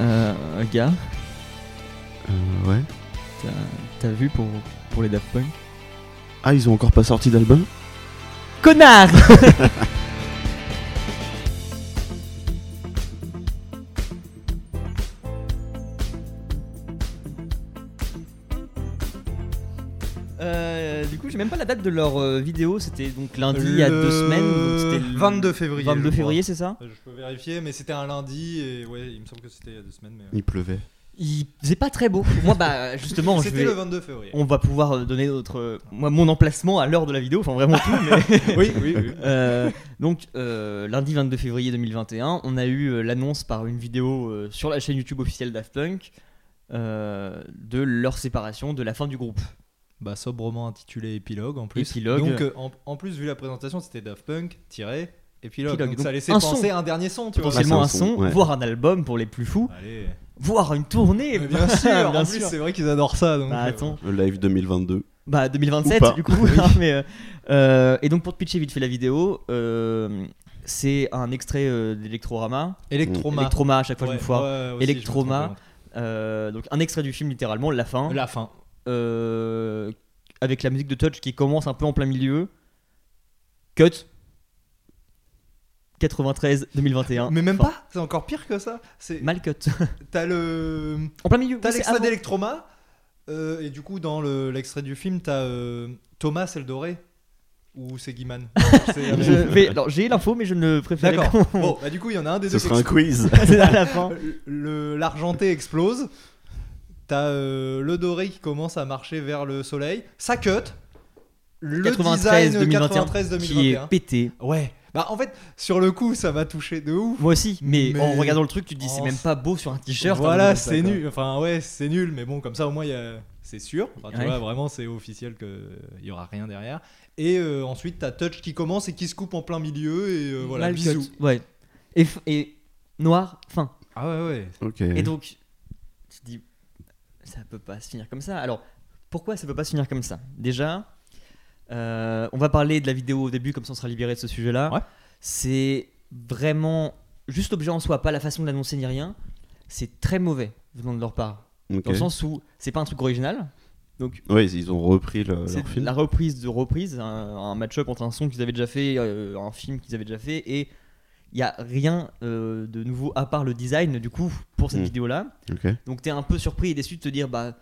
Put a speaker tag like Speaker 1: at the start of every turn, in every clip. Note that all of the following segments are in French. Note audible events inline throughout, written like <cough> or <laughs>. Speaker 1: un gars,
Speaker 2: Euh, ouais.
Speaker 1: t'as vu pour, pour les Daft Punk
Speaker 2: Ah, ils ont encore pas sorti d'album
Speaker 1: Connard <laughs> Euh, Du coup, j'ai même pas la date de leur euh, vidéo, c'était donc lundi il y a
Speaker 3: Le
Speaker 1: deux semaines, donc c'était le
Speaker 3: 22 février.
Speaker 1: 22
Speaker 3: je
Speaker 1: février, c'est ça
Speaker 3: crois. Euh, Je peux vérifier, mais c'était un lundi et ouais, il me semble que c'était il y a deux semaines. Mais... euh,
Speaker 2: Il pleuvait.
Speaker 1: Il faisait pas très beau. Moi, bah
Speaker 3: <laughs>
Speaker 1: justement, je
Speaker 3: C'était
Speaker 1: vais-
Speaker 3: le 22 février.
Speaker 1: on va pouvoir euh, donner notre, euh, moi, mon emplacement à l'heure de la vidéo, enfin vraiment tout, mais...
Speaker 3: Oui, oui, oui.
Speaker 1: <laughs> Euh, donc, euh, lundi 22 février 2021, on a eu euh, l'annonce par une vidéo euh, sur la chaîne YouTube officielle Daft Punk euh, de leur séparation, de la fin du groupe.
Speaker 3: Bah, sobrement intitulé épilogue en plus.
Speaker 1: Épilogue.
Speaker 3: Donc euh, en, en plus vu la présentation, c'était Daft Punk tiré épilogue.
Speaker 1: Épilogue.
Speaker 3: Donc,
Speaker 1: Donc,
Speaker 3: ça laissait
Speaker 1: un
Speaker 3: penser à un dernier son, tu vois.
Speaker 1: Potentiellement
Speaker 2: Ah,
Speaker 1: un
Speaker 2: c'est un son,
Speaker 1: son,
Speaker 2: ouais.
Speaker 1: voire un album pour les plus fous,
Speaker 3: Allez.
Speaker 1: voire une tournée.
Speaker 3: Mais bien sûr.
Speaker 1: Eh, Bien
Speaker 3: en
Speaker 1: sûr.
Speaker 3: plus, c'est vrai qu'ils adorent ça. Donc,
Speaker 1: Bah,
Speaker 3: euh,
Speaker 1: attends.
Speaker 2: Le live 2022.
Speaker 1: Bah
Speaker 2: Ou pas.
Speaker 1: 2027 du coup. hein, mais, euh, euh, et donc pour te pitcher vite fait la vidéo, euh, c'est un extrait euh, d'Electrorama.
Speaker 3: Electroma.
Speaker 1: Electroma à chaque fois je
Speaker 3: Ouais,
Speaker 1: me foire.
Speaker 3: ouais, aussi, je me
Speaker 1: Electroma.
Speaker 3: trompe,
Speaker 1: Euh, donc un extrait du film littéralement, la fin.
Speaker 3: pardon. La fin.
Speaker 1: euh, avec la musique de Touch qui commence un peu en plein milieu. Cut. 93 2021.
Speaker 3: Mais même
Speaker 1: Enfin,
Speaker 3: pas. C'est encore pire que ça. C'est.
Speaker 1: Mal cut. <laughs>
Speaker 3: T'as le.
Speaker 1: en plein milieu.
Speaker 3: T'as
Speaker 1: oui, c'est
Speaker 3: l'extrait
Speaker 1: avant.
Speaker 3: d'Electroma, euh, et du coup, dans le- l'extrait du film, t'as euh, Thomas Eldoré, ou c'est Guiman
Speaker 2: <laughs>
Speaker 3: C'est-
Speaker 1: Je vais- alors, j'ai l'info, mais je ne préfère
Speaker 3: D'accord.
Speaker 1: pas.
Speaker 3: Bon, bah, du coup, il y en a un des
Speaker 2: Ce
Speaker 3: deux.
Speaker 2: sera un
Speaker 3: qui
Speaker 2: quiz.
Speaker 1: C'est à la
Speaker 3: <laughs>
Speaker 1: fin.
Speaker 3: explose. Le- L'argenté explose. T'as euh, le doré qui commence à marcher vers le soleil. Ça cut. Le
Speaker 1: 93,
Speaker 3: design
Speaker 1: 2021,
Speaker 3: 93
Speaker 1: Qui est
Speaker 3: 2021.
Speaker 1: pété.
Speaker 3: Ouais. Bah, en fait, sur le coup, ça m'a touché de ouf.
Speaker 1: Moi aussi, mais,
Speaker 3: Mais-
Speaker 1: en regardant le truc, tu te dis c'est
Speaker 3: Oh,
Speaker 1: même
Speaker 3: c'est-
Speaker 1: pas beau sur un t-shirt. hein, euh,
Speaker 3: Voilà,
Speaker 1: un truc comme ça,
Speaker 3: c'est
Speaker 1: quoi.
Speaker 3: nul. Enfin, ouais, c'est nul, mais bon, comme ça, au moins, il y a... c'est sûr. Enfin, tu
Speaker 1: Ouais.
Speaker 3: vois, vraiment, c'est officiel qu'il y aura rien derrière. Et euh, ensuite, t'as Touch qui commence et qui se coupe en plein milieu, et euh, voilà,
Speaker 1: Mal
Speaker 3: bisous.
Speaker 1: cut. Ouais. Et, f- et noir, fin.
Speaker 3: Ah ouais, ouais.
Speaker 2: Ok.
Speaker 1: Et donc, tu te dis, ça peut pas se finir comme ça. Alors, pourquoi ça peut pas se finir comme ça Déjà, euh, on va parler de la vidéo au début, comme ça on sera libéré de ce sujet-là.
Speaker 3: Ouais.
Speaker 1: C'est vraiment juste l'objet en soi, pas la façon de l'annoncer ni rien. C'est très mauvais venant de leur part.
Speaker 2: Ok.
Speaker 1: Dans le sens où c'est pas un truc original. Donc,
Speaker 2: Ouais, ils ont repris le-
Speaker 1: c'est
Speaker 2: leur film.
Speaker 1: la reprise de reprise, un, un match-up entre un son qu'ils avaient déjà fait, euh, un film qu'ils avaient déjà fait, et il n'y a rien euh, de nouveau à part le design, du coup, pour cette
Speaker 2: Mm.
Speaker 1: vidéo-là.
Speaker 2: Ok.
Speaker 1: Donc t'es un peu surpris et déçu de te dire bah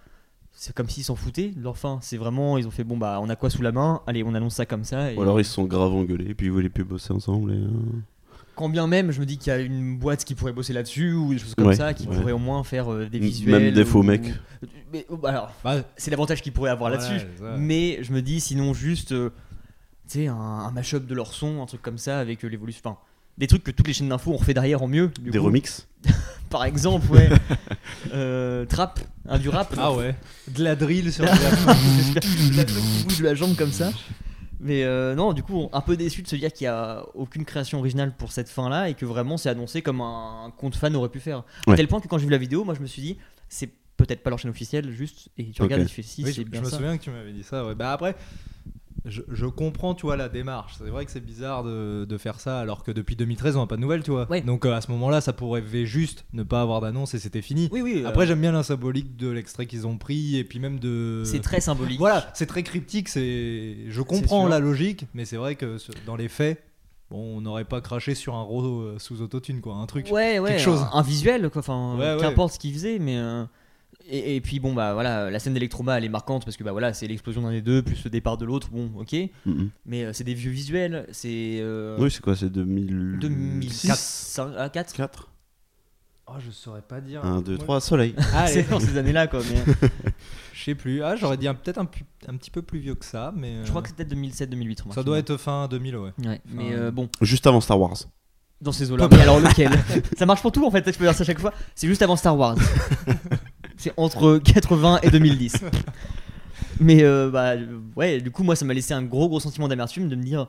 Speaker 1: c'est comme s'ils s'en foutaient de leur fin. C'est vraiment ils ont fait bon bah on a quoi sous la main Allez on annonce ça comme ça. Et
Speaker 2: Ou alors ils se sont grave engueulés, puis ils voulaient plus bosser ensemble. Et, euh,
Speaker 1: Quand bien même je me dis qu'il y a une boîte qui pourrait bosser là-dessus ou des choses comme
Speaker 2: Ouais,
Speaker 1: ça qui
Speaker 2: ouais.
Speaker 1: pourrait au moins faire euh, des
Speaker 2: Même
Speaker 1: visuels.
Speaker 2: des faux
Speaker 1: ou-
Speaker 2: mecs.
Speaker 1: Mais oh, bah, alors
Speaker 3: Bah,
Speaker 1: c'est l'avantage qu'ils pourraient avoir
Speaker 3: voilà,
Speaker 1: là-dessus.
Speaker 3: ça.
Speaker 1: Mais je me dis sinon juste euh, tu sais un, un mash-up de leur son, un truc comme ça avec euh, l'évolution. Enfin, des trucs que toutes les chaînes d'infos ont refait derrière en mieux. du
Speaker 2: Des
Speaker 1: coup.
Speaker 2: remixes
Speaker 1: Par exemple,
Speaker 2: <laughs>
Speaker 1: ouais. Euh, trap, un du rap. <laughs>
Speaker 3: Ah ouais. De la drill <laughs> sur
Speaker 1: la truc qui bouge de la jambe comme ça. Mais euh, non, du coup, un peu déçu de se dire qu'il n'y a aucune création originale pour cette fin-là et que vraiment c'est annoncé comme un, un compte fan aurait pu faire.
Speaker 2: Ouais.
Speaker 1: À tel point que quand j'ai vu la vidéo, moi je me suis dit, c'est peut-être pas leur chaîne officielle, juste, et tu
Speaker 2: Ok.
Speaker 1: regardes et tu fais si,
Speaker 3: Oui, je,
Speaker 1: c'est
Speaker 3: je
Speaker 1: bien
Speaker 3: me
Speaker 1: ça.
Speaker 3: souviens que tu m'avais dit ça. Ouais. Bah après, je, je comprends, tu vois, la démarche. C'est vrai que c'est bizarre de, de faire ça alors que depuis 2013, on n'a pas de nouvelles, tu vois.
Speaker 1: Ouais.
Speaker 3: Donc euh, à ce moment-là, ça pourrait juste ne pas avoir d'annonce et c'était fini.
Speaker 1: Oui, oui, euh,
Speaker 3: Après, j'aime bien la symbolique de l'extrait qu'ils ont pris et puis même de.
Speaker 1: c'est très symbolique.
Speaker 3: Voilà, c'est très cryptique. C'est. Je
Speaker 1: C'est
Speaker 3: comprends
Speaker 1: sûr.
Speaker 3: la logique, mais c'est vrai que ce- dans les faits, bon, on n'aurait pas craché sur un rose euh, sous autotune, quoi, un truc.
Speaker 1: Ouais, ouais,
Speaker 3: quelque chose.
Speaker 1: Un, un visuel, quoi. Enfin,
Speaker 3: Ouais, ouais.
Speaker 1: qu'importe ce qu'ils faisaient, mais. euh, Et, et puis bon bah voilà la scène d'Electroma elle est marquante parce que bah voilà c'est l'explosion d'un des deux plus le départ de l'autre bon ok
Speaker 2: Mhm.
Speaker 1: mais euh, c'est des vieux visuels c'est euh,
Speaker 2: Oui, c'est quoi C'est 2000...
Speaker 1: 2004 5, ah, 4
Speaker 2: 4
Speaker 3: Oh, je saurais pas dire.
Speaker 2: 1, 2,
Speaker 3: Ouais.
Speaker 2: 3, soleil.
Speaker 3: Allez,
Speaker 1: c'est dans Ah, ces années là quoi mais euh,
Speaker 3: je sais plus. Ah, j'aurais dit un- peut-être un, pu- un petit peu plus vieux que ça, mais. euh,
Speaker 1: je crois que c'est peut-être 2007 2008 moi,
Speaker 3: ça
Speaker 1: qui
Speaker 3: doit
Speaker 1: me-
Speaker 3: être fin 2000, ouais.
Speaker 1: ouais mais euh, bon
Speaker 2: Juste avant Star Wars.
Speaker 1: dans ces eaux là
Speaker 3: Pas-
Speaker 1: mais alors lequel <laughs> ça marche pour tout en fait je peux dire ça à chaque fois c'est juste avant Star
Speaker 2: <laughs>
Speaker 1: Wars c'est entre 80 et 2010 mais euh, bah euh, ouais du coup moi ça m'a laissé un gros gros sentiment d'amertume de me dire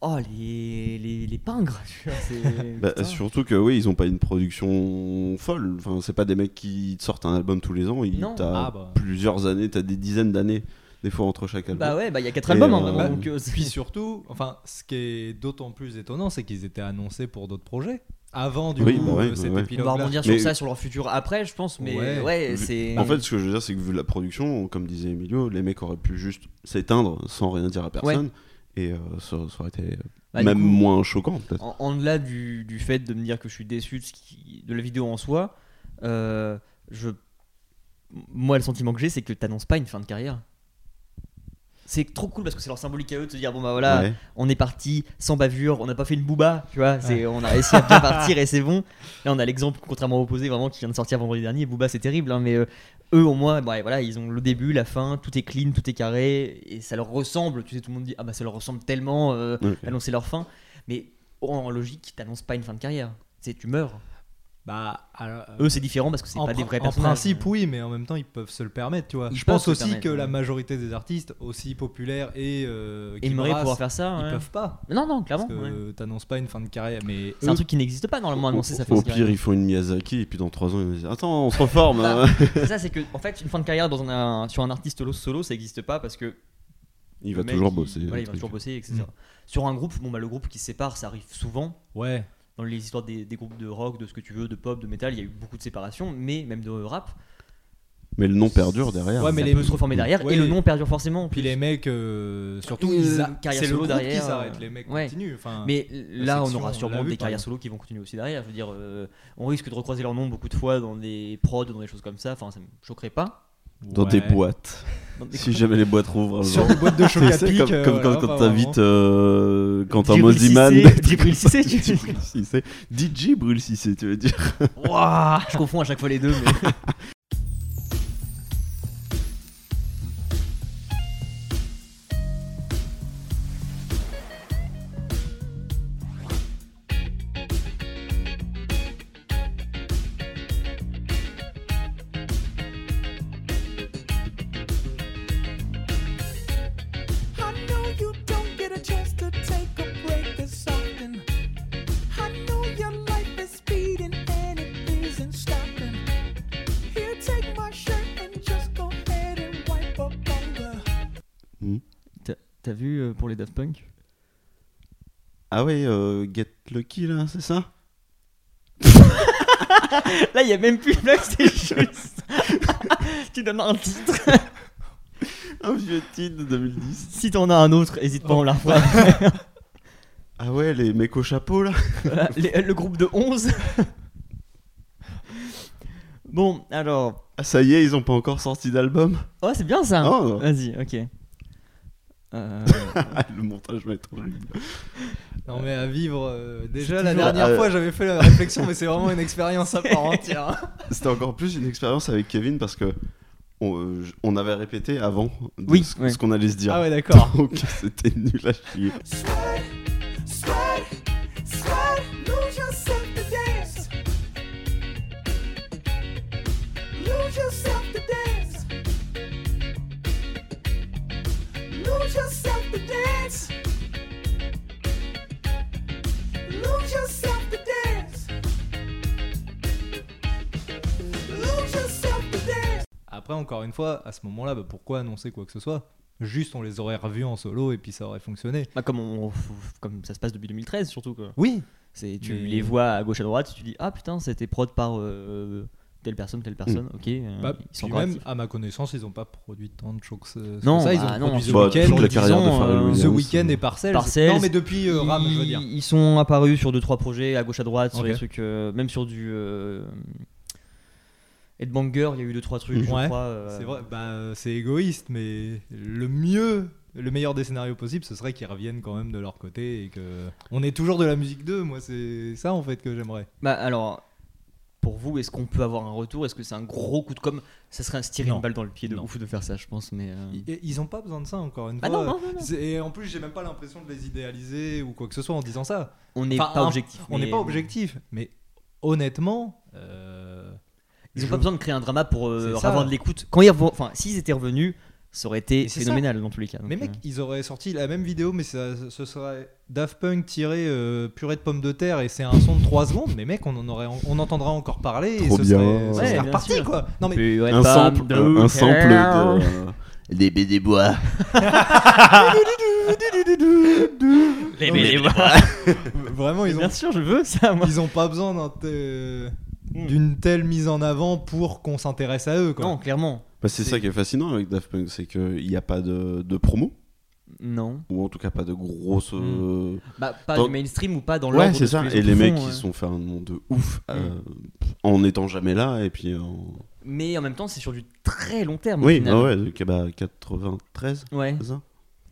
Speaker 1: oh les les, les pingres tu vois, c'est-
Speaker 2: Bah,
Speaker 1: putain.
Speaker 2: surtout que oui, ils ont pas une production folle. Enfin, c'est pas des mecs qui te sortent un album tous les ans. Ils
Speaker 1: Non.
Speaker 2: t'as
Speaker 3: Ah, bah.
Speaker 2: plusieurs années, t'as des dizaines d'années des fois entre chaque album.
Speaker 1: bah ouais bah il y a quatre
Speaker 2: Et,
Speaker 1: albums hein,
Speaker 2: euh,
Speaker 1: vraiment,
Speaker 2: bah,
Speaker 1: donc, euh, c'est-
Speaker 3: Puis surtout, enfin, ce qui est d'autant plus étonnant, c'est qu'ils étaient annoncés pour d'autres projets. avant du
Speaker 2: Oui,
Speaker 3: coup
Speaker 2: bah ouais,
Speaker 3: euh, cet
Speaker 2: ouais, ouais.
Speaker 1: On
Speaker 3: épilogue.
Speaker 1: va rebondir
Speaker 2: Mais-
Speaker 1: sur ça, sur leur futur après, je pense, mais
Speaker 3: Ouais.
Speaker 1: ouais,
Speaker 2: Vu-
Speaker 1: c'est.
Speaker 2: En fait, ce que je veux dire, c'est que vu la production, comme disait Emilio, les mecs auraient pu juste s'éteindre sans rien dire à personne. Et euh, ça, ça aurait été
Speaker 1: Bah, du
Speaker 2: même
Speaker 1: coup,
Speaker 2: moins choquant, peut-être.
Speaker 1: En, en delà du, du fait de me dire que je suis déçu de, ce qui- de la vidéo en soi, euh, je, moi le sentiment que j'ai c'est que t'annonces pas une fin de carrière. C'est trop cool parce que c'est leur symbolique à eux de se dire bon bah voilà,
Speaker 2: Ouais.
Speaker 1: on est parti sans bavure, on n'a pas fait une booba, tu vois, c'est, on a réussi à bien partir et c'est bon. Là on a l'exemple contrairement opposé vraiment qui vient de sortir vendredi dernier, booba c'est terrible, hein, mais euh, eux au moins, bah, voilà, ils ont le début, la fin, tout est clean, tout est carré et ça leur ressemble, tu sais, tout le monde dit ah bah ça leur ressemble tellement. euh,
Speaker 2: Ok.
Speaker 1: annoncer leur fin. Mais en logique, t'annonces pas une fin de carrière. C'est tu meurs.
Speaker 3: Bah, alors, euh,
Speaker 1: Eux, c'est différent parce que c'est
Speaker 3: en
Speaker 1: pas des
Speaker 3: prin-
Speaker 1: vrais
Speaker 3: En
Speaker 1: personnages.
Speaker 3: principe, oui, mais en même temps, ils peuvent se le permettre, tu vois.
Speaker 1: Ils
Speaker 3: Je
Speaker 1: peuvent
Speaker 3: pense
Speaker 1: se le
Speaker 3: aussi
Speaker 1: permettre,
Speaker 3: que la
Speaker 1: ouais.
Speaker 3: majorité des artistes, aussi populaires et euh, qui
Speaker 1: Aimerait
Speaker 3: brassent,
Speaker 1: pouvoir faire ça.
Speaker 3: ils
Speaker 1: ouais.
Speaker 3: peuvent pas.
Speaker 1: Non, non, clairement.
Speaker 3: Parce que
Speaker 1: ouais.
Speaker 3: euh, t'annonces pas une fin de carrière, mais
Speaker 1: C'est
Speaker 3: eux,
Speaker 1: un truc qui n'existe pas normalement annoncé. Ça fait
Speaker 2: Au
Speaker 1: une
Speaker 2: pire,
Speaker 1: carrière.
Speaker 2: ils font une Miyazaki et puis dans 3 ans, ils disent Attends, on se reforme
Speaker 1: <laughs>
Speaker 2: hein.
Speaker 1: C'est ça, c'est que en fait, une fin de carrière dans un, sur un artiste solo, solo, ça n'existe pas parce que
Speaker 2: Il
Speaker 1: le
Speaker 2: va
Speaker 1: mec,
Speaker 2: toujours bosser.
Speaker 1: voilà, il
Speaker 2: le
Speaker 1: va
Speaker 2: truc.
Speaker 1: toujours bosser, etc.
Speaker 3: Mm.
Speaker 1: Sur un groupe, bon bah le groupe qui se sépare, ça arrive souvent.
Speaker 3: ouais,
Speaker 1: dans les histoires des, des groupes de rock, de ce que tu veux, de pop, de métal, il y a eu beaucoup de séparations, mais même de rap,
Speaker 2: Mais le nom perdure derrière.
Speaker 3: Ouais, mais
Speaker 1: ça
Speaker 3: les-
Speaker 1: peut se reformer derrière
Speaker 3: Ouais.
Speaker 1: et le nom perdure forcément. en
Speaker 3: puis
Speaker 1: plus.
Speaker 3: les mecs, euh, surtout,
Speaker 1: Et,
Speaker 3: ils
Speaker 1: euh,
Speaker 3: a-
Speaker 1: carrière
Speaker 3: c'est le
Speaker 1: solo
Speaker 3: groupe qui
Speaker 1: derrière,
Speaker 3: s'arrête,
Speaker 1: euh,
Speaker 3: les mecs
Speaker 1: ouais.
Speaker 3: continuent. enfin.
Speaker 1: Mais là, Hein. on
Speaker 3: section, on
Speaker 1: aura
Speaker 3: l'a
Speaker 1: sûrement
Speaker 3: vu,
Speaker 1: des
Speaker 3: par
Speaker 1: carrières
Speaker 3: exemple.
Speaker 1: solo qui vont continuer aussi derrière. Je veux dire, euh, on risque de recroiser leur nom beaucoup de fois dans des prods, dans des choses comme ça. Enfin, ça me choquerait pas.
Speaker 2: Dans des
Speaker 3: Ouais.
Speaker 2: boîtes.
Speaker 1: Dans des-
Speaker 2: Si jamais les boîtes rouvrent un
Speaker 3: Sur
Speaker 2: jour.
Speaker 3: des boîtes de choc à
Speaker 2: <laughs> Tu sais,
Speaker 3: pic,
Speaker 2: comme,
Speaker 3: euh,
Speaker 2: comme
Speaker 3: voilà,
Speaker 2: quand,
Speaker 3: pas
Speaker 2: quand t'invites
Speaker 3: vraiment.
Speaker 2: euh, Quentin
Speaker 1: Djibril
Speaker 2: Mosiman.
Speaker 1: <laughs> Cissé, Djibril
Speaker 2: <laughs>
Speaker 1: Cissé, tu-
Speaker 2: Djibril Cissé. DJ Brûle Cissé, tu veux dire.
Speaker 1: <laughs> Ouah, je confonds à chaque fois les deux. mais-
Speaker 4: I know you don't get a chance to take a break this often. I know your life is speeding and it isn't stopping. Here, take my shirt and just go ahead and wipe up on the.
Speaker 1: T'as- <laughs> T'as vu euh, pour les Daft Punk
Speaker 2: Ah ouais, euh, Get Lucky là, c'est ça
Speaker 1: Là, il y a même plus de blague, c'est juste. <laughs> tu donnes un titre. <laughs>
Speaker 2: Un vieux titre de 2010.
Speaker 1: Si t'en as un autre, hésite pas, on la <laughs> fera.
Speaker 2: Ah ouais, les mecs au chapeau là.
Speaker 1: Voilà, les- le groupe de 11. bon, alors.
Speaker 2: Ah, ça y est, ils ont pas encore sorti d'album.
Speaker 1: Oh, c'est bien ça.
Speaker 2: Oh.
Speaker 1: Vas-y, ok. Euh,
Speaker 2: Ah, le montage va être horrible.
Speaker 3: Non mais à vivre. euh, déjà
Speaker 1: C'est
Speaker 3: la
Speaker 1: toujours-
Speaker 3: dernière
Speaker 2: euh,
Speaker 3: fois j'avais fait la réflexion, mais c'est vraiment une expérience
Speaker 1: <laughs>
Speaker 3: à part entière. hein.
Speaker 2: C'était encore plus une expérience avec Kevin parce que on, euh, j- on avait répété avant de
Speaker 1: Oui,
Speaker 2: ce,
Speaker 1: ouais.
Speaker 2: ce qu'on allait se dire. <laughs>
Speaker 3: Ah ouais d'accord.
Speaker 2: Donc c'était nul à chier.
Speaker 4: Sweat, sweat, sweat, lose yourself to dance. Lose yourself to dance. Lose yourself to dance. Lose yourself to dance. Lose yourself to dance.
Speaker 3: Après encore une fois, à ce moment-là, bah, pourquoi annoncer quoi que ce soit Juste on les aurait revus en solo et puis ça aurait fonctionné.
Speaker 1: bah, comme, on- comme ça se passe depuis 2013, surtout. Quoi.
Speaker 3: Oui.
Speaker 1: C'est tu
Speaker 3: Mais-
Speaker 1: les vois à gauche à droite, tu dis ah putain c'était prod par euh, telle personne, telle personne, ok. euh,
Speaker 3: Bah,
Speaker 1: ils sont
Speaker 3: puis
Speaker 1: encore
Speaker 3: même
Speaker 1: actifs.
Speaker 3: à ma connaissance, ils ont pas produit tant de choses. euh,
Speaker 1: Non,
Speaker 3: que ça. ils
Speaker 1: bah,
Speaker 3: ont
Speaker 1: non,
Speaker 3: produit The
Speaker 2: Bah,
Speaker 3: Weeknd,
Speaker 2: toute la
Speaker 3: ils
Speaker 2: carrière de
Speaker 3: ont,
Speaker 2: Pharrell
Speaker 3: euh,
Speaker 2: Williams.
Speaker 3: The Weeknd et Parcells.
Speaker 1: Parcells.
Speaker 3: Non mais depuis euh, Ram, je veux dire.
Speaker 1: Ils sont apparus sur deux trois projets à gauche à droite, sur
Speaker 3: Ok.
Speaker 1: des trucs, euh, même sur du euh, Headbanger, il y a eu deux trois trucs, je
Speaker 3: Ouais,
Speaker 1: crois. euh,
Speaker 3: C'est vrai, bah, euh, c'est égoïste, mais le mieux, le meilleur des scénarios possibles, ce serait qu'ils reviennent quand même de leur côté et que on ait toujours de la musique d'eux. Moi, c'est ça en fait que j'aimerais.
Speaker 1: Bah alors, pour vous, est-ce qu'on peut avoir un retour Est-ce que c'est un gros coup de com Ça serait un se tirer
Speaker 3: Non.
Speaker 1: une balle dans le pied de
Speaker 3: Non.
Speaker 1: ouf de faire ça, je pense, mais. euh,
Speaker 2: Mm.
Speaker 3: Ils, ils ont pas besoin de ça encore une
Speaker 1: Ah
Speaker 3: fois.
Speaker 1: non, non, non, non.
Speaker 3: C'est- Et en plus, j'ai même pas l'impression de les idéaliser ou quoi que ce soit en disant ça.
Speaker 1: On n'est
Speaker 3: Enfin,
Speaker 1: pas
Speaker 3: un-
Speaker 1: objectif.
Speaker 3: On n'est
Speaker 1: mais-
Speaker 3: pas objectif, mais honnêtement, euh,
Speaker 1: Ils ont
Speaker 3: je-
Speaker 1: pas besoin de créer un drama pour euh,
Speaker 3: C'est ça.
Speaker 1: avoir de l'écoute. Quand ils revo- enfin, s'ils étaient revenus, ça aurait été
Speaker 3: Mais c'est
Speaker 1: phénoménal dans tous les cas. donc,
Speaker 3: Mais
Speaker 1: euh,
Speaker 3: mec, ils auraient sorti la même vidéo, mais ça, ce serait Daft Punk tiré euh, purée de pommes de terre et c'est un son de 3 secondes. Mais mec, on en aurait, on entendra encore parler et
Speaker 2: Trop
Speaker 3: ce
Speaker 2: bien.
Speaker 3: serait, ce
Speaker 1: Ouais,
Speaker 3: serait
Speaker 1: bien
Speaker 3: reparti
Speaker 1: sûr.
Speaker 3: quoi. Non mais
Speaker 1: Plus
Speaker 2: Un
Speaker 1: de
Speaker 2: sample, euh,
Speaker 1: pommes
Speaker 2: un
Speaker 1: de
Speaker 2: sample
Speaker 1: terre.
Speaker 2: <laughs> de. euh, Des bébés bois.
Speaker 1: Les
Speaker 3: Non, mais-
Speaker 1: bénévoles.
Speaker 3: Vraiment, <laughs> ils ont,
Speaker 1: Bien sûr, je veux ça, moi.
Speaker 3: ils ont pas besoin d'un tel- d'une telle mise en avant pour qu'on s'intéresse à eux. Quoi.
Speaker 1: Hmm. Non, clairement.
Speaker 2: Bah, c'est ça qui est fascinant avec Daft Punk, c'est qu'il n'y a pas de, de promo,
Speaker 1: Non. ou
Speaker 2: ou en tout cas pas de
Speaker 1: Hmm.
Speaker 2: grosse. euh,
Speaker 1: Bah, pas
Speaker 2: Dans-
Speaker 1: du mainstream ou pas dans l'ordre.
Speaker 2: Ouais, c'est
Speaker 1: de ce
Speaker 2: ça.
Speaker 1: que les
Speaker 2: Et
Speaker 1: autres
Speaker 2: les mecs,
Speaker 1: font, euh.
Speaker 2: ils
Speaker 1: ouais. Ah
Speaker 2: se sont fait un nom de ouf euh, en n'étant jamais là, et puis en.
Speaker 1: Mais en même temps, c'est sur du très long terme. au
Speaker 2: Oui,
Speaker 1: final.
Speaker 2: ah ouais, donc, bah, 93,
Speaker 1: Ouais.
Speaker 2: c'est ça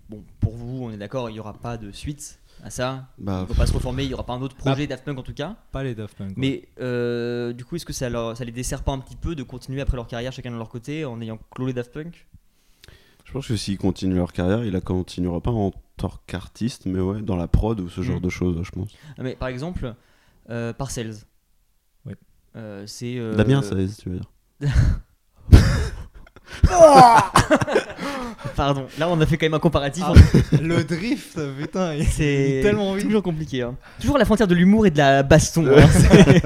Speaker 1: Bon, pour vous, on est d'accord, il n'y aura pas de suite à ça. Il
Speaker 2: Bah,
Speaker 1: ne faut pas se reformer, il n'y aura pas un autre
Speaker 3: Bah,
Speaker 1: projet Daft Punk en tout cas.
Speaker 3: Pas les Daft Punk. quoi.
Speaker 1: Mais euh, du coup, est-ce que ça, leur- ça les dessert pas un petit peu de continuer après leur carrière chacun de leur côté en ayant cloué Daft Punk
Speaker 2: Je pense que s'ils continuent leur carrière, ils la continueront pas en tant qu'artiste, mais ouais, dans la prod ou ce genre
Speaker 1: Mm.
Speaker 2: de choses, je pense.
Speaker 1: Ah, Mais par exemple, euh, Parcells.
Speaker 3: Ouais.
Speaker 1: Euh, c'est. euh,
Speaker 2: Damien, ça, est, tu veux dire.
Speaker 1: Pardon, là on a fait quand même un comparatif. hein.
Speaker 3: Ah, <laughs> le drift, putain, il-
Speaker 1: C'est
Speaker 3: tellement vite.
Speaker 1: toujours compliqué. hein. Toujours la frontière de l'humour et de la baston. hein,
Speaker 3: <laughs>
Speaker 1: c'est-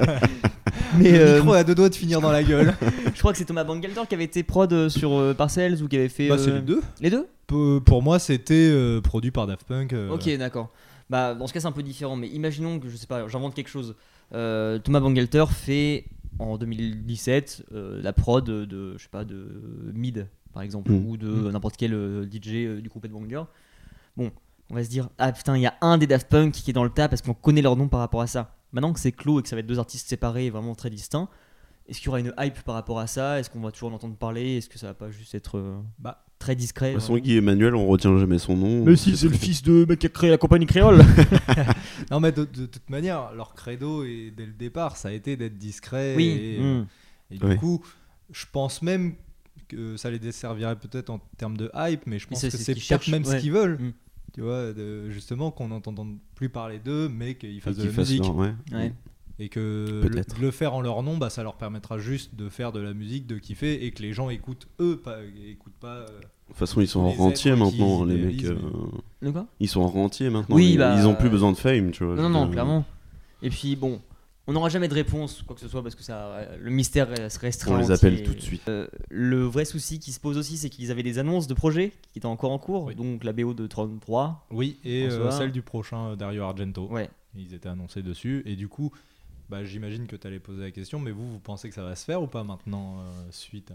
Speaker 1: Mais
Speaker 3: le
Speaker 1: euh,
Speaker 3: micro a deux doigts de finir dans
Speaker 1: <laughs>
Speaker 3: la gueule.
Speaker 1: je crois que c'est Thomas Bangalter qui avait été prod euh, sur euh, Parcells ou qui avait fait.
Speaker 3: bah, c'est
Speaker 1: euh,
Speaker 3: les deux.
Speaker 1: Les deux
Speaker 3: Peu- Pour moi, c'était euh, produit par Daft Punk. euh,
Speaker 1: Ok, d'accord. Bah, dans ce cas, c'est un peu différent, mais imaginons que, je sais pas, j'invente quelque chose. Euh, Thomas Bangalter fait en 2017 euh, la prod de, je sais pas, de Mid, par exemple,
Speaker 2: Mm.
Speaker 1: ou de n'importe quel euh, DJ euh, du groupe Headbanger. Bon, on va se dire, ah putain, il y a un des Daft Punk qui est dans le tas parce qu'on connaît leur nom par rapport à ça. Maintenant que c'est clos et que ça va être deux artistes séparés et vraiment très distincts, est-ce qu'il y aura une hype par rapport à ça Est-ce qu'on va toujours en entendre parler Est-ce que ça va pas juste être euh,
Speaker 3: Bah.
Speaker 1: très discret euh?
Speaker 2: De toute façon,
Speaker 1: vraiment
Speaker 2: Guy Emmanuel, on retient jamais son nom.
Speaker 1: c'est le fils de mec qui a créé la compagnie créole
Speaker 3: Non, mais de, de toute manière, leur credo, et dès le départ, ça a été d'être discret.
Speaker 1: Oui.
Speaker 3: Et, euh,
Speaker 1: Mm.
Speaker 3: et
Speaker 2: Oui.
Speaker 3: du coup, je pense même que ça les desservirait peut-être en termes de hype, mais je pense
Speaker 1: c'est-
Speaker 3: que
Speaker 1: c'est ce
Speaker 3: c'est
Speaker 1: qu'ils
Speaker 3: peut-être
Speaker 1: cherchent,
Speaker 3: même
Speaker 1: ouais.
Speaker 3: ce qu'ils veulent.
Speaker 1: Mm.
Speaker 3: Tu vois, de- justement, qu'on n'entende plus parler d'eux, mais qu'ils
Speaker 2: Faut
Speaker 3: fassent de
Speaker 2: qu'ils
Speaker 3: la
Speaker 2: fassent
Speaker 3: musique.
Speaker 2: leur- ouais.
Speaker 1: Ouais.
Speaker 3: Et que le,
Speaker 2: Peut-être.
Speaker 3: de le faire en leur nom, bah, ça leur permettra juste de faire de la musique, de kiffer, et que les gens écoutent eux, pas, écoutent pas. euh,
Speaker 2: De toute façon, ils sont en
Speaker 3: Les
Speaker 2: rentier
Speaker 3: êtres qui
Speaker 2: maintenant, les mecs.
Speaker 3: idéalisent,
Speaker 2: euh,
Speaker 1: De quoi
Speaker 2: Ils sont en rentier maintenant.
Speaker 1: Oui,
Speaker 2: ils,
Speaker 1: bah,
Speaker 2: ils ont plus besoin de fame, tu vois. je
Speaker 1: Non,
Speaker 2: veux
Speaker 1: non,
Speaker 2: dire.
Speaker 1: clairement. Et puis bon, on n'aura jamais de réponse, quoi que ce soit, parce que ça, le mystère reste restreint.
Speaker 2: On les
Speaker 1: entier.
Speaker 2: appelle tout de suite.
Speaker 1: Euh, le vrai souci qui se pose aussi, c'est qu'ils avaient des annonces de projets qui étaient encore en cours,
Speaker 3: Oui.
Speaker 1: donc la BO de Tron 3.
Speaker 3: Oui, et
Speaker 1: En
Speaker 3: euh,
Speaker 1: soi.
Speaker 3: celle du prochain euh, Dario Argento.
Speaker 1: Ouais.
Speaker 3: Ils étaient annoncés dessus. Et du coup, bah, j'imagine que tu allais poser la question, mais vous, vous pensez que ça va se faire ou pas maintenant, euh, suite à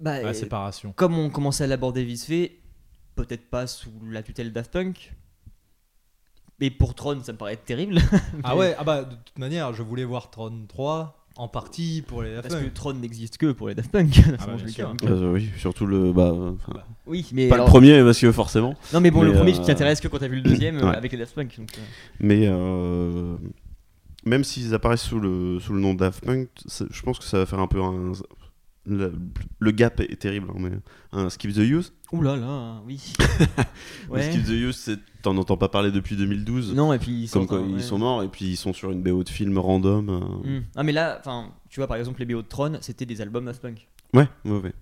Speaker 1: Bah,
Speaker 3: à la
Speaker 1: euh, <laughs>
Speaker 3: séparation
Speaker 1: comme on commençait à l'aborder vite fait, peut-être pas sous la tutelle Daft Punk. Et pour Tron, ça me paraît terrible. <laughs>
Speaker 3: Ah ouais, ah bah, de toute manière, je voulais voir Tron 3 en partie pour les Daft
Speaker 1: Parce que
Speaker 3: Punk.
Speaker 1: Tron n'existe que pour les Daft Punk. Sinon,
Speaker 3: bah,
Speaker 1: <laughs> je
Speaker 3: bien
Speaker 1: le
Speaker 3: sûr.
Speaker 1: dis, hein.
Speaker 2: Euh, oui, surtout le. Bah, enfin,
Speaker 3: Bah,
Speaker 1: Oui, mais.
Speaker 2: pas
Speaker 1: alors-
Speaker 2: le premier, parce que forcément.
Speaker 1: Non, mais bon, le
Speaker 2: mais,
Speaker 1: premier,
Speaker 2: euh,
Speaker 1: tu t'intéresses que quand t'as vu le deuxième euh,
Speaker 2: ouais.
Speaker 1: avec les Daft Punk. donc, euh.
Speaker 2: Mais euh, même s'ils apparaissent sous le, sous le nom Daft Punk, ça- je pense que ça va faire un peu un. Le, le gap est terrible, hein, mais un Skip the Use.
Speaker 1: Ouh là là,
Speaker 2: <laughs>
Speaker 1: oui.
Speaker 2: Le
Speaker 1: Ouais.
Speaker 2: Skip the Use, c'est- t'en entends pas parler depuis 2012.
Speaker 1: Non, et puis ils sont.
Speaker 2: Comme quoi,
Speaker 1: encore-
Speaker 2: ils
Speaker 1: ouais.
Speaker 2: sont morts et puis ils sont sur une BO de film random. euh.
Speaker 1: Mm. Ah, mais là, enfin, tu vois, par exemple, les BO de Tron, c'était des albums Daft Punk.
Speaker 2: Ouais, mauvais.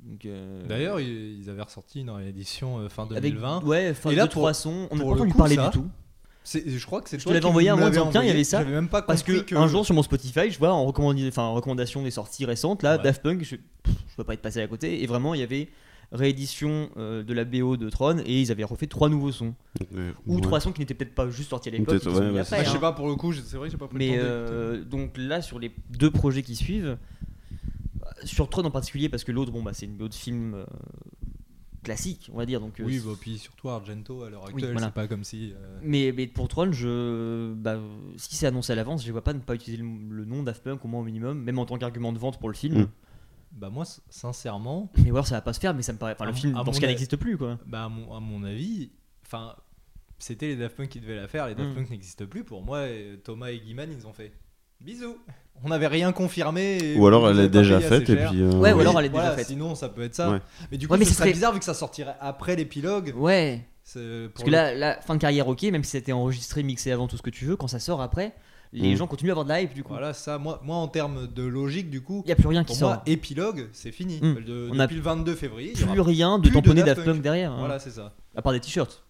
Speaker 1: Donc, euh,
Speaker 3: D'ailleurs, ils ils avaient ressorti une réédition euh, fin
Speaker 1: avec
Speaker 3: 2020.
Speaker 1: ouais, enfin,
Speaker 3: Et là,
Speaker 1: deux,
Speaker 3: pour-
Speaker 1: trois sons, on n'a pas
Speaker 3: pour le
Speaker 1: entendu
Speaker 3: coup,
Speaker 1: parler
Speaker 3: ça,
Speaker 1: du tout.
Speaker 3: C'est- Je crois que c'est
Speaker 1: Je te
Speaker 3: toi
Speaker 1: l'avais
Speaker 3: qui
Speaker 1: envoyé à
Speaker 3: me
Speaker 1: moi en
Speaker 3: l'avais
Speaker 1: disant, tiens, il y
Speaker 3: envoyé.
Speaker 1: avait ça.
Speaker 3: J'avais même pas
Speaker 1: Parce que,
Speaker 3: compris que.
Speaker 1: un jour sur mon Spotify, je vois en, recommandé- enfin, en recommandation des sorties récentes, là,
Speaker 3: Ouais.
Speaker 1: Daft Punk, je, pff, je peux pas être passé à côté. Et vraiment, il y avait réédition euh, de la BO de Tron et ils avaient refait trois nouveaux sons. Ou
Speaker 2: euh, Ouais.
Speaker 1: trois sons qui n'étaient peut-être pas juste sortis à l'époque.
Speaker 2: Peut-être,
Speaker 1: qui sont
Speaker 2: ouais,
Speaker 1: mis
Speaker 2: ouais,
Speaker 1: après,
Speaker 3: Bah, je
Speaker 1: hein.
Speaker 3: sais pas pour le coup, je- c'est vrai que j'ai pas pris
Speaker 1: Mais
Speaker 3: le temps
Speaker 1: euh,
Speaker 3: d'écouter.
Speaker 1: donc là, sur les deux projets qui suivent, bah, sur Tron en particulier, parce que l'autre, bon, bah, c'est une BO de film euh, classique, on va dire. Donc, euh,
Speaker 3: Oui, bah, puis surtout Argento à l'heure actuelle,
Speaker 1: voilà.
Speaker 3: c'est pas comme si. euh,
Speaker 1: mais, mais pour Tron, je, bah, euh, si c'est annoncé à l'avance, je vois pas ne pas utiliser le, le nom Daft Punk au moins au minimum, même en tant qu'argument de vente pour le film.
Speaker 2: Mm.
Speaker 3: Bah, moi, s- sincèrement,
Speaker 1: Mais voir, ça va pas se faire, mais ça me paraît. Enfin, le
Speaker 3: À
Speaker 1: film,
Speaker 3: mon- à
Speaker 1: dans ce
Speaker 3: mon
Speaker 1: cas,
Speaker 3: avis-
Speaker 1: n'existe plus, quoi.
Speaker 3: Bah, à mon, à mon avis, enfin, c'était les Daft Punk qui devaient la faire, les Daft
Speaker 1: Mm.
Speaker 3: Punk n'existent plus. Pour moi, et Thomas et Guiman, ils ont fait bisous. On n'avait rien confirmé. et
Speaker 2: Ou alors
Speaker 3: vous
Speaker 2: elle
Speaker 3: avez
Speaker 2: est
Speaker 3: pas
Speaker 2: déjà
Speaker 3: payé assez
Speaker 2: faite et
Speaker 3: cher.
Speaker 2: puis. euh,
Speaker 1: Ouais, ou
Speaker 3: Oui,
Speaker 1: alors elle est
Speaker 3: voilà,
Speaker 1: déjà faite.
Speaker 3: Sinon, ça peut être ça.
Speaker 2: Ouais.
Speaker 3: Mais du coup,
Speaker 1: Ouais, mais
Speaker 3: ce
Speaker 1: ce
Speaker 3: serait
Speaker 1: serait-
Speaker 3: bizarre vu que ça sortirait après l'épilogue.
Speaker 1: Ouais.
Speaker 3: c'est- euh, pour
Speaker 1: Parce que
Speaker 3: le-
Speaker 1: là, là, fin de carrière, ok, même si c'était enregistré, mixé avant tout ce que tu veux, quand ça sort après, les
Speaker 2: Mm.
Speaker 1: gens continuent à avoir de la hype, du coup. Il
Speaker 3: voilà, ça, moi, moi, en termes de logique, du coup,
Speaker 1: y a plus rien qui
Speaker 3: pour
Speaker 1: sort.
Speaker 3: moi, épilogue, c'est fini.
Speaker 1: Mm.
Speaker 3: De-
Speaker 1: On a
Speaker 3: depuis le 22 février, il y aura-
Speaker 1: plus rien de
Speaker 3: plus de
Speaker 1: tamponner
Speaker 3: Daft
Speaker 1: Daft
Speaker 3: Punk.
Speaker 1: Punk derrière. hein.
Speaker 3: voilà, c'est ça.
Speaker 1: À part des t-shirts.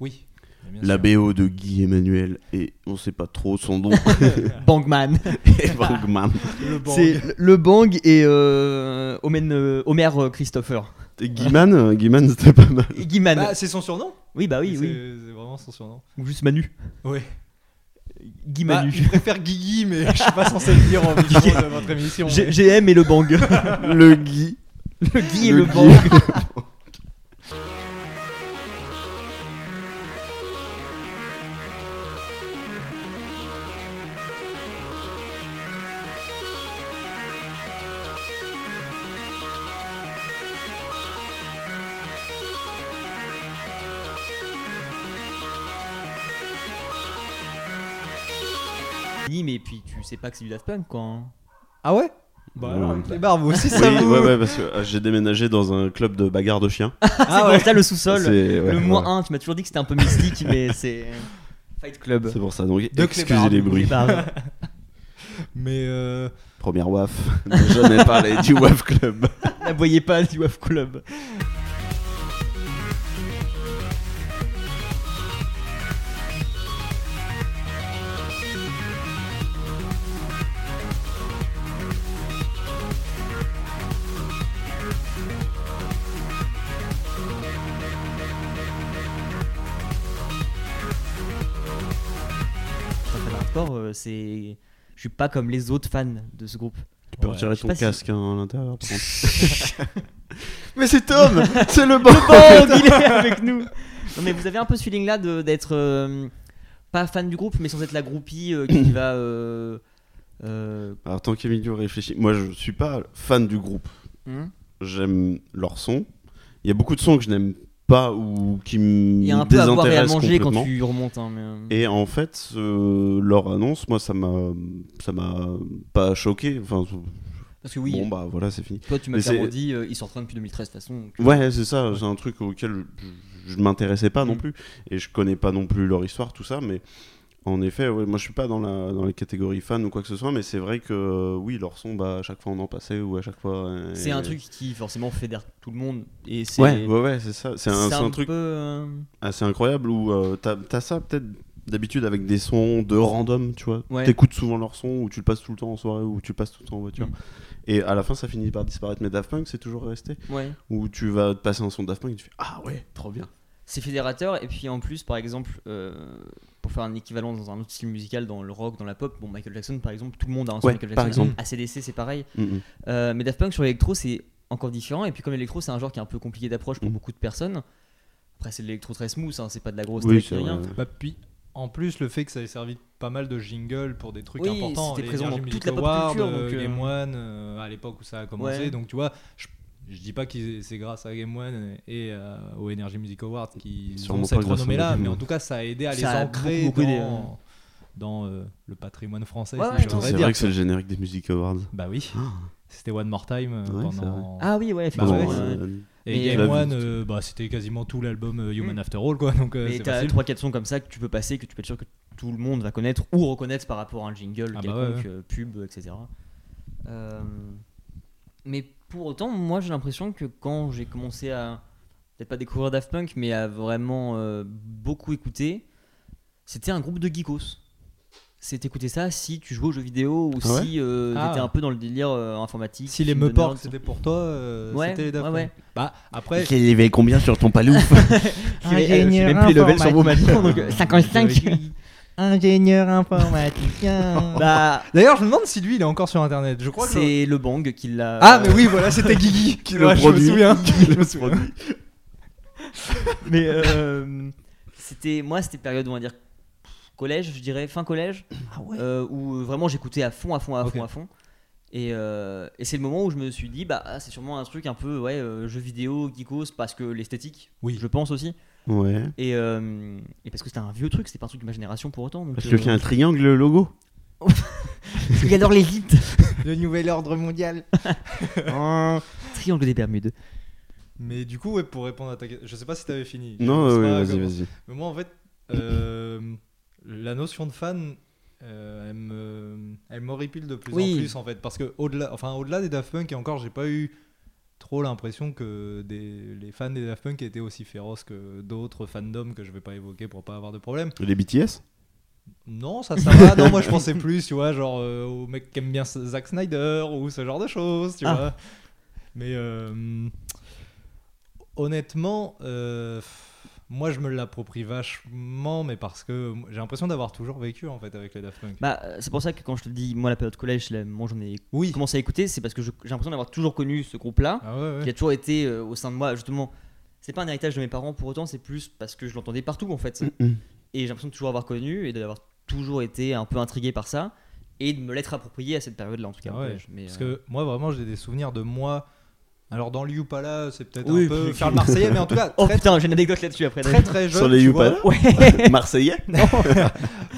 Speaker 3: Oui. Bien
Speaker 2: La
Speaker 3: sûr.
Speaker 2: BO de Guy Emmanuel et on sait pas trop son
Speaker 1: <laughs>
Speaker 2: nom. <laughs>
Speaker 1: Bangman.
Speaker 2: Et Bergman.
Speaker 3: Le bang.
Speaker 1: C'est le Bang et euh, Omen, euh, Homer euh, Christopher.
Speaker 2: Et Guiman, euh, Guiman, c'était pas mal.
Speaker 1: Et Guiman.
Speaker 3: Bah, c'est son surnom
Speaker 1: oui, bah oui,
Speaker 3: C'est-
Speaker 1: oui.
Speaker 3: C'est Bah, vraiment son surnom.
Speaker 1: Ou juste Manu.
Speaker 3: Ouais. Bah,
Speaker 1: Guimanu.
Speaker 3: je préfère Guigui, mais je suis pas censé le
Speaker 1: <laughs>
Speaker 3: dire en micro de votre émission.
Speaker 1: G- GM et le bang.
Speaker 2: Le Guy.
Speaker 1: le Guy et
Speaker 2: Le
Speaker 1: le,
Speaker 2: Guy.
Speaker 1: bang. <laughs> Oui, mais puis tu sais pas que c'est du Daft Punk quoi. hein.
Speaker 3: Ah ouais
Speaker 2: Ouais.
Speaker 3: Bah, alors, les barbes aussi,
Speaker 2: Oui,
Speaker 3: ça vous.
Speaker 2: ouais, ouais, parce que euh, j'ai déménagé dans un club de bagarre de chiens.
Speaker 1: Ah,
Speaker 3: Ah
Speaker 1: c'est
Speaker 3: ouais.
Speaker 1: pour ça le sous-sol.
Speaker 2: C'est- ouais,
Speaker 1: le moins
Speaker 2: voilà.
Speaker 1: 1, tu m'as toujours dit que c'était un peu mystique,
Speaker 2: <laughs>
Speaker 1: mais c'est. Fight Club.
Speaker 2: C'est pour ça, donc
Speaker 3: De
Speaker 2: excusez
Speaker 3: Clébard,
Speaker 2: les
Speaker 3: du
Speaker 2: bruits.
Speaker 1: Bah,
Speaker 3: Mais euh,
Speaker 2: Première WAF, <laughs> je n'ai parlé du WAF Club.
Speaker 1: N'aboyez pas du WAF Club. Putain, Fan Hardcore, euh, c'est. Je suis pas comme les autres fans de ce groupe.
Speaker 2: Tu peux
Speaker 3: Ouais,
Speaker 2: retirer
Speaker 1: je sais
Speaker 2: ton
Speaker 1: pas si-
Speaker 2: casque hein, à l'intérieur. par contre.
Speaker 3: Mais c'est Tom C'est le
Speaker 1: Le Bang, il est avec nous. Non mais vous avez un peu ce feeling là d'être euh, pas fan du groupe mais sans être la groupie euh, qui va euh, euh,
Speaker 2: Alors, tant qu'Emilio réfléchit, moi je suis pas fan du groupe.
Speaker 1: hmm
Speaker 2: J'aime leur son. Il y a beaucoup de sons que je n'aime pas ou qui me
Speaker 1: il y a un peu à boire et à
Speaker 2: désintéressent
Speaker 1: manger quand
Speaker 2: complètement.
Speaker 1: tu remontes hein, mais, euh,
Speaker 2: Et en fait, euh, leur annonce, moi, ça m'a, ça m'a pas choqué. Enfin,
Speaker 1: parce que oui
Speaker 2: bon bah voilà, c'est fini.
Speaker 1: toi tu m'as
Speaker 2: mais c'est-
Speaker 1: clairement dit euh, ils sont en train depuis 2013 de toute façon donc, euh,
Speaker 2: Ouais, c'est ça. C'est un truc auquel je, je m'intéressais pas non
Speaker 1: Mm.
Speaker 2: plus, et je connais pas non plus leur histoire, tout ça. Mais en effet, ouais, moi, je suis pas dans la dans les catégories fan ou quoi que ce soit. Mais c'est vrai que euh, oui, leur son, bah, à chaque fois on en passait ou à chaque fois. euh,
Speaker 1: c'est un truc qui forcément fédère tout le monde et c'est
Speaker 2: Ouais, ouais, ouais, c'est ça. C'est un, c'est un truc
Speaker 1: peu, euh,
Speaker 2: assez incroyable où euh, t'as t'as ça peut-être d'habitude avec des sons de random, tu vois.
Speaker 1: Ouais.
Speaker 2: T'écoutes souvent leurs sons ou tu le passes tout le temps en soirée ou tu le passes tout le temps en voiture.
Speaker 1: Mm.
Speaker 2: Et à la fin, ça finit par disparaître. Mais Daft Punk, c'est toujours resté.
Speaker 1: ouais
Speaker 2: Où tu vas te passer un son de Daft Punk et tu fais Ah ouais, trop bien.
Speaker 1: c'est fédérateur et puis en plus par exemple euh, pour faire un équivalent dans un autre style musical dans le rock dans la pop bon Michael Jackson par exemple tout le monde a un son
Speaker 2: Ouais,
Speaker 1: Michael
Speaker 2: par
Speaker 1: Jackson
Speaker 2: exemple.
Speaker 1: ACDC c'est pareil
Speaker 2: Mm, mm.
Speaker 1: Euh, mais Daft Punk sur l'électro, c'est encore différent. Et puis comme l'électro, c'est un genre qui est un peu compliqué d'approche pour
Speaker 2: Mm.
Speaker 1: beaucoup de personnes. Après, c'est de l'électro très smooth, hein, c'est pas de la grosse
Speaker 2: Oui,
Speaker 1: tech
Speaker 2: c'est
Speaker 1: ni
Speaker 2: vrai.
Speaker 1: rien.
Speaker 3: Bah, puis, en plus, le fait que ça ait servi de pas mal de jingles pour des trucs
Speaker 1: Oui,
Speaker 3: importants.
Speaker 1: c'était
Speaker 3: les
Speaker 1: présent dans
Speaker 3: Virgin
Speaker 1: toute la
Speaker 3: Music
Speaker 1: pop
Speaker 3: Awards,
Speaker 1: culture,
Speaker 3: euh,
Speaker 1: donc, euh,
Speaker 3: Game One, euh, à l'époque où ça a commencé.
Speaker 1: Ouais.
Speaker 3: Donc, tu vois, je, je dis pas que c'est grâce à Game One et euh, aux Energy Music Awards qui
Speaker 2: Sûrement
Speaker 3: ont
Speaker 2: pas
Speaker 3: cette
Speaker 2: grâce à
Speaker 3: renommée-là,
Speaker 2: Game
Speaker 3: mais en
Speaker 2: One.
Speaker 3: tout cas, ça a aidé à les
Speaker 1: Ça a
Speaker 3: ancrer
Speaker 1: beaucoup aidé,
Speaker 3: dans, dans, euh, le patrimoine français.
Speaker 1: Ouais,
Speaker 3: si
Speaker 1: ouais,
Speaker 3: je
Speaker 1: non,
Speaker 3: voudrais
Speaker 2: C'est
Speaker 3: dire.
Speaker 2: vrai que c'est le générique des Music Awards.
Speaker 3: Bah oui, c'était One More Time euh,
Speaker 2: Ah. Ouais, c'est
Speaker 3: pendant.
Speaker 1: Ah oui, ouais,
Speaker 3: Bah
Speaker 2: Pendant,
Speaker 1: effectivement.
Speaker 3: ouais,
Speaker 1: ouais, ouais.
Speaker 2: euh,
Speaker 3: Et
Speaker 1: Mais-
Speaker 3: Game
Speaker 2: La
Speaker 3: One,
Speaker 2: vie,
Speaker 3: euh, bah, c'était quasiment tout l'album euh, Human
Speaker 1: Mm.
Speaker 3: After All, quoi. Donc, euh,
Speaker 1: Mais
Speaker 3: c'est
Speaker 1: t'as
Speaker 3: facile.
Speaker 1: 3-4 sons comme ça que tu peux passer, que tu peux être sûr que tout le monde va connaître ou reconnaître par rapport à un jingle,
Speaker 3: Ah bah
Speaker 1: quelconque,
Speaker 3: ouais,
Speaker 1: euh, pub, etc. Euh, mais pour autant, moi j'ai l'impression que quand j'ai commencé à peut-être pas découvrir Daft Punk, mais à vraiment euh, beaucoup écouter, c'était un groupe de geekos. C'est écouter ça si tu jouais aux jeux vidéo ou
Speaker 2: Ah ouais
Speaker 1: si euh,
Speaker 3: Ah.
Speaker 1: t'étais un peu dans le délire euh, informatique.
Speaker 3: Si les
Speaker 1: film de
Speaker 3: Meuporcs
Speaker 1: nerd.
Speaker 3: c'était pour toi, euh,
Speaker 1: Ouais,
Speaker 3: c'était les Daft
Speaker 1: ouais,
Speaker 3: Punk.
Speaker 1: ouais.
Speaker 3: Bah après,
Speaker 2: Quel éveil combien sur
Speaker 1: <laughs>
Speaker 2: ton palouf
Speaker 1: Qui est- euh, j'ai même plus les levels sur vous maintenant, donc <laughs> euh, 55.
Speaker 5: Ingénieur informaticien.
Speaker 1: bah,
Speaker 3: d'ailleurs, je me demande si lui il est encore sur internet. Je crois que.
Speaker 1: c'est le bang qui l'a.
Speaker 3: Ah mais oui, voilà,
Speaker 2: <laughs>
Speaker 3: c'était Guigui qui
Speaker 2: le
Speaker 3: Je me
Speaker 2: produit.
Speaker 3: souviens. je me souviens.
Speaker 1: Mais euh, c'était moi, c'était période, on va dire collège, je dirais fin collège, euh, où vraiment j'écoutais à fond, à fond, à
Speaker 3: Ok.
Speaker 1: fond, à fond. Et, euh, et c'est le moment où je me suis dit, bah ah, c'est sûrement un truc un peu ouais euh, jeu vidéo, geekos, parce que l'esthétique,
Speaker 3: Oui.
Speaker 1: je pense aussi,
Speaker 2: Ouais.
Speaker 1: et, euh, et parce que c'était un vieux truc, c'était pas un truc de ma génération pour autant. Donc,
Speaker 2: Parce
Speaker 1: euh,
Speaker 2: qu'il y a un triangle le logo.
Speaker 1: il adore les <laughs> hits.
Speaker 5: Le nouvel ordre mondial.
Speaker 1: Triangle des Bermudes.
Speaker 3: Mais du coup, ouais, pour répondre à ta question, je sais pas si t'avais fini.
Speaker 2: Non,
Speaker 3: Je sais
Speaker 2: ouais,
Speaker 3: pas
Speaker 2: vas-y,
Speaker 3: comment-
Speaker 2: vas-y.
Speaker 3: Mais moi, en fait, euh, la notion de fan, euh, elle me, elle m'horripile de plus
Speaker 1: Oui.
Speaker 3: en plus, en fait, parce que au-delà, enfin, au-delà des Daft Punk, et encore, j'ai pas eu trop l'impression que des, les fans des Daft Punk étaient aussi féroces que d'autres fandoms que je vais pas évoquer pour pas avoir de problème.
Speaker 2: Les BTS
Speaker 3: Non, ça, ça va. Non,
Speaker 1: <laughs>
Speaker 3: moi, je pensais plus, tu vois, genre euh, aux mecs qui aiment bien Zack Snyder ou ce genre de choses, tu
Speaker 1: Ah.
Speaker 3: vois. Mais euh, Honnêtement, euh, pff, moi je me l'approprie vachement, mais parce que j'ai l'impression d'avoir toujours vécu en fait avec les Daft Punk.
Speaker 1: Bah, euh, c'est pour ça que quand je te dis, moi, la période collège, la- moi, j'en ai
Speaker 3: oui.
Speaker 1: commencé à écouter, c'est parce que je- j'ai l'impression d'avoir toujours connu ce groupe-là,
Speaker 3: Ah ouais, ouais.
Speaker 1: qui a toujours été euh, au sein de moi, justement. C'est pas un héritage de mes parents pour autant, c'est plus parce que je l'entendais partout en fait.
Speaker 2: Mm,
Speaker 1: Et j'ai l'impression de toujours avoir connu et d'avoir toujours été un peu intrigué par ça et de me l'être approprié à cette période-là en tout cas.
Speaker 3: Ah
Speaker 1: au
Speaker 3: ouais,
Speaker 1: collège. Mais,
Speaker 3: Parce
Speaker 1: euh,
Speaker 3: que moi vraiment j'ai des souvenirs de moi. Alors dans le Youpala, c'est peut-être
Speaker 1: Oui,
Speaker 3: un peu
Speaker 1: puis-
Speaker 3: faire le Marseillais, mais en tout cas
Speaker 1: <laughs> Oh
Speaker 3: très
Speaker 1: putain, j'ai une anecdote là-dessus après. <laughs>
Speaker 3: très très jeune.
Speaker 2: Sur les
Speaker 3: tu vois.
Speaker 2: Youpala <laughs> Marseillais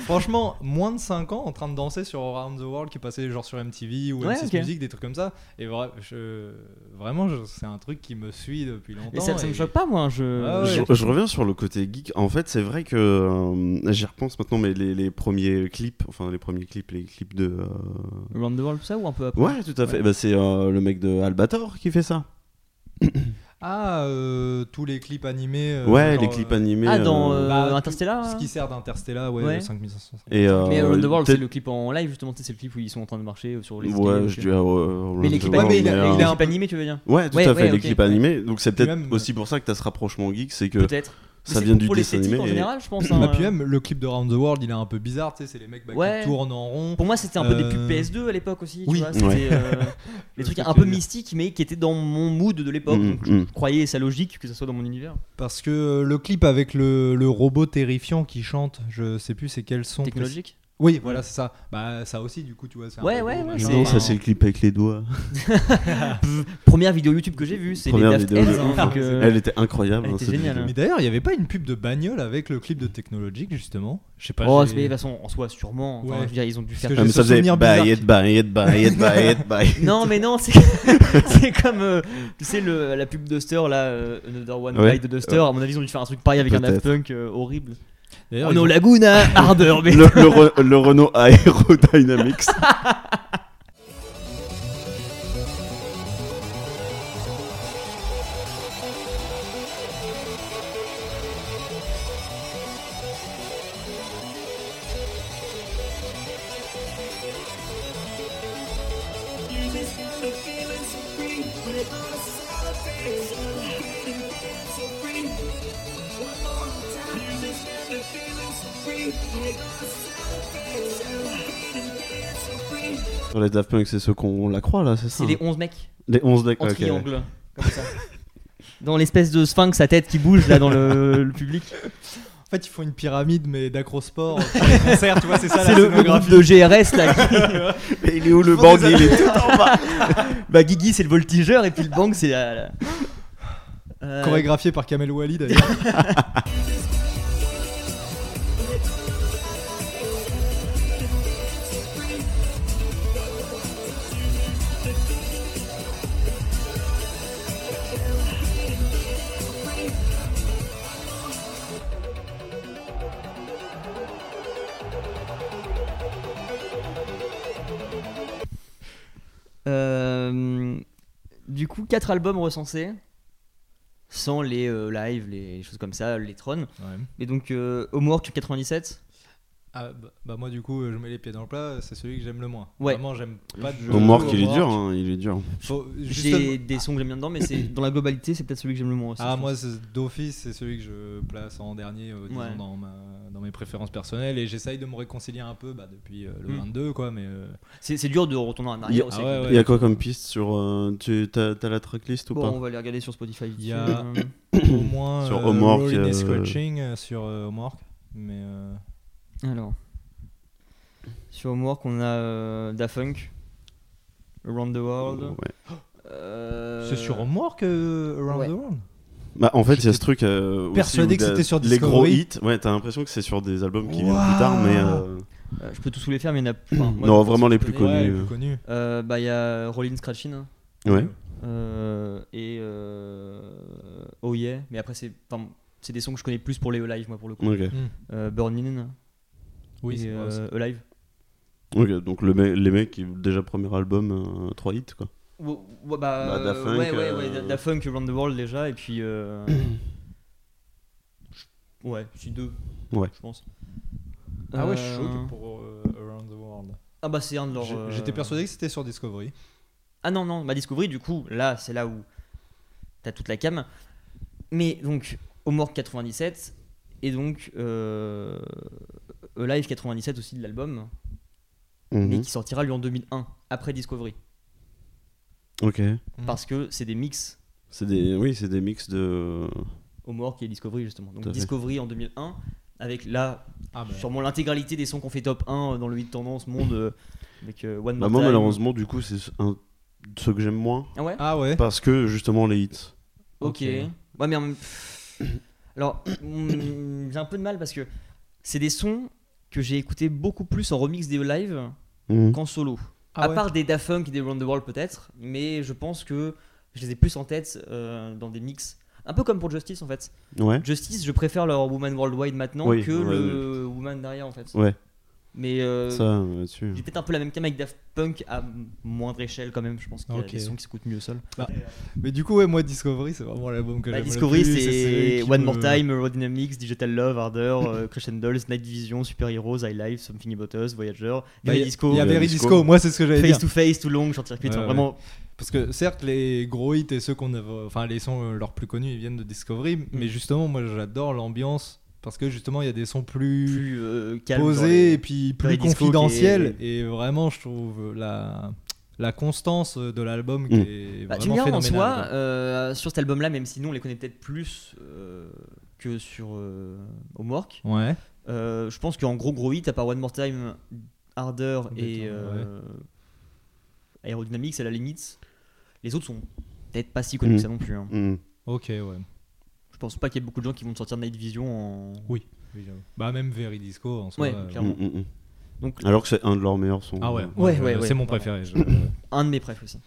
Speaker 3: Franchement, moins de 5 ans en train de danser sur Around the World qui passait genre sur MTV ou
Speaker 1: Ouais,
Speaker 3: M6
Speaker 1: ok.
Speaker 3: Music, des trucs comme ça. Et vra- je- vraiment, je- c'est un truc qui me suit depuis longtemps.
Speaker 1: Mais ça, ça me
Speaker 3: et-
Speaker 1: choque pas moi. Je...
Speaker 3: Ah ouais.
Speaker 2: je, je reviens sur le côté geek. En fait, c'est vrai que euh, j'y repense maintenant, mais les, les premiers clips, enfin les premiers clips, les clips de. euh,
Speaker 1: Around the world, tout ça ou un peu après
Speaker 2: Ouais, tout à fait. Bah, c'est euh, le mec de Albator qui fait ça.
Speaker 3: Ah, euh, tous les clips animés. euh,
Speaker 2: ouais,
Speaker 3: genre,
Speaker 2: les clips
Speaker 3: euh,
Speaker 2: animés.
Speaker 1: Ah, dans
Speaker 2: euh,
Speaker 1: euh,
Speaker 3: bah,
Speaker 1: Interstellar
Speaker 3: Ce qui sert d'Interstellar, ouais,
Speaker 1: Ouais.
Speaker 3: 5500.
Speaker 2: Et, euh,
Speaker 1: Mais Around the World, c'est
Speaker 2: peut-être-
Speaker 1: le clip en live justement, tu sais, c'est le clip où ils sont en train de marcher euh, sur les.
Speaker 2: Ouais,
Speaker 1: escaliers,
Speaker 2: je
Speaker 1: donc,
Speaker 2: dis. ah, ouais, Around
Speaker 1: Mais les
Speaker 2: the
Speaker 1: clips
Speaker 2: World,
Speaker 1: animés, il
Speaker 2: mais,
Speaker 1: a- les
Speaker 2: euh,
Speaker 3: il a un
Speaker 1: clips
Speaker 3: peu-
Speaker 1: animés, tu veux dire
Speaker 2: Ouais, tout
Speaker 1: Ouais,
Speaker 2: à fait,
Speaker 1: ouais,
Speaker 2: les
Speaker 1: ok,
Speaker 2: clips
Speaker 1: ouais.
Speaker 2: animés. Donc c'est peut-être
Speaker 3: même-
Speaker 2: aussi pour ça que t'as ce rapprochement geek, c'est que
Speaker 1: Peut-être. Mais
Speaker 2: ça
Speaker 1: c'est
Speaker 2: vient
Speaker 1: pour-
Speaker 2: du
Speaker 1: pour les
Speaker 2: dessin
Speaker 1: esthétiques
Speaker 2: animé.
Speaker 1: en
Speaker 2: et-
Speaker 1: général, je pense.
Speaker 3: Bah,
Speaker 1: hein.
Speaker 3: puis même le clip de Round the World, il est un peu bizarre, tu sais, c'est les mecs bah,
Speaker 1: Ouais.
Speaker 3: qui tournent en rond.
Speaker 1: Pour moi, c'était un peu des
Speaker 3: Euh,
Speaker 1: pubs PS2 à l'époque aussi.
Speaker 3: oui.
Speaker 1: tu vois,
Speaker 2: Ouais.
Speaker 1: c'était
Speaker 2: <laughs>
Speaker 1: euh, des trucs
Speaker 3: truc
Speaker 1: un peu
Speaker 3: de-
Speaker 1: mystiques, mais qui étaient dans mon mood de l'époque.
Speaker 2: Mm,
Speaker 1: donc
Speaker 2: mm.
Speaker 1: je croyais ça logique que ça soit dans mon univers.
Speaker 3: Parce que euh, le clip avec le, le robot terrifiant qui chante, je sais plus c'est quel son. précis-
Speaker 1: Technologique.
Speaker 3: Oui, voilà, c'est ça. Bah, ça aussi, du coup, tu vois, c'est un
Speaker 1: Ouais,
Speaker 3: robot,
Speaker 1: ouais, ouais,
Speaker 3: machin,
Speaker 2: Non,
Speaker 3: enfin,
Speaker 2: ça c'est le clip avec les doigts.
Speaker 1: Première vidéo YouTube que j'ai vue, c'est les
Speaker 2: Ah. Première
Speaker 1: Daft
Speaker 2: vidéo de
Speaker 1: Heads, hein,
Speaker 2: ouf.
Speaker 1: donc, euh,
Speaker 2: <laughs> Elle était incroyable.
Speaker 1: elle
Speaker 2: hein,
Speaker 1: était
Speaker 2: cette
Speaker 1: géniale.
Speaker 2: vidéo.
Speaker 3: Mais d'ailleurs, il n'y avait pas une pub de bagnole avec le clip de Technologique, justement Je sais pas.
Speaker 1: Oh,
Speaker 3: j'ai-
Speaker 1: c'est- mais de toute façon, en soi, sûrement. Enfin,
Speaker 3: Ouais.
Speaker 1: je veux dire, ils ont dû faire.
Speaker 3: Parce
Speaker 2: Ah, mais
Speaker 3: J'ai
Speaker 2: ça
Speaker 3: ce
Speaker 2: faisait
Speaker 3: souvenir
Speaker 2: buy
Speaker 3: bizarre
Speaker 2: it, buy it, buy it, buy <laughs> it, buy it.
Speaker 1: hein. Non, mais
Speaker 2: <laughs>
Speaker 1: non, c'est c'est comme. euh, tu sais, le, la pub Duster, là, euh, Another One
Speaker 2: Ouais.
Speaker 1: by the Duster, à mon avis, ils ont dû faire un truc pareil avec un Daft Punk euh, horrible.
Speaker 3: D'ailleurs,
Speaker 1: Oh
Speaker 3: ils
Speaker 1: no,
Speaker 3: ont-
Speaker 1: Laguna, <laughs> Ardeur, mais.
Speaker 2: Le, le Re- le Renault <laughs> Aerodynamics. Sur les Daft Punk, c'est ceux qu'on la croit là, c'est ça hein.
Speaker 1: C'est les 11 mecs
Speaker 2: Les 11 decks.
Speaker 1: en triangle, comme ça. <laughs> Dans l'espèce de sphinx à tête qui bouge là dans le, le public.
Speaker 3: En fait, ils font une pyramide,
Speaker 1: <laughs>
Speaker 3: mais d'acrosport. pour les concerts, tu vois, c'est ça la
Speaker 1: C'est le, le groupe
Speaker 3: scénographie.
Speaker 1: de GRS là. qui-
Speaker 2: Mais il est où le bang Il est tout en <laughs> bas.
Speaker 1: bah Guigui c'est le voltigeur et puis le bang c'est la. la- Euh,
Speaker 3: Chorégraphié par Kamel
Speaker 1: <laughs>
Speaker 3: Wally, d'ailleurs.
Speaker 1: euh, du coup, 4 albums recensés. Sans les euh, lives, les choses comme ça, les trônes. Et donc, euh, Homework 97.
Speaker 3: Ah, bah, bah, moi, du coup, euh, je mets les pieds dans le plat, c'est celui que j'aime le moins.
Speaker 1: Ouais.
Speaker 3: Vraiment, j'aime pas de jeu.
Speaker 2: Au mort qu'il est
Speaker 3: Homework.
Speaker 2: dur, hein, il est dur.
Speaker 3: Faut-
Speaker 1: J'ai
Speaker 3: justement-
Speaker 1: des sons que j'aime bien dedans, mais c'est dans la globalité, c'est peut-être celui que j'aime le moins aussi. je
Speaker 3: Ah,
Speaker 1: pense.
Speaker 3: moi, c'est- d'office, c'est celui que je place en dernier, euh, disons,
Speaker 1: Ouais.
Speaker 3: dans, ma- dans mes préférences personnelles. Et j'essaye de me réconcilier un peu bah, depuis euh, le
Speaker 1: Mm.
Speaker 3: 22, quoi. Mais euh,
Speaker 1: C'est c'est dur de retourner en arrière
Speaker 2: Ah
Speaker 1: aussi.
Speaker 3: ouais,
Speaker 1: avec-
Speaker 3: ouais.
Speaker 2: Il y a quoi comme piste sur. euh, tu T'as t'as la tracklist ou
Speaker 1: Bon,
Speaker 2: pas
Speaker 1: on va les regarder sur Spotify. vite
Speaker 3: Il y a-
Speaker 1: fait, hein.
Speaker 2: <coughs>
Speaker 3: au moins
Speaker 2: Sur
Speaker 3: euh,
Speaker 2: Homework,
Speaker 3: Rolling
Speaker 2: euh,
Speaker 3: et Scratching euh, sur euh, Homework mais euh,
Speaker 1: Alors, sur Homework, on a euh, Da Funk, Around the World.
Speaker 2: Ouais.
Speaker 1: euh,
Speaker 3: c'est sur Homework euh, Around
Speaker 1: ouais.
Speaker 3: the World
Speaker 2: Bah, en fait, il y a ce truc. euh, aussi
Speaker 3: Persuadé
Speaker 2: où
Speaker 3: que
Speaker 2: t'as-
Speaker 3: c'était sur
Speaker 2: Les gros
Speaker 3: Discovery.
Speaker 2: hits, ouais, t'as l'impression que c'est sur des albums qui viennent
Speaker 3: Waouh.
Speaker 2: plus tard, mais. euh,
Speaker 1: euh, je peux tous les faire, mais il y en a plus.
Speaker 2: Non, vraiment les plus
Speaker 3: Ouais,
Speaker 2: Connu,
Speaker 3: le
Speaker 2: euh.
Speaker 3: plus connu
Speaker 1: Euh, bah, il y a Rolling Scratchin
Speaker 2: Ouais.
Speaker 1: euh, et euh, Oh Yeah, mais après, c'est enfin, c'est des sons que je connais plus pour les live, moi, pour le coup.
Speaker 2: Ok.
Speaker 1: Euh, Burning
Speaker 3: oui
Speaker 1: et
Speaker 3: c'est vrai,
Speaker 1: euh, Alive.
Speaker 2: Ok, donc le me- les mecs, déjà premier album, 3 hits quoi.
Speaker 1: Ou- ou- bah,
Speaker 2: Bah, Da
Speaker 1: euh,
Speaker 2: Funk,
Speaker 1: ouais, ouais,
Speaker 2: euh,
Speaker 1: ouais, Da- Da Funk, Around the World déjà, et puis. euh,
Speaker 2: <coughs>
Speaker 1: ouais, je suis deux.
Speaker 2: Ouais.
Speaker 1: Je pense.
Speaker 3: c'est- ah ouais je suis
Speaker 1: Euh,
Speaker 3: chaud que pour euh, Around the World
Speaker 1: Ah bah, c'est un de leurs.
Speaker 3: J'ai-
Speaker 1: euh,
Speaker 3: j'étais persuadé que c'était sur Discovery
Speaker 1: bah, Ah non, non, ma Discovery, du coup, là, c'est là où t'as toute la cam. Mais donc, Homework 97 et donc euh, Live 97 aussi de l'album, mais
Speaker 2: Mhm.
Speaker 1: qui sortira lui en 2001, après Discovery.
Speaker 2: Ok.
Speaker 1: Parce que c'est des mix
Speaker 2: C'est des, oui, c'est des mix de.
Speaker 1: Homework et Discovery justement. Donc
Speaker 2: Tout à fait.
Speaker 1: Discovery en 2001, avec là,
Speaker 3: Ah, bah,
Speaker 1: sûrement l'intégralité des sons qu'on fait top 1 euh, dans le 8 tendance monde, euh, avec euh, One
Speaker 2: Bah,
Speaker 1: More
Speaker 2: moi,
Speaker 1: Time.
Speaker 2: malheureusement, du coup, c'est un de ceux que j'aime moins.
Speaker 1: Ah ouais
Speaker 3: ah ouais.
Speaker 2: Parce que justement, les hits.
Speaker 1: Ok.
Speaker 3: Ok.
Speaker 1: Ouais, mais en même- <coughs> Alors, <coughs> mm, j'ai un peu de mal parce que c'est des sons que j'ai écouté beaucoup plus en remix des lives
Speaker 2: Mhm.
Speaker 1: qu'en solo.
Speaker 3: Ah
Speaker 1: à
Speaker 3: ouais.
Speaker 1: part des Da Funk et des Round the World peut-être, mais je pense que je les ai plus en tête euh, dans des mix. Un peu comme pour Justice en fait.
Speaker 2: Ouais.
Speaker 1: Justice, je préfère leur Woman Worldwide maintenant
Speaker 2: Oui,
Speaker 1: que
Speaker 2: ouais,
Speaker 1: le Woman derrière en fait.
Speaker 2: Ouais.
Speaker 1: Mais euh,
Speaker 2: Ça, là-dessus.
Speaker 1: j'ai peut-être un peu la même cam avec Daft Punk à moindre échelle quand même. Je pense qu'il y a
Speaker 3: Ok.
Speaker 1: des sons qui s'écoutent mieux seul.
Speaker 3: Mais du coup, ouais, moi, Discovery, c'est vraiment l'album que
Speaker 1: Bah,
Speaker 3: j'aime. le
Speaker 1: Discovery,
Speaker 3: plus,
Speaker 1: c'est
Speaker 3: celui qui
Speaker 1: One
Speaker 3: me-
Speaker 1: More Time, Raw Dynamics, Digital Love, Harder, euh, Crescendos, Night Division, Super Heroes, High Life, Something About Us, Voyager,
Speaker 3: Bah,
Speaker 1: Very
Speaker 3: y a-
Speaker 1: Disco, euh,
Speaker 3: Il y a
Speaker 2: Very
Speaker 3: Berry
Speaker 2: Disco.
Speaker 3: Disco, moi, c'est ce que j'allais dire.
Speaker 1: Face to Face, Too Long, Short Circuit.
Speaker 3: Ouais,
Speaker 1: enfin,
Speaker 3: ouais.
Speaker 1: Vraiment,
Speaker 3: Parce que certes, les gros hits et ceux qu'on avait, enfin les sons euh, leurs plus connus, ils viennent de Discovery,
Speaker 1: Mm.
Speaker 3: mais justement, moi j'adore l'ambiance parce que justement, il y a des sons plus,
Speaker 1: plus euh, calme. dans
Speaker 3: posés
Speaker 1: les-
Speaker 3: et puis
Speaker 1: dans les discos
Speaker 3: plus
Speaker 1: qui est-
Speaker 3: confidentiels. Et vraiment, je trouve la la constance de l'album qui
Speaker 2: Mm.
Speaker 3: est
Speaker 1: Bah, tu me
Speaker 3: vraiment
Speaker 1: diras, en
Speaker 3: phénoménale.
Speaker 1: soi,
Speaker 3: quoi.
Speaker 1: euh, sur cet album-là, même si nous on les connaît peut-être plus euh, que sur euh, Homework,
Speaker 3: Ouais.
Speaker 1: euh, je pense qu'en gros gros hit, à part One More Time, Harder
Speaker 3: Complètement,
Speaker 1: et euh, Aerodynamics à la limite, les autres sont peut-être pas si connus
Speaker 2: Mhm.
Speaker 1: que ça non plus. hein.
Speaker 2: Mhm.
Speaker 3: Ok, ouais.
Speaker 1: Je pense pas qu'il y ait beaucoup de gens qui vont sortir Night Vision en.
Speaker 3: Oui. Oui, j'avoue. bah même Very Disco en soi.
Speaker 1: Ouais,
Speaker 3: euh,
Speaker 1: clairement.
Speaker 2: Mhm, mhm.
Speaker 1: Donc
Speaker 2: Alors que c'est un de leurs meilleurs sons.
Speaker 3: Ah ouais.
Speaker 1: Ouais,
Speaker 3: euh,
Speaker 1: ouais, ouais,
Speaker 3: c'est mon
Speaker 1: pardon. <laughs>
Speaker 3: préféré. je-
Speaker 1: un de mes préfs aussi.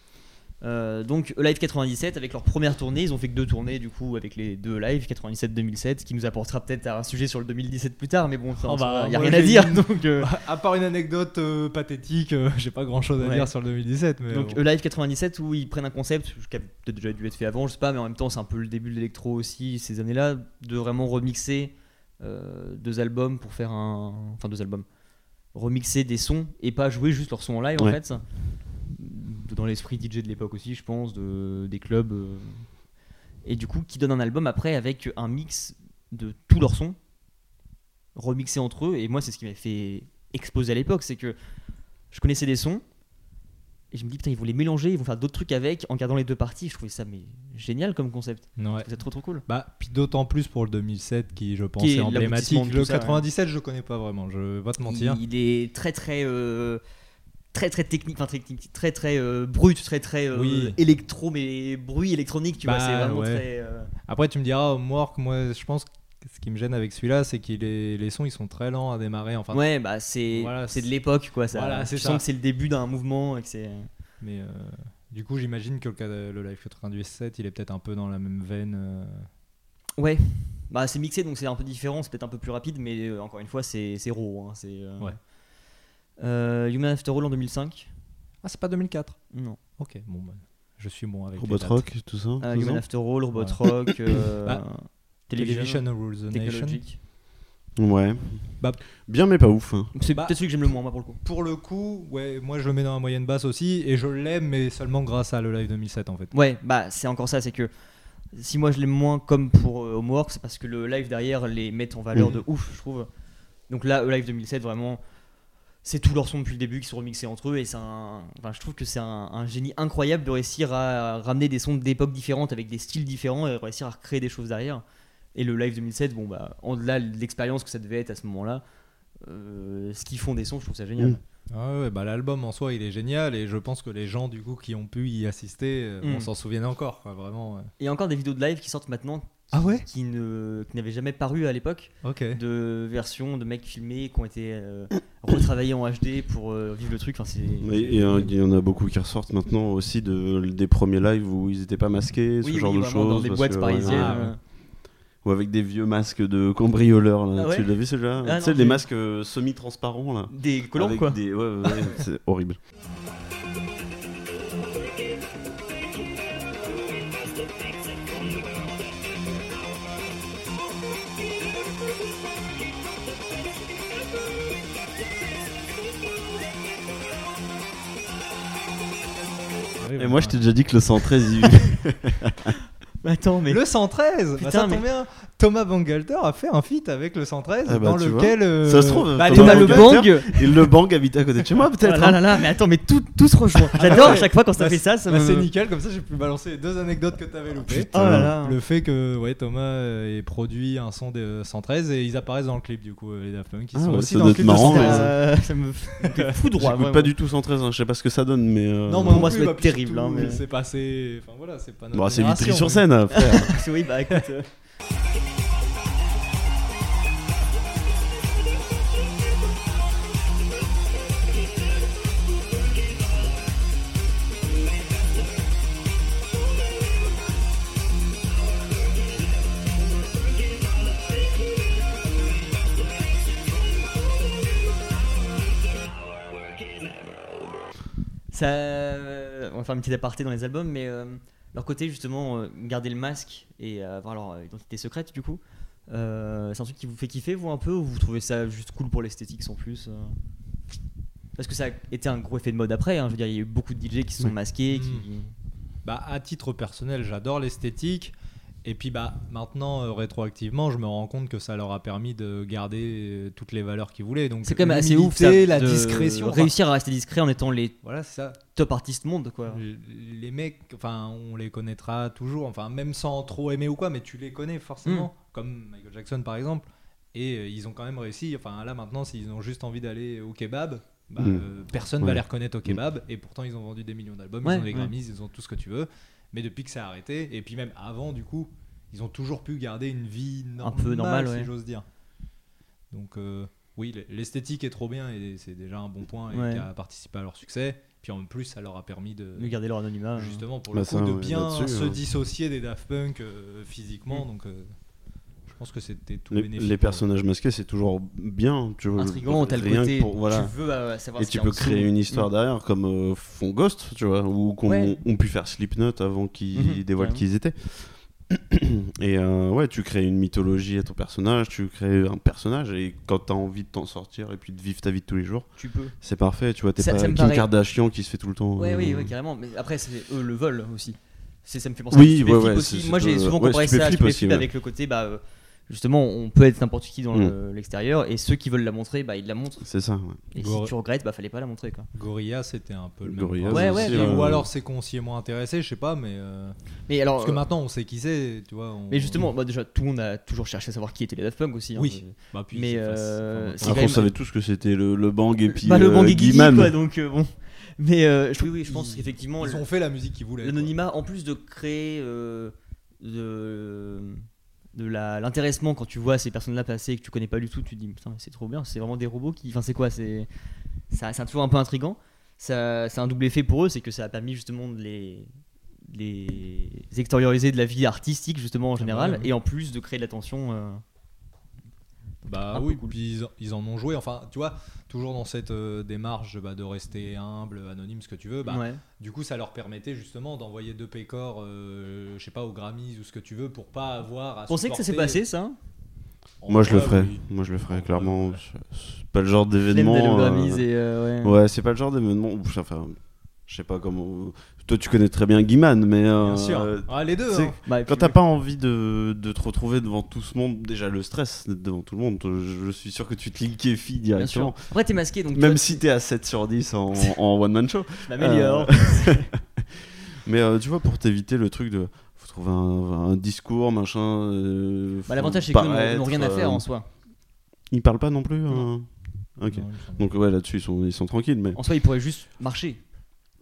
Speaker 1: Euh, donc Live 97 avec leur première tournée, ils ont fait que deux tournées du coup avec les deux lives 97-2007, ce qui nous apportera peut-être à un sujet sur le 2017 plus tard, mais bon, ça,
Speaker 3: Oh, bah,
Speaker 1: y a
Speaker 3: moi,
Speaker 1: rien à
Speaker 3: j'ai
Speaker 1: dire.
Speaker 3: une-
Speaker 1: <laughs> Donc, euh,
Speaker 3: à part une anecdote euh, pathétique, euh, j'ai pas grand chose à
Speaker 1: Ouais.
Speaker 3: dire sur le 2017, mais
Speaker 1: donc
Speaker 3: bon.
Speaker 1: euh, Live 97 où ils prennent un concept qui a peut-être déjà dû être fait avant, je sais pas, mais en même temps c'est un peu le début de l'électro aussi ces années-là, de vraiment remixer euh, deux albums pour faire un, enfin deux albums, remixer des sons et pas jouer juste leurs sons en live en
Speaker 2: Ouais.
Speaker 1: fait, dans l'esprit DJ de l'époque aussi, je pense, de des clubs euh, et du coup qui donne un album après avec un mix de tous leurs sons remixés entre eux et moi c'est ce qui m'a fait exploser à l'époque c'est que je connaissais des sons et je me dis putain ils vont les mélanger ils vont faire d'autres trucs avec en gardant les deux parties je trouvais ça mais génial comme concept
Speaker 3: Ouais.
Speaker 1: c'est trop trop cool
Speaker 3: Bah, puis d'autant plus pour le 2007 qui, je pense,
Speaker 1: Qui est
Speaker 3: est,
Speaker 1: l'aboutissement de
Speaker 3: emblématique.
Speaker 1: tout
Speaker 3: Le
Speaker 1: ça, ouais.
Speaker 3: 97, je connais pas vraiment, je vais pas te mentir.
Speaker 1: il, est très très euh, très très technique enfin très technique, très très euh, brut très très euh,
Speaker 3: Oui.
Speaker 1: électro mais bruit électronique tu vois
Speaker 3: Bah,
Speaker 1: c'est vraiment
Speaker 3: ouais.
Speaker 1: très euh,
Speaker 3: Après, tu me diras, Homework, moi, je pense que ce qui me gêne avec celui-là, c'est que les, les sons, ils sont très lents à démarrer. Enfin,
Speaker 1: ouais bah c'est
Speaker 3: Voilà,
Speaker 1: c'est de
Speaker 3: c'est-
Speaker 1: l'époque quoi ça
Speaker 3: Voilà,
Speaker 1: tu
Speaker 3: c'est
Speaker 1: sens
Speaker 3: ça.
Speaker 1: que c'est le début d'un mouvement et que c'est
Speaker 3: Mais euh, du coup, j'imagine que le, cas de- le Live 97, il est peut-être un peu dans la même veine. euh.
Speaker 1: Ouais. Bah, c'est mixé, donc c'est un peu différent, c'est peut-être un peu plus rapide, mais euh, encore une fois, c'est c'est raw. hein, c'est, euh,
Speaker 3: Ouais.
Speaker 1: Euh, Human After All en 2005
Speaker 3: Ah, c'est pas 2004
Speaker 1: Non.
Speaker 3: Ok, bon, bah, je suis bon avec.
Speaker 2: Robot
Speaker 3: les dates.
Speaker 2: Rock, tout ça.
Speaker 1: Euh,
Speaker 2: tout
Speaker 1: Human
Speaker 2: ça.
Speaker 1: After All, Robot
Speaker 3: Ouais.
Speaker 1: Rock, euh,
Speaker 3: <coughs> Bah, Television Rules the Nation.
Speaker 1: Technologic.
Speaker 2: Ouais.
Speaker 3: Bah-
Speaker 2: Bien, mais pas ouf. hein.
Speaker 1: C'est
Speaker 3: Bah-
Speaker 1: peut-être celui que j'aime le moins, moi, pour le coup.
Speaker 3: Pour le coup, ouais, moi je le mets dans la moyenne basse aussi, et je l'aime, mais seulement grâce à le Live 2007 en fait.
Speaker 1: Ouais, bah, c'est encore ça, c'est que si moi je l'aime moins comme pour euh, Homework, c'est parce que le live derrière les met en valeur
Speaker 3: Mm.
Speaker 2: Mhm.
Speaker 1: de ouf, je trouve. Donc là, le live 2007, vraiment, c'est tous leurs sons depuis le début qui sont remixés entre eux et c'est un. Enfin, je trouve que c'est un, un génie incroyable de réussir à ramener des sons d'époques différentes avec des styles différents et réussir à recréer des choses derrière. Et le live 2007, bon, bah, en delà de l'expérience que ça devait être à ce moment-là, euh, ce qu'ils font des sons, je trouve ça génial.
Speaker 2: Mhm.
Speaker 3: Ah ouais, bah l'album en soi il est génial et je pense que les gens du coup qui ont pu y assister euh,
Speaker 1: Mm.
Speaker 3: on s'en souviennent encore quoi, vraiment. ouais.
Speaker 1: Et encore des vidéos de live qui sortent maintenant
Speaker 3: Ah ouais
Speaker 1: qui ne- qui n'avaient jamais paru à l'époque.
Speaker 3: Ok.
Speaker 1: de versions de mecs filmés qui ont été euh, retravaillés en HD pour euh, vivre le truc. Enfin, c'est.
Speaker 2: Et et, euh, il y en a beaucoup qui ressortent maintenant aussi de, des premiers lives où ils étaient pas masqués, ce
Speaker 1: Oui, oui,
Speaker 2: genre de
Speaker 1: vraiment,
Speaker 2: choses.
Speaker 1: dans des
Speaker 2: parce
Speaker 1: boîtes
Speaker 2: que, ouais,
Speaker 1: parisiennes.
Speaker 3: Ah, ouais.
Speaker 1: euh,
Speaker 2: Ou avec des vieux masques de cambrioleurs. Là.
Speaker 1: Ah ouais
Speaker 2: Tu l'as vu celui-là
Speaker 1: Ah
Speaker 2: Tu sais,
Speaker 1: non,
Speaker 2: les
Speaker 1: j'ai-
Speaker 2: masques euh, semi-transparents là.
Speaker 1: Des collants,
Speaker 2: Avec
Speaker 1: quoi.
Speaker 2: des- ouais, ouais,
Speaker 1: <laughs>
Speaker 2: ouais, c'est horrible.
Speaker 1: <laughs>
Speaker 2: Et moi, je t'ai déjà dit que le 113, il-
Speaker 1: Attends, mais.
Speaker 3: Le 113 bah,
Speaker 1: Putain,
Speaker 3: Ça
Speaker 1: mais-
Speaker 3: tombe bien. Thomas Bangalter a fait un feat avec le 113
Speaker 2: Ah bah,
Speaker 3: dans
Speaker 2: tu
Speaker 3: lequel. euh,
Speaker 2: Ça se trouve,
Speaker 1: Bah,
Speaker 2: Thomas
Speaker 1: Thomas Le
Speaker 2: Bangalter,
Speaker 1: Bang
Speaker 2: Il le bang habite à côté de chez moi,
Speaker 1: Oh
Speaker 2: peut-être.
Speaker 1: là là
Speaker 2: hein.
Speaker 1: là là, mais attends, mais tout, tout se rejoint. J'adore à chaque fois quand ça
Speaker 3: bah,
Speaker 1: fait ça, ça
Speaker 3: bah,
Speaker 1: me.
Speaker 2: euh,
Speaker 3: C'est nickel, comme ça j'ai pu balancer les deux anecdotes que t'avais loupées.
Speaker 1: Oh
Speaker 2: Ah
Speaker 1: là là.
Speaker 3: Le fait que ouais, Thomas euh, ait produit un son des euh, 113 et ils apparaissent dans le clip du coup, euh, les Daft Punk, qui
Speaker 2: Ah
Speaker 3: sont
Speaker 2: ouais,
Speaker 3: aussi
Speaker 2: ça
Speaker 3: dans le
Speaker 2: doit
Speaker 3: clip
Speaker 2: être
Speaker 3: de
Speaker 2: marrant,
Speaker 3: 113.
Speaker 2: ouais.
Speaker 1: Euh, ça me <laughs> fait fou droit.
Speaker 2: J'écoute pas du tout 113, hein, je sais pas ce que ça donne, mais. euh,
Speaker 3: Non,
Speaker 1: moi,
Speaker 3: non
Speaker 1: moi,
Speaker 3: plus,
Speaker 1: ça doit
Speaker 3: bah,
Speaker 1: être
Speaker 3: puis
Speaker 1: terrible,
Speaker 3: surtout,
Speaker 1: hein, mais-
Speaker 3: C'est pas assez. Enfin voilà, c'est pas notre.
Speaker 2: Bon, Bah, c'est
Speaker 3: génération,
Speaker 2: Vitry sur
Speaker 3: mais-
Speaker 2: scène, hein. frère.
Speaker 1: tout. Oui, bah écoute. euh, Ça, euh, on va faire une petite aparté dans les albums, mais euh, leur côté justement, euh, garder le masque et euh, avoir leur euh, identité secrète du coup, euh, c'est un truc qui vous fait kiffer vous un peu ou vous trouvez ça juste cool pour l'esthétique sans plus euh Parce que ça a été un gros effet de mode après, hein, je veux dire, il y a eu beaucoup de DJ qui se sont
Speaker 2: Oui. Mm.
Speaker 1: masqués, qui...
Speaker 3: Bah, à titre personnel, j'adore l'esthétique. Et puis bah maintenant euh, rétroactivement, je me rends compte que ça leur a permis de garder euh, toutes les valeurs qu'ils voulaient. Donc
Speaker 1: C'est quand même assez ouf ça,
Speaker 3: l'humilité, la
Speaker 1: de
Speaker 3: discrétion. enfin,
Speaker 1: réussir à rester discret en étant les
Speaker 3: voilà, c'est ça.
Speaker 1: top artistes monde quoi.
Speaker 3: L- Les mecs, enfin, on les connaîtra toujours. Enfin, même sans trop aimer ou quoi, mais tu les connais forcément.
Speaker 1: Hmm.
Speaker 3: Comme Michael Jackson par exemple. Et euh, ils ont quand même réussi. Enfin là maintenant, s'ils ont juste envie d'aller au kebab. Bah,
Speaker 1: Hmm.
Speaker 2: Mm.
Speaker 3: euh, personne
Speaker 2: Ouais.
Speaker 3: va les reconnaître au kebab et pourtant ils ont vendu des millions d'albums,
Speaker 1: Ouais,
Speaker 3: ils ont des
Speaker 1: ouais.
Speaker 3: Grammys, ils ont tout ce que tu veux. Mais depuis que ça a arrêté, et puis même avant, du coup, ils ont toujours pu garder une vie normale,
Speaker 1: peu normale,
Speaker 3: si
Speaker 1: ouais.
Speaker 3: j'ose dire. Donc, euh, oui, l- l'esthétique est trop bien et c'est déjà un bon point et
Speaker 1: Ouais.
Speaker 3: qui a participé à leur succès. Puis en plus, ça leur a permis de,
Speaker 1: De garder leur anonymat. hein.
Speaker 3: justement, pour
Speaker 2: Bah
Speaker 3: le coup,
Speaker 2: ça,
Speaker 3: de
Speaker 2: ouais,
Speaker 3: bien
Speaker 2: là-dessus,
Speaker 3: se
Speaker 2: euh.
Speaker 3: dissocier des Daft Punk euh, physiquement.
Speaker 1: Mm.
Speaker 3: Donc, euh, je pense que c'était tout
Speaker 2: Les,
Speaker 3: bénéfique.
Speaker 2: les personnages masqués, c'est toujours bien. Tu vois,
Speaker 1: Intrigant, t'as le
Speaker 2: rien que
Speaker 1: côté.
Speaker 2: pour- voilà.
Speaker 1: Tu veux euh, savoir
Speaker 2: Et
Speaker 1: ce
Speaker 2: tu
Speaker 1: qu'il y a
Speaker 2: peux
Speaker 1: en
Speaker 2: créer
Speaker 1: dessous. hmm.
Speaker 2: une histoire derrière, comme euh, font Ghost, tu vois, ou qu'on
Speaker 1: Ouais.
Speaker 2: on pu faire Slipknot avant qu'ils
Speaker 1: Mhm,
Speaker 2: dévoilent
Speaker 1: carrément.
Speaker 2: qui ils étaient. <coughs> et euh, ouais, tu crées une mythologie à ton personnage, tu crées un personnage, et quand t'as envie de t'en sortir et puis de vivre ta vie de tous les jours,
Speaker 1: Tu peux.
Speaker 2: c'est parfait, tu vois, t'es
Speaker 1: Ça-
Speaker 2: pas
Speaker 1: ça me
Speaker 2: Kim
Speaker 1: paraît-
Speaker 2: Kardashian qui se fait tout le temps.
Speaker 1: Ouais,
Speaker 2: euh,
Speaker 1: oui, oui, carrément. Mais après, c'est eux le veulent aussi. C'est, ça me fait penser
Speaker 2: Oui,
Speaker 1: à
Speaker 2: ouais, ouais,
Speaker 1: aussi.
Speaker 2: c'est-
Speaker 1: Moi,
Speaker 2: c'est
Speaker 1: j'ai
Speaker 2: de-
Speaker 1: souvent
Speaker 2: ouais,
Speaker 1: comparé ça à
Speaker 2: Stupéflip aussi,
Speaker 1: Stupéflip
Speaker 2: ouais.
Speaker 1: avec le côté, bah, euh, justement, on peut être n'importe qui dans
Speaker 2: Mm.
Speaker 1: le- l'extérieur et ceux qui veulent la montrer, bah, ils la montrent.
Speaker 2: C'est ça, ouais.
Speaker 1: Et
Speaker 3: Gore.
Speaker 1: si tu regrettes, bah, fallait pas la montrer, quoi.
Speaker 3: Gorilla, c'était un peu le même.
Speaker 2: Gorillaz
Speaker 3: principe.
Speaker 1: Ouais,
Speaker 2: aussi,
Speaker 1: ouais,
Speaker 2: euh,
Speaker 3: Ou alors c'est qu'on s'y est moins intéressé, je sais pas, mais. euh,
Speaker 1: Mais alors.
Speaker 3: Parce que
Speaker 1: euh,
Speaker 3: maintenant, on sait qui c'est, tu vois. on-
Speaker 1: Mais justement, bah, déjà, tout le monde a toujours cherché à savoir qui étaient les Daft Punk aussi. hein.
Speaker 3: Oui. Bah, puis
Speaker 1: mais,
Speaker 3: c'est face-
Speaker 1: euh,
Speaker 3: enfin,
Speaker 1: c'est
Speaker 2: Après,
Speaker 1: quand
Speaker 2: on
Speaker 1: même-
Speaker 2: savait tous que c'était le, le bang et puis
Speaker 1: Pas le
Speaker 2: euh,
Speaker 1: Bang et Guigui,
Speaker 2: Guiman.
Speaker 1: quoi, donc euh, bon. Mais euh, je- oui, oui, je pense
Speaker 3: Ils-
Speaker 1: qu'effectivement.
Speaker 3: Ils
Speaker 1: le-
Speaker 3: ont fait la musique qu'ils voulaient. quoi.
Speaker 1: L'anonymat, en plus de créer euh, de, de la- l'intéressement quand tu vois ces personnes-là passer et que tu connais pas du tout, tu te dis putain, mais c'est trop bien, c'est vraiment des robots qui. Enfin, c'est quoi C'est ça, c'est toujours un peu intrigant. Ça, c'est un double effet pour eux, c'est que ça a permis justement de les, de les extérioriser de la vie artistique, justement en général,
Speaker 3: ouais, ouais.
Speaker 1: et en plus de créer de l'attention. euh,
Speaker 3: Bah
Speaker 1: Un peu
Speaker 3: oui,
Speaker 1: cool.
Speaker 3: puis ils, en- ils en ont joué. Enfin, tu vois, toujours dans cette euh, démarche bah, de rester humble, anonyme, ce que tu veux. Bah,
Speaker 1: ouais.
Speaker 3: Du coup, ça leur permettait justement d'envoyer deux pécores, euh, je sais pas, aux Grammys ou ce que tu veux, pour pas avoir à.
Speaker 1: Pensez que ça s'est
Speaker 3: supporter-
Speaker 1: passé, ça hein,
Speaker 3: En
Speaker 2: Moi, je le
Speaker 3: vrai,
Speaker 2: ferais.
Speaker 3: Ah oui.
Speaker 2: Moi, je le ferais,
Speaker 3: Ouais,
Speaker 2: clairement.
Speaker 3: ouais.
Speaker 2: C'est pas le genre
Speaker 1: Les
Speaker 2: d'événement. euh,
Speaker 1: Grammys et. euh, ouais.
Speaker 2: Ouais, c'est pas le genre d'événement où, enfin, je sais pas comment. Toi, tu connais très bien Guiman, mais euh,
Speaker 3: Bien sûr.
Speaker 2: euh,
Speaker 3: Ah, les deux.
Speaker 2: c'est-
Speaker 3: hein.
Speaker 1: Bah, et puis-
Speaker 2: quand t'as pas envie de, de te retrouver devant tout ce monde, déjà le stress d'être devant tout le monde, je, je suis sûr que tu te liquéfies
Speaker 1: Bien sûr.
Speaker 2: directement.
Speaker 1: Après, t'es masqué, donc.
Speaker 2: Même
Speaker 1: toi,
Speaker 2: si t'es à 7 sur 10
Speaker 1: <laughs>
Speaker 2: en, en one-man show.
Speaker 1: tu t'améliores.
Speaker 2: Euh, mais euh, tu vois, pour t'éviter le truc de. Faut trouver un, un discours, machin. euh,
Speaker 1: Bah,
Speaker 2: faut
Speaker 1: L'avantage, c'est qu'ils n'ont-
Speaker 2: paraître,
Speaker 1: n'ont rien à faire hein.
Speaker 2: euh,
Speaker 1: en soi.
Speaker 2: Ils parlent pas non plus hein Ok.
Speaker 3: Non, il me semble.
Speaker 2: Donc ouais, là-dessus, ils sont, ils sont tranquilles. Mais,
Speaker 1: En soi, il pourrait juste marcher.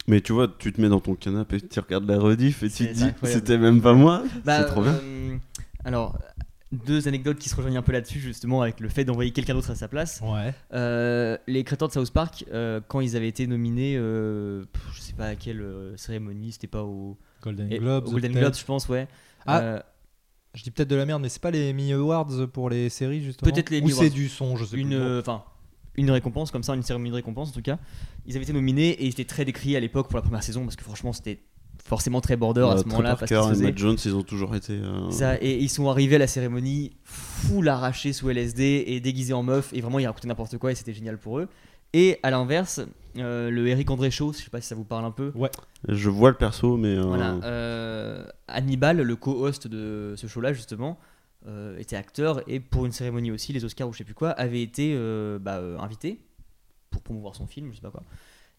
Speaker 2: mais tu vois, tu te mets dans ton canapé, tu regardes la rediff et tu
Speaker 1: C'est
Speaker 2: te dis,
Speaker 1: incroyable.
Speaker 2: c'était même pas moi.
Speaker 1: Bah,
Speaker 2: c'est trop bien.
Speaker 1: euh, alors, deux anecdotes qui se rejoignent un peu là-dessus, justement, avec le fait d'envoyer quelqu'un d'autre à sa place.
Speaker 3: Ouais.
Speaker 1: Euh, les créateurs de South Park, euh, quand ils avaient été nominés, euh, pff, je sais pas à quelle euh, cérémonie, c'était pas au
Speaker 3: Golden
Speaker 1: eh,
Speaker 3: Globes.
Speaker 1: au Golden
Speaker 3: peut-être.
Speaker 1: Globes, je pense, ouais.
Speaker 3: Ah,
Speaker 1: Euh,
Speaker 3: Je dis peut-être de la merde, mais c'est pas les Emmy Awards pour les séries, justement.
Speaker 1: Peut-être les
Speaker 3: Ou
Speaker 1: Emmy
Speaker 3: c'est
Speaker 1: Awards.
Speaker 3: du son, je sais
Speaker 1: une,
Speaker 3: plus.
Speaker 1: euh, enfin, une récompense comme ça, une cérémonie de récompense en tout cas. Ils avaient été nominés et ils étaient très décriés à l'époque pour la première saison parce que franchement, c'était forcément très border à
Speaker 2: Euh,
Speaker 1: ce moment-là
Speaker 2: Trey
Speaker 1: parce
Speaker 2: Parker
Speaker 1: qu'ils
Speaker 2: et
Speaker 1: faisaient
Speaker 2: Matt Jones, ils ont toujours été. euh,
Speaker 1: Ça, et ils sont arrivés à la cérémonie full arrachés sous LSD et déguisés en meuf et vraiment ils racontaient n'importe quoi et c'était génial pour eux. Et à l'inverse, euh, le Eric André Shaw, je sais pas si ça vous parle un peu.
Speaker 2: Je vois le perso, mais. euh,
Speaker 1: Voilà. euh, Hannibal, le co-host de ce show-là, justement, euh, était acteur et pour une cérémonie aussi, les Oscars ou je sais plus quoi, avait été euh, bah, euh, invité pour promouvoir son film, je sais pas quoi.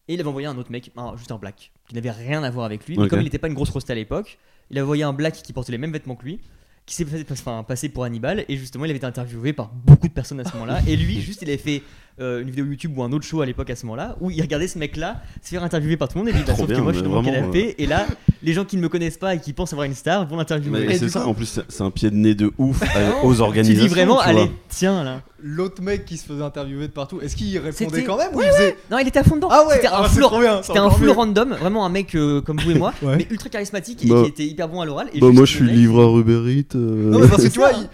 Speaker 1: Et il avait envoyé un autre mec, un- juste un black, qui n'avait rien à voir avec lui. Mais
Speaker 2: Ok.
Speaker 1: comme il n'était pas une grosse rosta à l'époque, il avait envoyé un black qui portait les mêmes vêtements que lui, qui s'est passé, enfin, passé pour Hannibal. Et justement, il avait été interviewé par beaucoup de personnes à ce moment-là. et lui, juste, il avait fait euh, une vidéo YouTube ou un autre show à l'époque à ce moment-là, où il regardait ce mec-là se faire interviewer par tout le monde. Et lui, bah,
Speaker 2: Trop
Speaker 1: sauf que
Speaker 2: bien,
Speaker 1: moi, je suis
Speaker 2: mais
Speaker 1: dans mon
Speaker 2: vraiment, euh.
Speaker 1: canapé. Et là, les gens qui ne me connaissent pas et qui pensent avoir une star vont
Speaker 2: mais
Speaker 1: l'interviewer. Et
Speaker 2: c'est
Speaker 1: du
Speaker 2: ça,
Speaker 1: coup,
Speaker 2: en plus, c'est- c'est un pied de nez de
Speaker 1: <laughs>
Speaker 2: ouf à- aux
Speaker 1: Tu
Speaker 2: organisations.
Speaker 1: dis vraiment,
Speaker 2: tu vois.
Speaker 1: allez, tiens là.
Speaker 3: L'autre mec qui se faisait interviewer de partout, est-ce qu'il répondait
Speaker 1: C'était-
Speaker 3: quand même ou il faisait
Speaker 1: Non, il était à fond dedans.
Speaker 3: Ah ouais,
Speaker 1: C'était un
Speaker 3: ah, c'est
Speaker 1: flou-
Speaker 3: trop bien, c'est
Speaker 1: C'était un
Speaker 3: encore
Speaker 1: flou
Speaker 3: mieux.
Speaker 1: random, vraiment un mec euh, comme vous et moi,
Speaker 3: Ouais.
Speaker 1: mais ultra charismatique et
Speaker 2: Bah-
Speaker 1: qui était hyper bon à l'oral. et
Speaker 2: Bah,
Speaker 1: juste
Speaker 2: moi,
Speaker 1: le
Speaker 2: je suis
Speaker 1: mec-
Speaker 2: livreur Uber Eats. euh,
Speaker 3: Non, mais
Speaker 2: <laughs>
Speaker 3: parce que
Speaker 1: C'est
Speaker 3: tu vois,
Speaker 1: ça.
Speaker 3: il-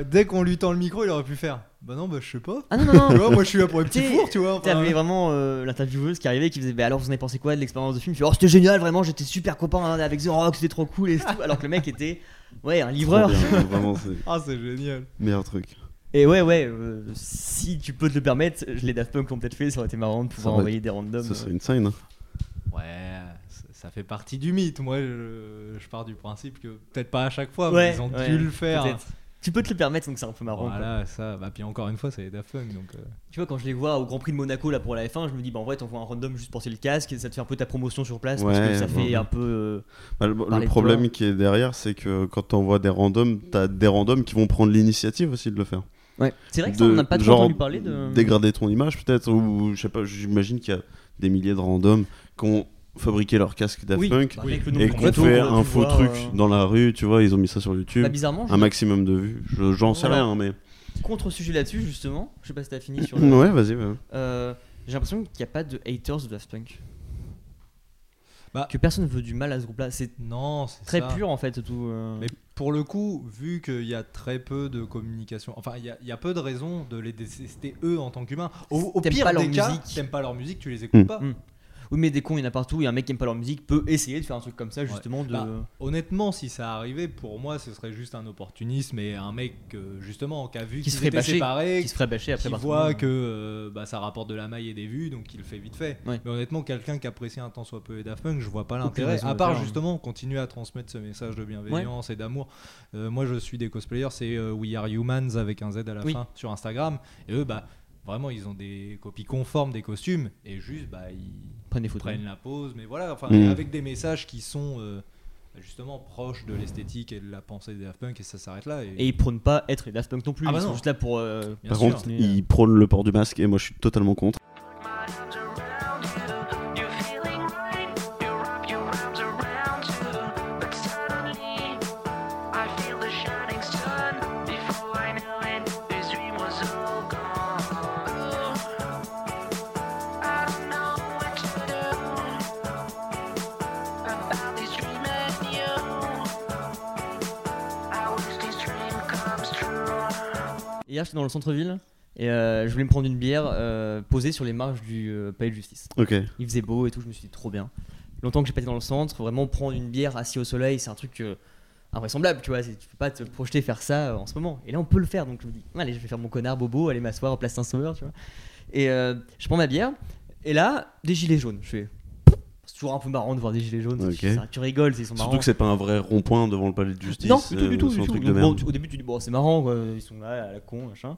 Speaker 3: euh, dès qu'on lui tend le micro, il aurait pu faire Bah non, bah je sais pas.
Speaker 1: Ah non, non,
Speaker 3: Tu
Speaker 1: non.
Speaker 2: <laughs>
Speaker 3: vois, moi je suis là pour les petits
Speaker 1: T'es-
Speaker 3: fours, tu vois. enfin,
Speaker 1: T'avais vraiment euh, l'intervieweuse qui arrivait et qui faisait bah alors vous en avez pensé quoi de l'expérience de film Je fais, oh c'était génial vraiment j'étais super copain hein, avec The Rock c'était trop cool et tout alors que le mec était ouais un
Speaker 2: trop
Speaker 1: livreur
Speaker 2: bien, Vraiment, c'est le
Speaker 3: Ah, c'est génial.
Speaker 2: meilleur truc.
Speaker 1: et ouais ouais euh, si tu peux te le permettre je les Daft Punk l'ont peut-être fait ça aurait été marrant de pouvoir
Speaker 2: aurait-
Speaker 1: envoyer des randoms
Speaker 2: Ça serait hein. une scène.
Speaker 3: Ouais, ça- ça fait partie du mythe. Moi, je, je pars du principe que peut-être pas à chaque fois,
Speaker 1: Ouais,
Speaker 3: mais ils ont
Speaker 1: ouais,
Speaker 3: dû le faire.
Speaker 1: peut-être. tu peux te le permettre donc c'est un peu marrant quoi.
Speaker 3: Voilà, ça. Bah, puis encore une fois, c'est les Daft Punk, donc. euh,
Speaker 1: Tu vois, quand je les vois au Grand Prix de Monaco là pour la F1, je me dis, bah en vrai, t'envoies un random juste porter le casque et ça te fait un peu ta promotion sur place parce que
Speaker 2: Ouais,
Speaker 1: ça
Speaker 2: ouais.
Speaker 1: fait un peu. euh,
Speaker 2: Bah, le,
Speaker 1: Parler
Speaker 2: le
Speaker 1: de
Speaker 2: problème
Speaker 1: toi.
Speaker 2: qui est derrière, c'est que quand t'envoies des randoms, t'as des randoms qui vont prendre l'initiative aussi de le faire.
Speaker 1: C'est vrai que ça,
Speaker 2: De-
Speaker 1: on n'a pas trop
Speaker 2: genre,
Speaker 1: entendu parler de.
Speaker 2: Dégrader ton image peut-être, ou je sais pas, j'imagine qu'il y a des milliers de randoms qui ont fabriqué leur casque Daft
Speaker 1: Oui,
Speaker 2: Punk
Speaker 1: bah, avec le nombre
Speaker 2: et
Speaker 1: de
Speaker 2: qui ont
Speaker 1: photos
Speaker 2: fait
Speaker 1: qu'on a pu
Speaker 2: un faux
Speaker 1: voir,
Speaker 2: truc
Speaker 1: euh,
Speaker 2: dans la rue, tu vois, ils ont mis ça sur YouTube,
Speaker 1: Bah, bizarrement,
Speaker 2: un maximum de vues, Je- j'en sais
Speaker 1: Voilà.
Speaker 2: rien, mais.
Speaker 1: contre sujet là-dessus, justement, je sais pas si t'as fini sur le.
Speaker 2: Ouais, vas-y, vas-y.
Speaker 1: Euh, J'ai l'impression qu'il n'y a pas de haters de Daft Punk.
Speaker 3: Bah.
Speaker 1: Que personne veut du mal à ce groupe-là. C'est
Speaker 3: Non, c'est
Speaker 1: très
Speaker 3: ça.
Speaker 1: pur en fait, tout. euh.
Speaker 3: Mais pour le coup, vu qu'il y a très peu de communication, enfin, il y a- il y, a peu de raisons de les détester eux en tant qu'humains. Au, au
Speaker 1: T'aimes
Speaker 3: pire
Speaker 1: pas leur
Speaker 3: des cas,
Speaker 1: musique.
Speaker 3: t'aimes pas leur musique, tu les écoutes
Speaker 2: Mm.
Speaker 3: pas.
Speaker 1: Mm. Oui, mais des cons, il y en a partout et un mec qui aime pas leur musique peut essayer de faire un truc comme ça, justement. de...
Speaker 3: Bah, Honnêtement, si ça arrivait, pour moi, ce serait juste un opportunisme et un mec, euh, justement, qui a vu
Speaker 1: Qui se
Speaker 3: qu'ils
Speaker 1: ferait
Speaker 3: étaient
Speaker 1: bâcher,
Speaker 3: séparés,
Speaker 1: qui se ferait bâcher après
Speaker 3: qui
Speaker 1: Barcelone.
Speaker 3: voit que euh, bah, ça rapporte de la maille et des vues, donc il le fait vite fait.
Speaker 1: Ouais.
Speaker 3: Mais honnêtement, quelqu'un qui apprécie un tant soit peu les Daft Punk, je vois pas
Speaker 1: Aucune
Speaker 3: l'intérêt.
Speaker 1: raison
Speaker 3: À
Speaker 1: de
Speaker 3: part
Speaker 1: faire, hein.
Speaker 3: justement continuer à transmettre ce message de bienveillance et d'amour. Euh, moi, je suis des cosplayers, c'est euh, We Are Humans avec un Z à la
Speaker 1: Oui.
Speaker 3: fin sur Instagram. Et eux, bah, vraiment, ils ont des copies conformes des costumes et juste, bah, ils
Speaker 1: Prennent des photos.
Speaker 3: prennent la pause, mais voilà, enfin,
Speaker 2: Mm.
Speaker 3: avec des messages qui sont euh, justement proches de l'esthétique et de la pensée des Daft Punk et ça s'arrête là. Et,
Speaker 1: Et ils prônent pas être les Daft Punk non plus.
Speaker 3: Ah bah
Speaker 1: ils sont
Speaker 3: non.
Speaker 1: juste là pour. euh,
Speaker 3: bien
Speaker 2: Par
Speaker 3: sûr.
Speaker 2: contre,
Speaker 1: Mais, euh,
Speaker 2: ils prônent le port du masque et moi je suis totalement contre.
Speaker 1: euh, Hier, j'étais dans le centre-ville et euh, je voulais me prendre une bière euh, posée sur les marges du euh, palais de justice.
Speaker 2: Ok.
Speaker 1: Il faisait beau et tout, je me suis dit trop bien. Longtemps que j'ai pas été dans le centre, vraiment prendre une bière assis au soleil, c'est un truc euh, invraisemblable, tu vois. c'est- Tu peux pas te projeter faire ça euh, en ce moment. Et là, on peut le faire, donc je me dis, allez, je vais faire mon connard bobo, aller m'asseoir en place Saint-Sauveur, tu vois. Et euh, je prends ma bière, et là, des gilets jaunes. Je fais. C'est toujours un peu marrant de voir des gilets jaunes.
Speaker 2: Ok.
Speaker 1: c'est- Tu rigoles, ils sont marrants.
Speaker 2: Surtout que c'est pas un vrai rond-point devant le palais de justice.
Speaker 1: Non, du tout,
Speaker 2: euh,
Speaker 1: du tout,
Speaker 2: c'est
Speaker 1: du
Speaker 2: un
Speaker 1: tout.
Speaker 2: truc de
Speaker 1: Donc, bon,
Speaker 2: merde.
Speaker 1: tu- au début, tu dis, bon, c'est marrant, quoi, ils sont là, à la con, machin.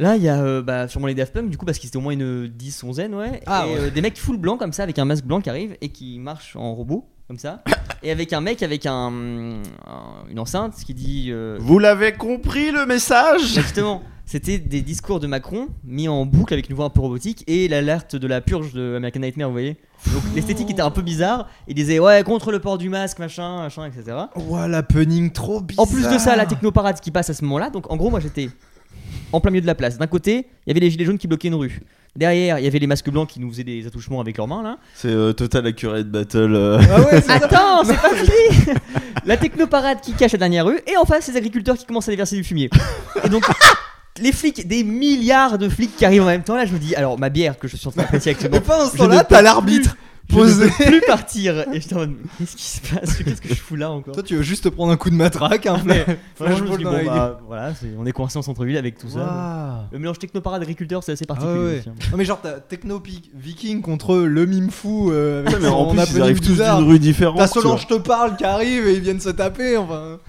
Speaker 1: Là, il y a euh, bah, sûrement les Daft Punk, du coup, parce qu'ils étaient au moins une 10, onzaine, ouais.
Speaker 3: Ah,
Speaker 1: et
Speaker 3: ouais.
Speaker 1: euh, des mecs full blanc, comme ça, avec un masque blanc qui arrive et qui marche en robot, comme
Speaker 2: <coughs>
Speaker 1: ça. et avec un mec avec un, un- une enceinte qui dit. euh,
Speaker 2: Vous l'avez compris le message
Speaker 1: Justement, c'était des discours de Macron mis en boucle avec une voix un peu robotique et l'alerte de la purge de American Nightmare, vous voyez. Donc l'esthétique était un peu bizarre. Il disait ouais contre le port du masque, machin, machin, etc.
Speaker 3: Ouah, Oh, la punning trop bizarre.
Speaker 1: En plus de ça, la technoparade qui passe à ce moment-là. Donc en gros, moi j'étais en plein milieu de la place. D'un côté, il y avait les gilets jaunes qui bloquaient une rue. Derrière, il y avait les masques blancs qui nous faisaient des attouchements avec leurs mains là.
Speaker 2: C'est euh, Total Accurate Battle. euh,
Speaker 3: Ah ouais, c'est ça.
Speaker 1: Attends, c'est pas fini La technoparade qui cache la dernière rue et en face les agriculteurs qui commencent à déverser du fumier. Et donc les flics, des milliards de flics qui arrivent en même temps là, je me dis alors ma bière que je suis en train de passer actuellement.
Speaker 3: Mais pendant ce
Speaker 1: Je ne
Speaker 3: temps-là,
Speaker 1: peux
Speaker 3: t'as l'arbitre posé.
Speaker 1: Je ne peux plus partir et je en mode, qu'est-ce qui se passe Qu'est-ce que je fous là encore
Speaker 3: <laughs> Toi, tu veux juste te prendre un coup de matraque, hein,
Speaker 1: mais-
Speaker 3: flash-
Speaker 1: Franchement, je me
Speaker 3: flashball
Speaker 1: suis dit,
Speaker 3: dans
Speaker 1: bon,
Speaker 3: la gueule.
Speaker 1: bah, voilà, c'est- on est coincé en centre-ville avec tout ça.
Speaker 3: Ouah. Ah.
Speaker 1: Le mélange technoparade agriculteur, c'est assez
Speaker 3: Ah
Speaker 1: particulier.
Speaker 3: ouais.
Speaker 1: aussi, hein.
Speaker 3: Non, mais genre, t'as techno pi- viking contre le mime fou. euh, avec
Speaker 2: Ouais, mais <laughs> en
Speaker 3: son
Speaker 2: plus, ils
Speaker 3: happening
Speaker 2: arrivent tous
Speaker 3: bizarre.
Speaker 2: d'une rue différente.
Speaker 3: T'as Solange te parle qui arrive et ils viennent se taper. Enfin.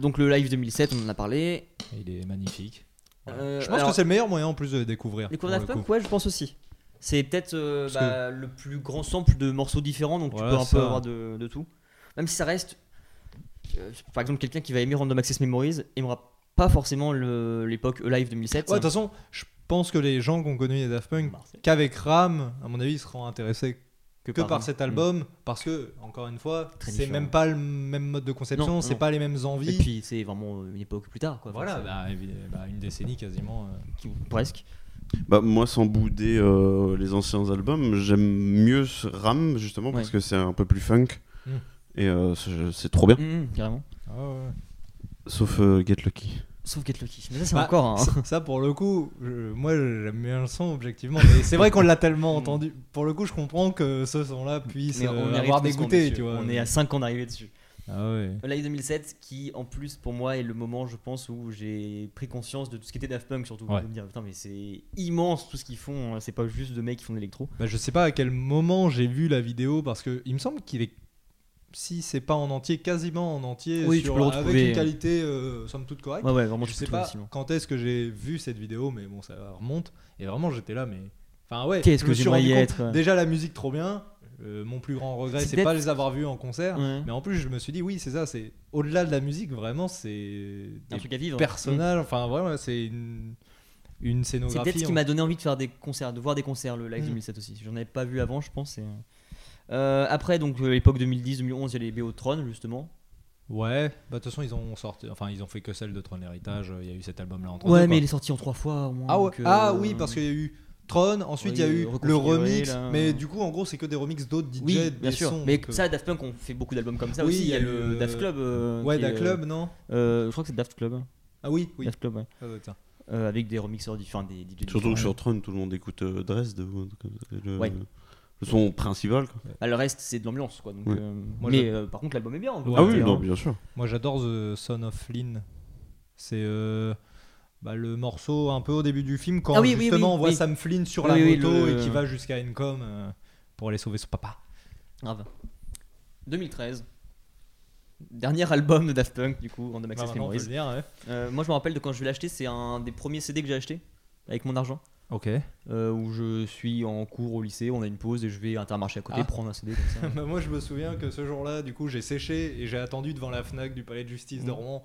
Speaker 1: Donc le live 2007, on en a parlé.
Speaker 3: Il est magnifique.
Speaker 1: Euh,
Speaker 3: je pense
Speaker 1: alors-
Speaker 3: que c'est le meilleur moyen en plus de découvrir.
Speaker 1: Les cours
Speaker 3: Ah, pour le
Speaker 1: d'After
Speaker 3: coup.
Speaker 1: ouais, je pense aussi. C'est peut-être euh,
Speaker 3: Parce que-
Speaker 1: bah, le plus grand sample de morceaux différents, donc tu
Speaker 3: Voilà,
Speaker 1: peux un peu
Speaker 3: ça.
Speaker 1: avoir de, de tout. Même si ça reste, euh, par exemple, quelqu'un qui va aimer Random Access Memories aimera pas forcément le- l'époque Live 2007.
Speaker 3: Ouais, de toute façon, je pense que les gens qui ont connu les Daft Punk,
Speaker 1: Marseille.
Speaker 3: qu'avec Ram, à mon avis, ils seront intéressés que par,
Speaker 1: un-
Speaker 3: cet album, parce que, encore une fois,
Speaker 1: Mm. Très
Speaker 3: c'est
Speaker 1: différent.
Speaker 3: même pas le même mode de conception,
Speaker 1: Non,
Speaker 3: c'est
Speaker 1: non.
Speaker 3: pas les mêmes
Speaker 1: Mm.
Speaker 3: envies.
Speaker 1: Et puis c'est vraiment une époque plus tard, quoi. Enfin,
Speaker 3: voilà,
Speaker 1: c'est-
Speaker 3: bah, évi- bah, une décennie quasiment. euh.
Speaker 1: qui- presque.
Speaker 2: Bah, moi, sans bouder euh, les anciens albums, j'aime mieux ce Ram, justement, parce
Speaker 1: Ouais. Hmm.
Speaker 2: que c'est un peu plus funk.
Speaker 3: Mm.
Speaker 2: Et euh, c'est c'est trop bien.
Speaker 1: Mm, carrément. Hmm.
Speaker 2: Sauf euh, Get Lucky.
Speaker 1: Sauf Get Lucky. Mais ça, c'est
Speaker 3: Bah,
Speaker 1: encore hein. un.
Speaker 3: ça, ça, pour le coup, je- moi j'aime bien le son objectivement, mais c'est vrai qu'on
Speaker 1: <laughs>
Speaker 3: l'a tellement entendu. Pour le coup, je comprends que ce son-là puisse
Speaker 1: Hmm. Mais
Speaker 3: euh,
Speaker 1: est
Speaker 3: avoir
Speaker 1: arrivé
Speaker 3: des
Speaker 1: tous qu'on
Speaker 3: goûters,
Speaker 1: est
Speaker 3: tu vois.
Speaker 1: dessus. On est à 5 ans d'arrivée dessus.
Speaker 3: Ah ouais.
Speaker 1: Live 2007, qui en plus pour moi est le moment, je pense, où j'ai pris conscience de tout ce qui était Daft Punk, surtout.
Speaker 3: Ouais.
Speaker 1: De me dire, putain, mais c'est immense tout ce qu'ils font, hein. c'est pas juste deux mecs qui font de l'électro.
Speaker 3: Bah, je sais pas à quel moment j'ai vu la vidéo parce que il me semble qu'il est si c'est pas en entier quasiment en entier
Speaker 1: Oui, tu
Speaker 3: sur-
Speaker 1: peux le
Speaker 3: avec
Speaker 1: retrouver. hein.
Speaker 3: une qualité euh, somme toute correcte.
Speaker 1: Ouais, ouais, vraiment,
Speaker 3: je
Speaker 1: tu
Speaker 3: sais
Speaker 1: peux
Speaker 3: pas
Speaker 1: trouver facilement.
Speaker 3: quand est-ce que j'ai vu cette vidéo mais bon ça remonte et vraiment j'étais là mais enfin ouais
Speaker 1: Qu'est-ce
Speaker 3: je
Speaker 1: que
Speaker 3: me suis
Speaker 1: j'aimerais
Speaker 3: rendu
Speaker 1: y
Speaker 3: compte,
Speaker 1: être, ouais.
Speaker 3: déjà la musique trop bien euh, mon plus grand regret
Speaker 1: C'est
Speaker 3: c'est
Speaker 1: peut-être- Mmh.
Speaker 3: pas les avoir vus en concert
Speaker 1: Ouais.
Speaker 3: mais en plus je me suis dit oui c'est ça c'est au-delà de la musique vraiment c'est
Speaker 1: Un
Speaker 3: des
Speaker 1: truc à vivre. hein.
Speaker 3: personnages enfin vraiment c'est une une
Speaker 1: Mm. C'est
Speaker 3: scénographie
Speaker 1: peut-être ce qui
Speaker 3: en-
Speaker 1: m'a donné envie de faire des concerts, de voir des concerts, le Live
Speaker 3: Mm.
Speaker 1: 2007 aussi. J'en avais pas vu avant, je pense. et, euh, après, donc euh, l'époque 2010-2011, il y a les Beotron, justement.
Speaker 3: Ouais, bah de toute façon ils ont sorti, enfin ils ont fait que celle de Tron Héritage, euh, il y a eu cet album là entre
Speaker 1: Ouais,
Speaker 3: deux,
Speaker 1: mais
Speaker 3: quoi.
Speaker 1: il est sorti en trois fois au moins.
Speaker 3: Ah, ouais.
Speaker 1: donc, euh,
Speaker 3: ah oui, parce qu'il y a eu Tron,
Speaker 1: ouais,
Speaker 3: ensuite il y a
Speaker 1: il y a
Speaker 3: eu le
Speaker 1: reconfiguré,
Speaker 3: remix,
Speaker 1: là.
Speaker 3: mais du coup en gros c'est que des remixes d'autres DJ,
Speaker 1: Oui,
Speaker 3: des
Speaker 1: bien sûr.
Speaker 3: sons,
Speaker 1: mais
Speaker 3: donc, euh,
Speaker 1: ça, Daft Punk, on fait beaucoup d'albums comme ça
Speaker 3: Oui,
Speaker 1: aussi. Il y a le
Speaker 3: euh,
Speaker 1: Daft Club. euh,
Speaker 3: ouais,
Speaker 1: qui est,
Speaker 3: Da
Speaker 1: euh,
Speaker 3: Club, non
Speaker 1: euh, je crois que c'est Daft Club.
Speaker 3: Ah oui, oui.
Speaker 1: Daft Club, ouais.
Speaker 3: Ah, ouais, tiens.
Speaker 1: Euh, avec des remixeurs différents, des DJ
Speaker 2: Surtout
Speaker 1: différents.
Speaker 2: que sur Tron, tout le monde écoute euh, Dresde ou un truc comme ça. Le,
Speaker 1: Ouais.
Speaker 2: le son principal. quoi.
Speaker 1: Bah, le reste, c'est de l'ambiance, quoi. Donc,
Speaker 2: Ouais.
Speaker 1: euh,
Speaker 3: Moi,
Speaker 1: mais
Speaker 3: je-
Speaker 1: euh, par contre, l'album est bien. en
Speaker 3: Ouais,
Speaker 2: ah oui,
Speaker 1: vrai,
Speaker 2: non,
Speaker 1: hein.
Speaker 2: bien sûr.
Speaker 3: Moi j'adore The Son of Flynn, c'est euh, bah, le morceau un peu au début du film quand
Speaker 1: Ah oui, oui,
Speaker 3: justement
Speaker 1: oui,
Speaker 3: on voit
Speaker 1: oui.
Speaker 3: Sam Flynn sur
Speaker 1: Oui,
Speaker 3: la
Speaker 1: oui,
Speaker 3: moto
Speaker 1: le- Bah,
Speaker 3: et qui va jusqu'à Encom euh, pour aller sauver son papa.
Speaker 1: Grave. 2013. Dernier album de Daft Punk, du coup, Random Access
Speaker 3: Bah, maintenant, on peut
Speaker 1: Memories.
Speaker 3: le dire, ouais.
Speaker 1: Euh, moi, je me rappelle de quand je l'ai acheté, c'est un des premiers CD que j'ai acheté avec mon argent.
Speaker 3: Ok.
Speaker 1: euh, où je suis en cours au lycée, on a une pause et je vais à Intermarché à côté
Speaker 3: Ah.
Speaker 1: prendre un CD comme ça.
Speaker 3: <laughs> Bah, moi, je me souviens que ce jour-là, du coup, j'ai séché et j'ai attendu devant la Fnac du Palais de Justice de
Speaker 1: Mm.
Speaker 3: Rouen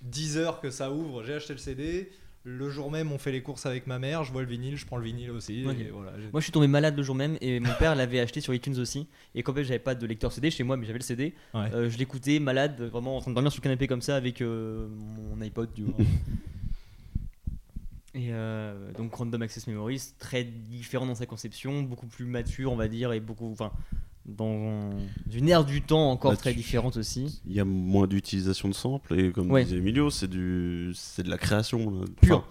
Speaker 3: 10 heures que ça ouvre. J'ai acheté le CD. Le jour même, on fait les courses avec ma mère. Je vois le vinyle, je prends le vinyle aussi.
Speaker 1: Ok.
Speaker 3: Et voilà, j'ai-
Speaker 1: Moi, je suis tombé malade le jour même et mon père l'avait acheté sur iTunes aussi. Et quand même, j'avais pas de lecteur CD chez moi, mais j'avais le CD.
Speaker 3: Ouais.
Speaker 1: Euh, je l'écoutais malade, vraiment en train de dormir sur le canapé comme ça avec euh, mon iPod,
Speaker 2: <laughs>
Speaker 1: tu vois. Et euh, donc Random Access Memories, très différent dans sa conception, beaucoup plus mature, on va dire, et beaucoup, enfin, dans une ère du temps encore
Speaker 2: Bah,
Speaker 1: très
Speaker 2: tu-
Speaker 1: différente aussi.
Speaker 2: Il y a moins d'utilisation de samples et comme
Speaker 1: Ouais.
Speaker 2: disait Emilio, c'est du, c'est de la création là.
Speaker 1: Pure.
Speaker 2: Enfin,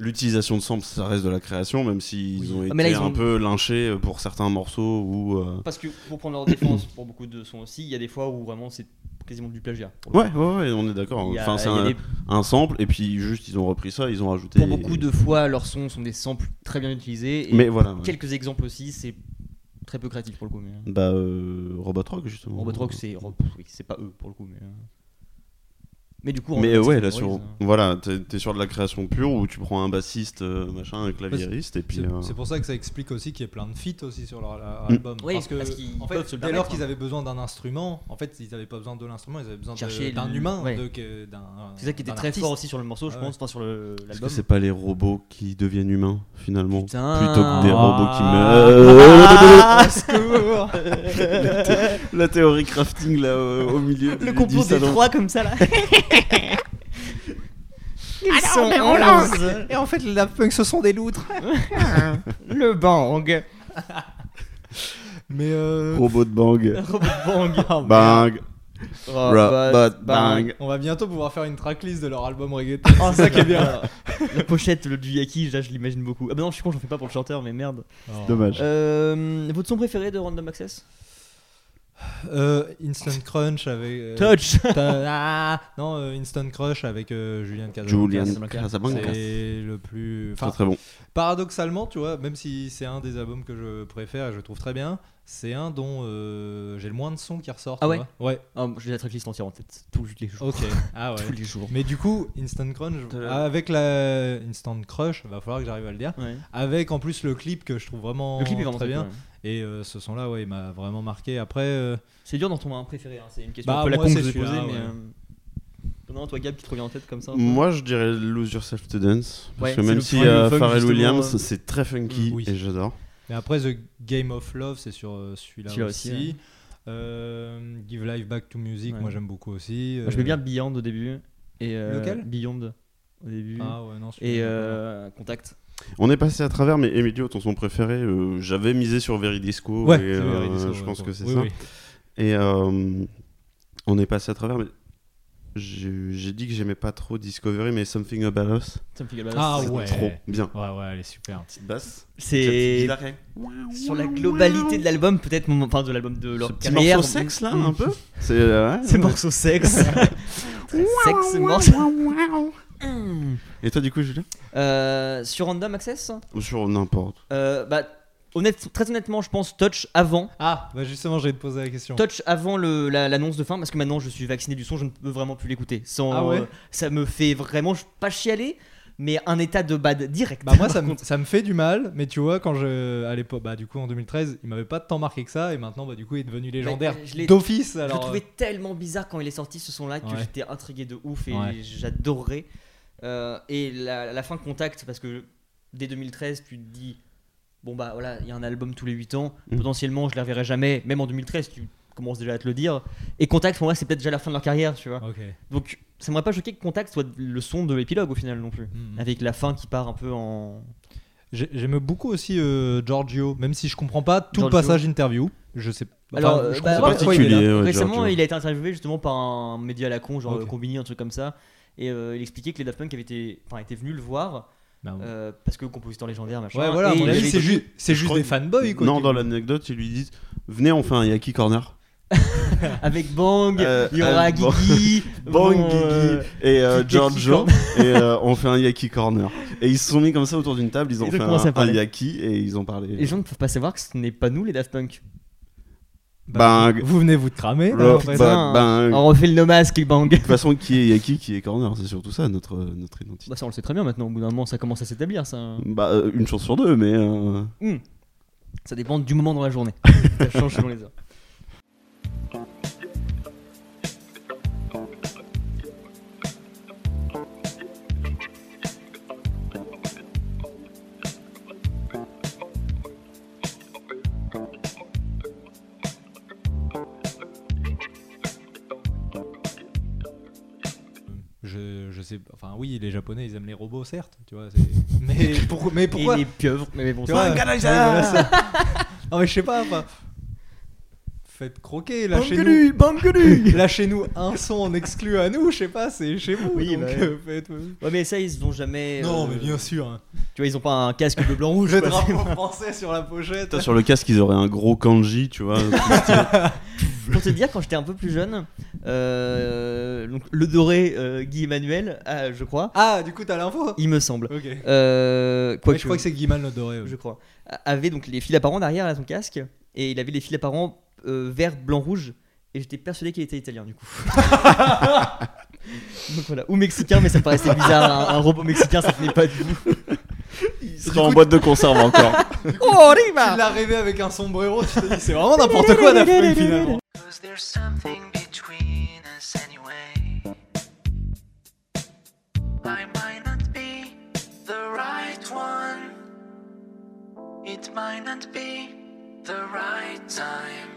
Speaker 2: L'utilisation de samples, ça reste de la création, même s'ils
Speaker 1: Oui.
Speaker 2: ont
Speaker 1: Ah,
Speaker 2: été
Speaker 1: mais là, ils
Speaker 2: un
Speaker 1: ont-
Speaker 2: peu lynchés pour certains morceaux ou. euh,
Speaker 1: Parce que pour prendre leur défense, pour beaucoup de sons aussi, il y a des fois où vraiment c'est quasiment du plagiat.
Speaker 2: Ouais, ouais, ouais, on est d'accord.
Speaker 1: Il y a-
Speaker 2: Enfin, c'est
Speaker 1: il y a
Speaker 2: un,
Speaker 1: des-
Speaker 2: un sample et puis juste ils ont repris ça, ils ont rajouté.
Speaker 1: Pour beaucoup de fois, leurs sons sont des samples très bien utilisés. Et
Speaker 2: Mais voilà. ouais.
Speaker 1: Quelques exemples aussi, c'est très peu créatif pour le coup. Mais...
Speaker 2: Bah, euh, Robot Rock, justement.
Speaker 1: Robot Rock, c'est Rob- oui, c'est pas eux pour le coup, mais. euh. Mais du coup,
Speaker 2: Mais
Speaker 1: Robot
Speaker 2: euh, ouais,
Speaker 1: Rock,
Speaker 2: là,
Speaker 1: c'est
Speaker 2: sur...
Speaker 1: Memories, hein.
Speaker 2: voilà, t'es t'es sur de la création pure où tu prends un bassiste, euh, machin, un
Speaker 3: c'est-
Speaker 2: claviériste et puis.
Speaker 3: C'est
Speaker 2: euh,
Speaker 3: c'est pour ça que ça explique aussi qu'il y a plein de feats aussi sur leur leur
Speaker 2: Mm.
Speaker 3: album.
Speaker 1: Oui,
Speaker 3: parce que
Speaker 1: parce qu'ils
Speaker 3: en fait,
Speaker 1: peuvent se le
Speaker 3: dès lors
Speaker 1: permettre,
Speaker 3: qu'ils
Speaker 1: hein.
Speaker 3: avaient besoin d'un instrument, en fait, ils n'avaient pas besoin de l'instrument, ils avaient besoin de-
Speaker 1: Chercher
Speaker 3: d'un
Speaker 1: le-
Speaker 3: humain.
Speaker 1: ouais.
Speaker 3: de- que- d'un-
Speaker 1: C'est ça qui était
Speaker 3: d'un
Speaker 1: très
Speaker 3: artiste.
Speaker 1: fort aussi sur le morceau, je
Speaker 3: Ah
Speaker 1: pense, enfin sur le-
Speaker 2: Est-ce que
Speaker 1: l'album.
Speaker 2: c'est pas les robots qui deviennent humains finalement
Speaker 1: Putain.
Speaker 2: Plutôt que des robots qui
Speaker 1: Ah,
Speaker 2: meurent.
Speaker 1: au secours
Speaker 2: <laughs> La théorie crafting là euh, au, au
Speaker 1: <laughs>
Speaker 2: milieu.
Speaker 1: Le
Speaker 2: du-
Speaker 1: complot
Speaker 2: du
Speaker 1: des
Speaker 2: salon.
Speaker 1: trois comme ça là. Ils sont
Speaker 5: mais on
Speaker 1: onze.
Speaker 5: Et en fait, les Daft Punk, ce sont des loutres.
Speaker 1: Le bang.
Speaker 3: Mais euh,
Speaker 2: Robot de bang.
Speaker 1: Euh,
Speaker 2: Bah,
Speaker 1: Robot bang.
Speaker 2: Bang.
Speaker 1: Oh,
Speaker 2: Ra- but bang.
Speaker 3: On va bientôt pouvoir faire une tracklist de leur album reggaeton.
Speaker 1: <laughs> Oh, ça
Speaker 3: <laughs>
Speaker 1: qui est
Speaker 2: <laughs>
Speaker 1: bien. La pochette, le Duyaki, là je l'imagine beaucoup. Ah bah non, je suis con, j'en fais pas pour le chanteur, mais merde.
Speaker 2: Dommage.
Speaker 1: Euh, votre son préféré de Random Access
Speaker 3: Euh, Instant Crunch avec. euh, <laughs>
Speaker 1: Touch
Speaker 3: ta- ah, non, euh, Instant Crush avec euh, Julien Casablanca.
Speaker 2: Julian
Speaker 1: Casablanca.
Speaker 2: Casablanca.
Speaker 3: C'est le plus.
Speaker 2: Très
Speaker 3: Enfin,
Speaker 2: très bon.
Speaker 3: paradoxalement, tu vois, même si c'est un des albums que je préfère et je trouve très bien, c'est un dont euh, j'ai le moins de sons qui ressortent.
Speaker 1: Ah
Speaker 3: tu
Speaker 1: ouais
Speaker 3: vois. Ouais.
Speaker 1: <laughs> oh, J'ai la tracklist entière en tête, <laughs> tous les jours.
Speaker 3: Ok. Ah ouais.
Speaker 1: Tous les jours.
Speaker 3: Mais du coup, Instant Crunch,
Speaker 1: De-
Speaker 3: avec la Instant Crush, va falloir que j'arrive à le dire.
Speaker 1: Ouais.
Speaker 3: Avec en plus le clip que je trouve vraiment,
Speaker 1: Le clip est vraiment
Speaker 3: très bien.
Speaker 1: cool, hein. ouais.
Speaker 3: Et euh, ce son-là, ouais, il m'a vraiment marqué. Après, euh,
Speaker 1: C'est dur d'en trouver un préféré, hein, c'est une question
Speaker 3: Bah,
Speaker 1: un peu la
Speaker 3: moi,
Speaker 1: con que
Speaker 3: c'est
Speaker 1: vous ai posée,
Speaker 3: celui-là,
Speaker 1: mais.
Speaker 3: ouais.
Speaker 1: euh, Non, toi Gab qui te revient en tête comme ça un peu
Speaker 2: Moi, je dirais Lose Yourself to Dance. Parce
Speaker 1: Ouais,
Speaker 2: que
Speaker 1: c'est
Speaker 2: même
Speaker 1: le
Speaker 2: si
Speaker 1: premier
Speaker 2: euh,
Speaker 1: funk,
Speaker 2: Pharrell
Speaker 1: justement,
Speaker 2: Williams,
Speaker 1: euh.
Speaker 2: c'est très funky
Speaker 3: Mm, oui.
Speaker 2: et j'adore.
Speaker 3: mais après, The Game of Love, c'est sur euh, celui-là
Speaker 1: Celui-là
Speaker 3: aussi.
Speaker 1: aussi, ouais.
Speaker 3: Euh, Give Life Back to Music,
Speaker 1: Ouais.
Speaker 3: moi j'aime beaucoup aussi. euh, Ah,
Speaker 1: Moi, Je mets bien Beyond au début. Et, euh,
Speaker 3: Lequel
Speaker 1: Beyond au début.
Speaker 3: Ah ouais, non, celui-là,
Speaker 1: et
Speaker 3: j'aime pas.
Speaker 1: euh, Contact.
Speaker 2: On est passé à travers, mais Emilio, ton son préféré, euh, j'avais misé sur Veridisco.
Speaker 3: Ouais,
Speaker 2: et,
Speaker 3: c'est
Speaker 2: euh,
Speaker 3: Veridisco,
Speaker 2: je
Speaker 3: ouais,
Speaker 2: pense
Speaker 3: pour-
Speaker 2: que c'est
Speaker 3: oui,
Speaker 2: ça.
Speaker 3: oui.
Speaker 2: Et euh, on est passé à travers, mais j'ai j'ai dit que j'aimais pas trop Discovery, mais Something About Us.
Speaker 1: Something About Us.
Speaker 3: Ah
Speaker 1: C'est-
Speaker 3: ouais.
Speaker 2: Trop bien.
Speaker 3: Ouais, ouais, elle est super.
Speaker 2: Petite basse.
Speaker 1: C'est sur la globalité de l'album, peut-être, mon- enfin de l'album de leur
Speaker 2: Ce petit
Speaker 1: carrière.
Speaker 2: morceau sexe là,
Speaker 1: Mm.
Speaker 2: un peu. <laughs> C'est euh, ouais.
Speaker 1: Ce morceau
Speaker 2: <laughs>
Speaker 1: sexe. sexe, morceau. Mm.
Speaker 2: Et toi, du coup, Julien
Speaker 1: Euh, sur Random Access
Speaker 2: Ou sur n'importe.
Speaker 1: euh, bah, honnête, Très honnêtement, je pense Touch avant.
Speaker 3: Ah, bah justement, j'allais te poser la
Speaker 2: Oh.
Speaker 3: question.
Speaker 1: Touch avant le- la- l'annonce de fin, parce que maintenant je suis vacciné du son, je ne peux vraiment plus l'écouter. Sans,
Speaker 3: Ah ouais
Speaker 1: euh, ça me fait vraiment je- pas chialer, mais un état de bad direct.
Speaker 3: Bah moi ça me, ça me fait du mal, mais tu vois quand je à l'époque bah du coup en 2013, il m'avait pas tant marqué que ça et maintenant bah du coup il est devenu légendaire
Speaker 1: je l'ai-
Speaker 3: d'office
Speaker 1: Je
Speaker 3: alors. euh,
Speaker 1: le trouvais tellement bizarre quand il est sorti ce son-là que
Speaker 3: Ouais.
Speaker 1: j'étais intrigué de ouf et
Speaker 3: Ouais.
Speaker 1: j'adorais. Euh, et la, la fin de Contact, parce que dès 2013, tu te dis bon bah voilà, il y a un album tous les 8 ans,
Speaker 2: Mm.
Speaker 1: potentiellement je la reverrai jamais, même en 2013, tu commences déjà à te le dire. Et Contact, pour moi, c'est peut-être déjà la fin de leur carrière, tu vois.
Speaker 3: euh, OK.
Speaker 1: Donc ça m'aurait pas choqué que Contact soit le son de l'épilogue au final non plus.
Speaker 3: Mm.
Speaker 1: Avec la fin qui part un peu en.
Speaker 3: J'ai- J'aime beaucoup aussi euh, Giorgio, même si je comprends pas tout le
Speaker 1: Giorgio.
Speaker 3: passage interview. Je sais.
Speaker 1: Alors,
Speaker 3: enfin, je
Speaker 1: euh,
Speaker 3: comprends
Speaker 1: bah,
Speaker 3: pas pourquoi il est
Speaker 2: particulier.
Speaker 3: là.
Speaker 2: ouais,
Speaker 1: Récemment,
Speaker 2: Giorgio.
Speaker 1: il a été interviewé justement par un média à la con, genre
Speaker 3: Ok.
Speaker 1: euh, Combini, un truc comme ça. Et euh, il expliquait que les Daft Punk avaient été, enfin, étaient venus le voir
Speaker 3: Bah, ouais.
Speaker 1: euh, parce que compositeur légendaire, machin.
Speaker 3: ouais, voilà, à
Speaker 1: et
Speaker 3: mon
Speaker 1: il
Speaker 3: avis,
Speaker 1: avait-
Speaker 3: c'est juste, c'est
Speaker 2: Je
Speaker 3: juste
Speaker 2: crois
Speaker 3: des
Speaker 2: que-
Speaker 3: fanboys quoi.
Speaker 2: Non,
Speaker 3: qui-
Speaker 2: dans l'anecdote, ils lui disent Venez, on fait un Yaki Corner.
Speaker 1: avec Bang,
Speaker 2: Euh,
Speaker 1: il y aura
Speaker 2: euh, bon-
Speaker 3: <laughs>
Speaker 1: Guigui,
Speaker 2: Bang,
Speaker 1: bon, euh,
Speaker 2: Guigui et euh,
Speaker 1: Yaki
Speaker 2: Giorgio, et euh, on fait un Yaki Corner. Et ils se sont mis comme ça autour d'une table, ils ont
Speaker 1: Et
Speaker 2: fait
Speaker 1: donc, comment ça
Speaker 2: un, un
Speaker 1: parlait
Speaker 2: Yaki et ils ont parlé.
Speaker 1: Les gens ne peuvent pas savoir que ce n'est pas nous les Daft Punk.
Speaker 3: Bah,
Speaker 2: Bang.
Speaker 3: vous venez vous de cramer. là,
Speaker 2: Love,
Speaker 3: après
Speaker 1: bah,
Speaker 3: ça.
Speaker 1: ça,
Speaker 2: but bang.
Speaker 1: On refait le no mask et Bang.
Speaker 2: De toute Ben, façon, qui est Yaki, qui est Corner, c'est surtout ça notre, notre
Speaker 1: <laughs>
Speaker 2: identité.
Speaker 1: Bah, ça, on le sait très bien maintenant. Au bout d'un moment, ça commence à s'établir. Ça,
Speaker 2: Bah, euh, une chance sur deux, mais. euh,
Speaker 1: ça dépend du moment dans la
Speaker 3: <laughs>
Speaker 1: journée. ça change selon les heures.
Speaker 3: Je, je sais. Enfin oui, les Japonais ils aiment les robots certes, tu vois. c'est- <laughs> Mais pourquoi Mais pourquoi
Speaker 1: et les pieuvres, mais bon, ça-
Speaker 3: Tu vois,
Speaker 2: Bangalaja
Speaker 3: ouais, voilà, ça. Non mais je sais pas. enfin, Faites croquer, lâchez-nous. <laughs> Lâchez-nous un son en exclu à nous, je sais pas, c'est chez vous.
Speaker 1: Oui,
Speaker 3: donc,
Speaker 1: bah ouais.
Speaker 3: euh, faites-
Speaker 1: <laughs> Ouais, mais ça, ils ont jamais.
Speaker 3: Non,
Speaker 1: euh,
Speaker 3: mais bien sûr. hein.
Speaker 1: Tu vois, ils ont pas un casque bleu blanc rouge.
Speaker 3: <laughs> Le
Speaker 1: quoi, c'est-
Speaker 3: drapeau français sur la pochette.
Speaker 2: Sur le casque, ils auraient un gros kanji, tu
Speaker 1: <laughs>
Speaker 2: vois.
Speaker 1: <laughs> Pour te dire, quand j'étais un peu plus jeune, euh, donc, le doré euh, Guy Emmanuel, ah, je crois,
Speaker 3: Ah, du coup, t'as l'info
Speaker 1: il me semble.
Speaker 3: Ok.
Speaker 1: Euh, quoi
Speaker 3: Ouais, je crois que c'est Guimal le doré. ouais.
Speaker 1: je crois, a- avait donc les fils apparents derrière à son casque, et il avait les fils apparents euh, vert, blanc, rouge, et j'étais persuadé qu'il était italien du coup. donc voilà, ou mexicain, mais ça me paraissait bizarre, un, un robot mexicain ça tenait pas du tout.
Speaker 2: Ils seraient en boîte de conserve encore.
Speaker 1: <laughs> Oh,
Speaker 3: Tu l'as rêvé avec un sombrero, tu te dis, c'est vraiment n'importe quoi Daft Punk, finalement.
Speaker 6: Cause there's something between us anyway. I might not be the right one. It might not be the right time.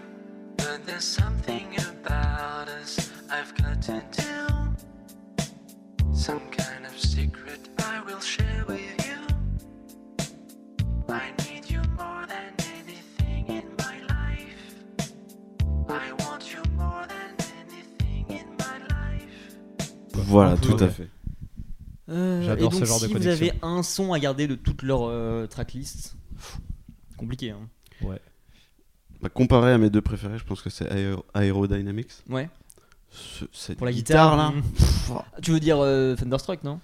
Speaker 6: But there's something about us I've got to do. Some kind of secret I will share with you. I need you more than anything in my life. I want you more than anything
Speaker 3: quoi.
Speaker 2: Voilà,
Speaker 3: Un peu,
Speaker 2: tout à
Speaker 3: ouais.
Speaker 2: fait.
Speaker 1: Euh,
Speaker 3: J'adore
Speaker 1: et donc,
Speaker 3: ce genre
Speaker 1: si
Speaker 3: de
Speaker 1: vous
Speaker 3: connexion.
Speaker 1: avez un son à garder de toute leur euh, tracklist, pff, compliqué. Hein.
Speaker 2: Bah, comparé à mes deux préférés, je pense que c'est Aero- Aerodynamics.
Speaker 1: Ouais.
Speaker 2: Ce- cette
Speaker 1: Pour la guitare, hmm. là.
Speaker 2: là.
Speaker 1: Tu veux dire euh, Thunderstruck, non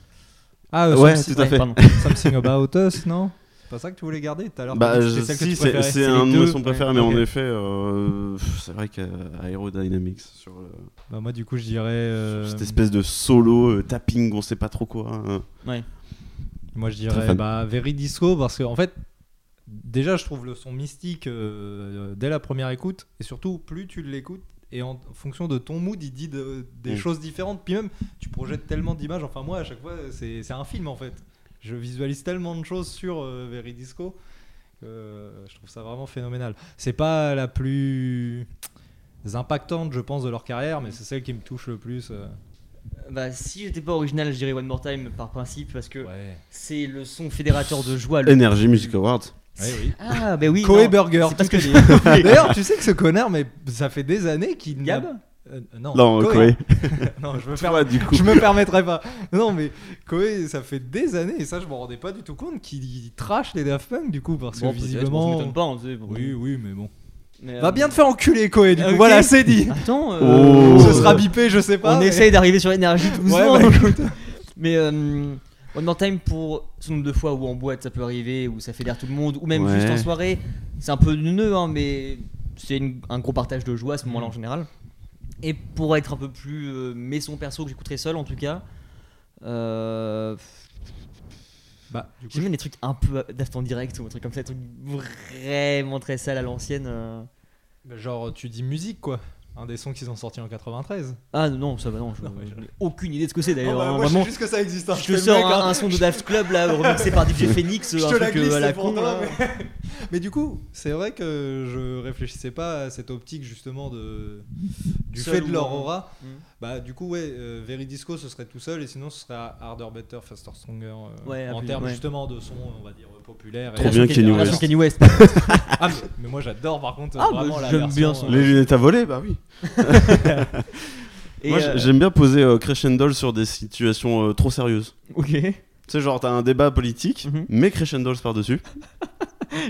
Speaker 3: Ah,
Speaker 2: Ouais,
Speaker 3: Something,
Speaker 2: tout à fait.
Speaker 1: pardon.
Speaker 3: Something About Us, non C'est pas ça que tu voulais garder tout à l'heure
Speaker 2: Bah,
Speaker 3: t'as dit
Speaker 2: je-
Speaker 3: que c'était celle que
Speaker 2: si,
Speaker 3: tu
Speaker 2: c'est
Speaker 3: préférais.
Speaker 2: c'est
Speaker 3: les
Speaker 2: un de mes
Speaker 3: deux.
Speaker 2: sons préférés, mais
Speaker 3: ok.
Speaker 2: en effet, euh, pff, c'est vrai qu'Aerodynamics, sur le-
Speaker 3: Bah, moi, du coup, je dirais. euh,
Speaker 2: cette espèce de solo, euh, tapping, on sait pas trop quoi. hein.
Speaker 3: Moi,
Speaker 2: Très
Speaker 3: je dirais
Speaker 2: fan.
Speaker 3: bah, Veridisco parce que, en fait, déjà, je trouve le son mystique euh, dès la première écoute. Et surtout, plus tu l'écoutes, et en fonction de ton mood, il dit de- des
Speaker 2: Mm.
Speaker 3: choses différentes. Puis même, tu projettes tellement d'images. Enfin, moi, à chaque fois, c'est c'est un film, en fait. Je visualise tellement de choses sur euh, Veridisco que euh, je trouve ça vraiment phénoménal. C'est pas la plus impactante, je pense, de leur carrière, mais c'est celle qui me touche le plus. euh.
Speaker 1: Bah, si j'étais pas original, je dirais One More Time par principe, parce que
Speaker 3: Ouais.
Speaker 1: c'est le son fédérateur de joie. le-
Speaker 2: Energy Music Awards.
Speaker 3: Ouais, Eh oui.
Speaker 1: Ah, bah oui.
Speaker 3: Coé
Speaker 1: non,
Speaker 3: Burger,
Speaker 1: c'est parce que
Speaker 3: <laughs> D'ailleurs, tu sais que ce connard, mais ça fait des années qu'il n'y a
Speaker 1: Gab
Speaker 3: Euh, non,
Speaker 2: Non,
Speaker 3: Koé.
Speaker 2: Koé.
Speaker 3: <laughs> non, je me
Speaker 2: <laughs> Toi,
Speaker 3: permets.
Speaker 2: du coup.
Speaker 3: Je me permettrai pas. Non, mais Koé, ça fait des années, et ça, je m'en rendais pas du tout compte qu'il trash les Daft Punk, du coup, parce
Speaker 1: Bon,
Speaker 3: que
Speaker 1: peut-être,
Speaker 3: visiblement.
Speaker 1: bon, ça m'étonne pas, hein, c'est- bon.
Speaker 3: Oui, oui, mais bon.
Speaker 1: Mais, euh,
Speaker 3: Va bien te faire enculer, Koé, du
Speaker 1: ah,
Speaker 3: coup,
Speaker 1: ok.
Speaker 3: voilà, c'est dit.
Speaker 1: Attends, euh,
Speaker 2: <laughs> Oh.
Speaker 3: Ce sera bipé, je sais pas.
Speaker 1: on
Speaker 3: mais-
Speaker 1: essaye d'arriver sur <laughs> l'énergie tout
Speaker 3: Ouais,
Speaker 1: doucement.
Speaker 3: bah, écoute.
Speaker 1: Mais euh, One More Time, pour ce nombre de fois où en boîte ça peut arriver, où ça fédère tout le monde, ou même
Speaker 2: Ouais.
Speaker 1: juste en soirée, c'est un peu du nœud, hein, mais c'est une- un gros partage de joie à ce moment-là en général. Et pour être un peu plus euh, mes sons perso que j'écouterai seul en tout cas, euh,
Speaker 3: Bah, du coup,
Speaker 1: j'aime bien des trucs un peu daft en direct ou un truc comme ça, des trucs vraiment très sales à l'ancienne. euh.
Speaker 3: je- genre, tu dis musique, quoi. Un des sons qu'ils ont sorti en 93.
Speaker 1: Ah non, ça va, non, je
Speaker 3: Non, ouais, je-
Speaker 1: j'ai aucune idée de ce que c'est
Speaker 3: Ah,
Speaker 1: d'ailleurs.
Speaker 3: bah,
Speaker 1: hein,
Speaker 3: moi, je sais
Speaker 1: vraiment,
Speaker 3: juste que ça existe. hein,
Speaker 1: je te
Speaker 3: fais le mec,
Speaker 1: sors
Speaker 3: hein.
Speaker 1: un, un son de Daft Club là, remixé par
Speaker 3: <laughs>
Speaker 1: DJ Phoenix,
Speaker 3: Je
Speaker 1: un
Speaker 3: te la
Speaker 1: truc euh,
Speaker 3: glisse,
Speaker 1: à la
Speaker 3: c'est pour
Speaker 1: con.
Speaker 3: toi,
Speaker 1: là.
Speaker 3: <laughs> mais... mais du coup, c'est vrai que je réfléchissais pas à cette optique justement de du
Speaker 1: Seul
Speaker 3: fait de
Speaker 1: ou
Speaker 3: leur
Speaker 1: en-
Speaker 3: aura.
Speaker 1: Mm.
Speaker 3: Bah du coup ouais, euh, Veridisco ce serait tout seul et sinon ce serait Harder, Better, Faster, Stronger euh,
Speaker 1: Ouais,
Speaker 3: en
Speaker 1: plus,
Speaker 3: termes
Speaker 1: ouais.
Speaker 3: justement de son on va dire populaire.
Speaker 2: Trop bien Kanye
Speaker 1: relation
Speaker 2: West.
Speaker 1: Kanye Ah, West.
Speaker 3: Ah, mais, mais moi j'adore par contre
Speaker 1: Ah, bah,
Speaker 3: vraiment la
Speaker 1: j'aime
Speaker 3: version,
Speaker 1: bien son-
Speaker 3: euh,
Speaker 2: Les lunettes à voler, bah oui.
Speaker 1: Et,
Speaker 2: Moi,
Speaker 1: euh,
Speaker 2: j'aime bien poser euh, Crescendo sur des situations euh, trop sérieuses.
Speaker 1: Ok. <laughs>
Speaker 2: Tu sais, genre, t'as un débat politique,
Speaker 1: Mhm.
Speaker 2: mais crescendos par-dessus.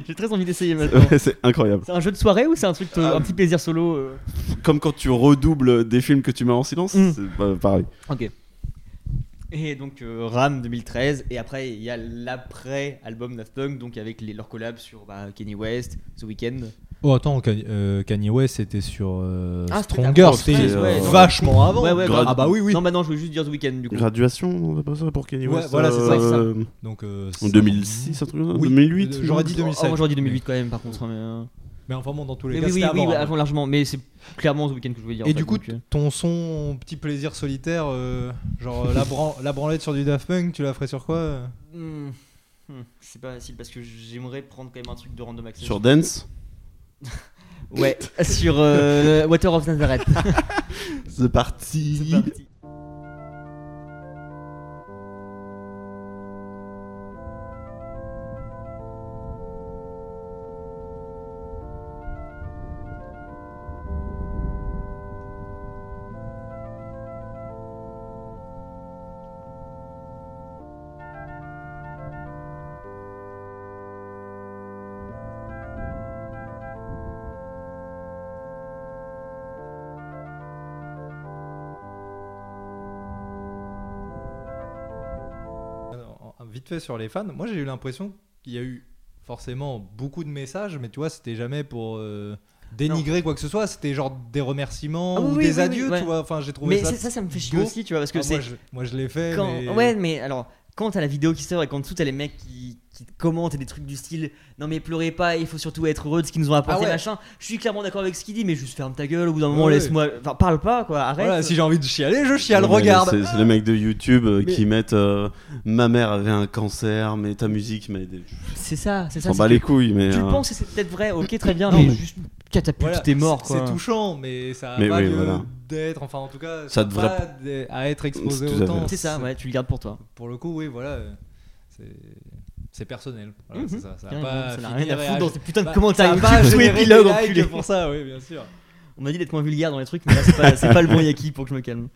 Speaker 1: J'ai très envie d'essayer
Speaker 3: Oh.
Speaker 1: maintenant.
Speaker 2: Ouais, <laughs> c'est incroyable.
Speaker 1: C'est un jeu de soirée ou c'est un truc, euh,
Speaker 2: Ah.
Speaker 1: un petit plaisir solo
Speaker 2: <laughs>
Speaker 1: euh
Speaker 2: Comme quand tu redoubles des films que tu mets en silence,
Speaker 1: Mm.
Speaker 2: c'est pas- pareil.
Speaker 1: Ok. Et donc euh, RAM 2013 et après il y a l'après album Daft Punk donc avec les, leurs collabs sur bah, Kanye West, The Weeknd.
Speaker 3: Oh attends, Kanye, euh, Kanye West c'était sur euh,
Speaker 1: Ah, c'était
Speaker 3: Stronger,
Speaker 1: la
Speaker 3: c'était
Speaker 2: France, ouais,
Speaker 1: ouais.
Speaker 3: vachement avant.
Speaker 1: Ouais, ouais,
Speaker 2: grave.
Speaker 3: ah bah oui
Speaker 1: hein.
Speaker 3: oui.
Speaker 1: Non maintenant je veux juste dire The Weeknd du coup.
Speaker 2: Graduation, on fait pas ça pour Kanye
Speaker 3: Ouais,
Speaker 2: West
Speaker 3: voilà, c'est ça,
Speaker 2: euh,
Speaker 3: Donc euh,
Speaker 2: En
Speaker 3: c'est-
Speaker 2: 2006, un truc comme ça
Speaker 3: Oui.
Speaker 2: 2008
Speaker 3: J'aurais
Speaker 2: non
Speaker 3: dit
Speaker 1: Oh,
Speaker 3: 2007.
Speaker 1: aujourd'hui 2008 quand même par contre. hein, mais, euh.
Speaker 3: Mais enfin bon dans tous les
Speaker 1: Mais
Speaker 3: cas
Speaker 1: oui oui
Speaker 3: c'était
Speaker 1: oui
Speaker 3: avant,
Speaker 1: bah,
Speaker 3: hein.
Speaker 1: avant largement mais c'est clairement The Weeknd que je voulais dire. en
Speaker 3: Et
Speaker 1: fait,
Speaker 3: du coup,
Speaker 1: donc, euh.
Speaker 3: ton son, petit plaisir solitaire, euh, genre euh, la, bran- la branlette sur du Daft Punk, tu la ferais sur quoi euh
Speaker 1: Hmm. Hmm. c'est pas facile parce que j'aimerais prendre quand même un truc de random access.
Speaker 2: Sur Dance
Speaker 1: Ouais, sur <laughs> euh, le Water of Nazareth.
Speaker 2: The Party.
Speaker 1: C'est parti.
Speaker 3: Alors, en- Vite fait sur les fans, moi j'ai eu l'impression qu'il y a eu forcément beaucoup de messages, mais tu vois, c'était jamais pour euh, dénigrer quoi que ce soit, c'était genre des remerciements
Speaker 1: Ah oui,
Speaker 3: ou
Speaker 1: oui,
Speaker 3: des
Speaker 1: oui, oui,
Speaker 3: adieux, tu
Speaker 1: ouais.
Speaker 3: vois. Enfin, j'ai trouvé
Speaker 1: Mais
Speaker 3: ça.
Speaker 1: ça, ça, ça me fait chier
Speaker 3: beau.
Speaker 1: aussi, tu vois, parce
Speaker 3: Ah,
Speaker 1: que c'est.
Speaker 3: moi, je, moi, je l'ai fait.
Speaker 1: quand-
Speaker 3: mais-
Speaker 1: Ouais, mais alors, quand t'as la vidéo qui sort et quand tout t'as les mecs qui, qui te commentent et des trucs du style Non, mais pleurez pas, il faut surtout être heureux de ce qu'ils nous ont apporté,
Speaker 3: Ah ouais.
Speaker 1: machin. Je suis clairement d'accord avec ce qu'il dit, mais juste ferme ta gueule, au bout d'un moment,
Speaker 3: Ouais.
Speaker 1: laisse-moi. Enfin, parle pas, quoi, arrête.
Speaker 3: Voilà, si j'ai envie de chialer, je chiale,
Speaker 2: Ouais, mais
Speaker 3: regarde.
Speaker 2: C'est c'est les mecs de YouTube euh,
Speaker 3: Mais-
Speaker 2: qui mettent euh, Ma mère avait un cancer, mais ta musique m'a aidé.
Speaker 1: C'est ça, c'est ça.
Speaker 2: S'en
Speaker 1: c'est
Speaker 2: bat
Speaker 1: que
Speaker 2: les couilles, mais.
Speaker 1: Tu le
Speaker 2: euh,
Speaker 1: penses et c'est peut-être vrai, ok, très bien,
Speaker 3: Non,
Speaker 1: mais,
Speaker 3: mais-
Speaker 1: juste catapulte,
Speaker 3: Voilà,
Speaker 1: t'es mort,
Speaker 3: c'est-
Speaker 1: quoi.
Speaker 3: C'est touchant, mais ça a
Speaker 2: Mais
Speaker 3: pas
Speaker 2: oui,
Speaker 3: lieu
Speaker 2: voilà.
Speaker 3: d'être. Enfin, en tout cas,
Speaker 2: Ça
Speaker 3: c'est
Speaker 2: devrait
Speaker 3: pas d'e- à être exposé
Speaker 2: Tout à fait.
Speaker 3: autant.
Speaker 1: C'est ça, ouais, tu le gardes pour toi.
Speaker 3: Pour le coup, oui, voilà. euh, c'est- C'est personnel. Voilà,
Speaker 1: Mhm.
Speaker 3: c'est ça. Ça a
Speaker 1: Carrément,
Speaker 3: pas
Speaker 1: ça n'a
Speaker 3: fini
Speaker 1: rien à foutre dans tes putains de
Speaker 3: Bah, ça
Speaker 1: commentaires
Speaker 3: a
Speaker 1: YouTube
Speaker 3: pas
Speaker 1: sous <laughs>
Speaker 3: généré
Speaker 1: épilogue,
Speaker 3: des likes
Speaker 1: enculé.
Speaker 3: pour ça, oui, bien sûr.
Speaker 1: On m'a dit d'être moins vulgaire dans les trucs, mais là, c'est pas, c'est pas le bon Yaki pour que je me calme.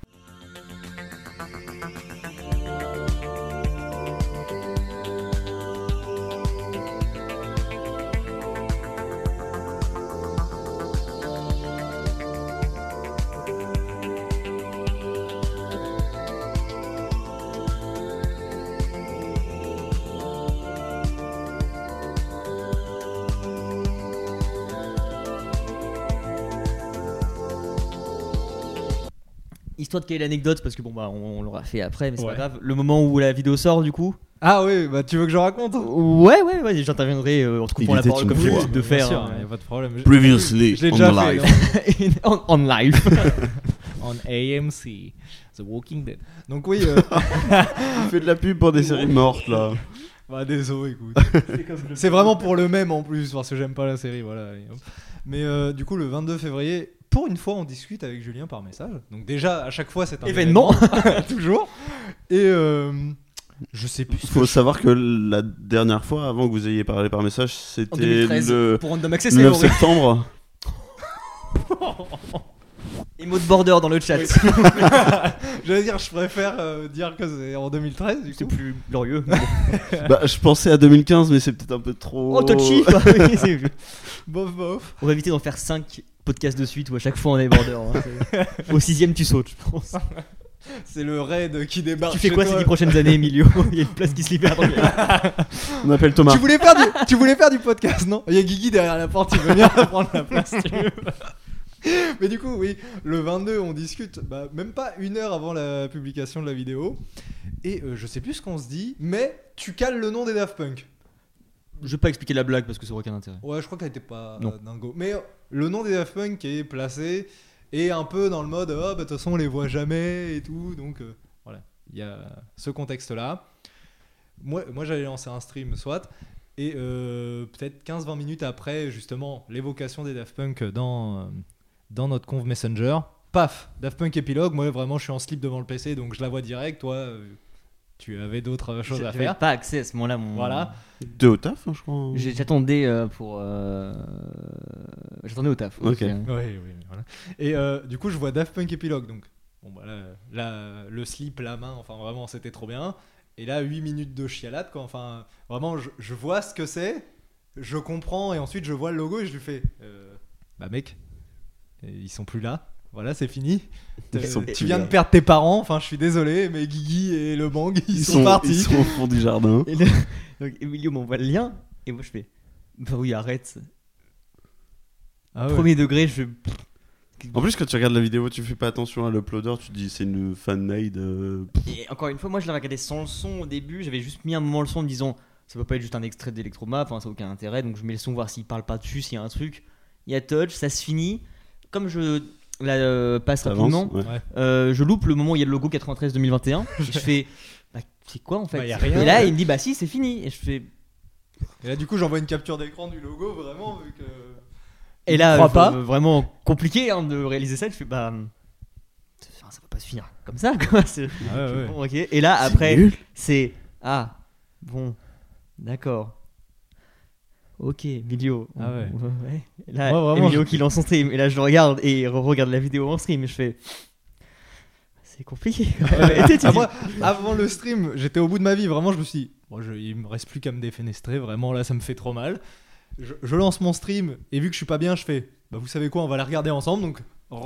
Speaker 1: histoire de caler l'anecdote, parce que bon, bah, on, on l'aura fait après, mais c'est
Speaker 3: Ouais.
Speaker 1: pas grave. Le moment où la vidéo sort, du coup.
Speaker 3: Ah oui, bah tu veux que je raconte
Speaker 1: Ouais, ouais, ouais, j'interviendrai euh, en te coupant
Speaker 2: Il
Speaker 1: la
Speaker 2: était
Speaker 1: parole
Speaker 2: une
Speaker 1: comme j'ai
Speaker 2: fois.
Speaker 1: l'habitude de
Speaker 3: Bien
Speaker 1: faire hein.
Speaker 3: sûr, y a pas de problème. Je-
Speaker 2: Previously
Speaker 3: je l'ai
Speaker 2: on
Speaker 3: déjà
Speaker 2: the
Speaker 3: fait,
Speaker 2: live.
Speaker 3: non
Speaker 1: euh, <laughs> in- on, on live.
Speaker 3: on AMC, The Walking Dead. Donc oui, euh,
Speaker 2: Tu fais de la pub pour des séries mortes là.
Speaker 3: bah désolé,
Speaker 1: <laughs>
Speaker 3: écoute. C'est vraiment pour le même en plus, parce que j'aime pas la série, voilà. et hop. Mais euh, du coup, le 22 février, pour une fois, on discute avec Julien par message. Donc déjà, à chaque fois, c'est un
Speaker 1: Événement.
Speaker 3: événement, <laughs> toujours. Et euh, je sais plus.
Speaker 2: Il <laughs> faut savoir que la dernière fois, avant que vous ayez parlé par message,
Speaker 1: En
Speaker 2: c'était
Speaker 1: 2013,
Speaker 2: le
Speaker 1: pour Random Access, c'est
Speaker 2: 9
Speaker 1: horrible. <laughs>
Speaker 2: septembre.
Speaker 1: Et mot de border dans le chat.
Speaker 3: Oui. J'allais dire, je préfère euh, dire que c'est en 2013. Du
Speaker 1: C'est
Speaker 3: coup.
Speaker 1: plus glorieux.
Speaker 2: Bah, je pensais à 2015, mais c'est peut-être un peu trop.
Speaker 1: <laughs> Oh, touchy <laughs> quoi. Oui, c'est-
Speaker 3: Bof, bof.
Speaker 1: On va éviter d'en faire 5 podcasts de suite où à chaque fois on est border. hein. C'est- <laughs> Au sixième, tu sautes, je pense.
Speaker 3: C'est le raid qui débarque.
Speaker 1: tu fais
Speaker 3: chez
Speaker 1: quoi
Speaker 3: toi.
Speaker 1: ces 10 prochaines années, <laughs> Emilio Il y a une place qui se libère. dans le-
Speaker 2: On appelle Thomas.
Speaker 3: Tu voulais faire du, tu voulais faire du podcast, non Il y a Guigui derrière la porte, il veut bien prendre la place. tu veux. Mais du coup, oui, le 22, on discute, bah, même pas une heure avant la publication de la vidéo. Et euh, je sais plus ce qu'on se dit, mais tu cales le nom des Daft Punk.
Speaker 1: Je vais pas expliquer la blague parce que ça aurait aucun intérêt.
Speaker 3: Ouais, je crois qu'elle était pas
Speaker 1: Non.
Speaker 3: euh, dingo. Mais euh, le nom des Daft Punk est placé et un peu dans le mode, oh, bah, de toute façon, on les voit jamais et tout. Donc euh, voilà, il y a ce contexte-là. Moi, moi j'allais lancer un stream, soit. Et euh, peut-être 15-20 minutes après, justement, l'évocation des Daft Punk dans, euh, dans notre conv Messenger. Paf, Daft Punk épilogue. Moi, vraiment, je suis en slip devant le PC, donc je la vois direct. Toi, euh, tu avais d'autres euh, choses à
Speaker 1: J'avais
Speaker 3: faire.
Speaker 1: pas accès à ce moment-là. Mon...
Speaker 3: Voilà.
Speaker 2: Deux au taf, hein, je crois.
Speaker 1: J'ai- J'attendais euh, pour. euh, J'attendais au taf.
Speaker 2: Ok.
Speaker 1: C'est- euh.
Speaker 3: Oui, oui, voilà. Et euh, du coup, je vois Daft Punk épilogue, donc bon, bah, là, là, le slip, la main, enfin vraiment, c'était trop bien. Et là, 8 minutes de chialade, quoi. Enfin, vraiment, je, je vois ce que c'est, je comprends, et ensuite je vois le logo et je lui fais euh, Bah, mec, euh, ils sont plus là, voilà, c'est fini.
Speaker 2: Ils
Speaker 3: Euh,
Speaker 2: sont
Speaker 3: tu
Speaker 2: plus
Speaker 3: viens
Speaker 2: là.
Speaker 3: de perdre tes parents, enfin, je suis désolé, mais Guigui et le Bang, ils, sont, partis.
Speaker 2: Ils sont au fond du jardin.
Speaker 1: Et le- <laughs> Donc Emilio m'envoie le lien et moi je fais. Bah oui, arrête.
Speaker 3: Ah ouais.
Speaker 1: Premier degré, je.
Speaker 2: En plus, quand tu regardes la vidéo, tu fais pas attention à l'uploader, tu te dis c'est une fan-made. euh, pff.
Speaker 1: Et encore une fois, moi je l'ai regardé sans le son au début. J'avais juste mis un moment le son en me disant ça peut pas être juste un extrait d'Electromap, enfin, ça n'a aucun intérêt. Donc je mets le son, voir s'il parle pas dessus, s'il y a un truc. Il y a touch, ça se finit. Comme je la euh, passe
Speaker 2: Ça avance,
Speaker 1: rapidement,
Speaker 2: ouais.
Speaker 1: euh, je loupe le moment où il y a le logo
Speaker 2: <laughs>
Speaker 1: 93-2021. et je fais bah, c'est quoi en fait
Speaker 3: Bah, y a rien.
Speaker 1: Et là il me dit bah si, c'est fini. Et je fais
Speaker 3: Et là, du coup, j'envoie une capture d'écran du logo, vraiment, vu que.
Speaker 1: Et là,
Speaker 3: Crois
Speaker 1: je-
Speaker 3: pas.
Speaker 1: euh, vraiment compliqué hein, de réaliser ça. Je fais bah. Ça ça peut pas se finir comme ça, <laughs> quoi. c'est-
Speaker 2: Ah
Speaker 3: Ah
Speaker 1: je fais, bon, ok. Et là, après,
Speaker 2: nul.
Speaker 1: c'est. Ah, bon, d'accord. Ok, Emilio.
Speaker 3: Ah ouais.
Speaker 1: <laughs> ouais. Et là,
Speaker 3: Moi, vraiment,
Speaker 1: Emilio
Speaker 3: je-
Speaker 1: qui lance son stream. Et là, je le regarde et regarde la vidéo en stream. Et je fais. C'est compliqué. <laughs> Et tu sais, tu
Speaker 3: Ah,
Speaker 1: dis,
Speaker 3: moi, avant le stream, j'étais au bout de ma vie. Vraiment, je me suis dit, bon, je- il me reste plus qu'à me défenestrer. Vraiment, là, ça me fait trop mal. Je, je lance mon stream et vu que je suis pas bien, je fais, bah, vous savez quoi, on va la regarder ensemble. Donc,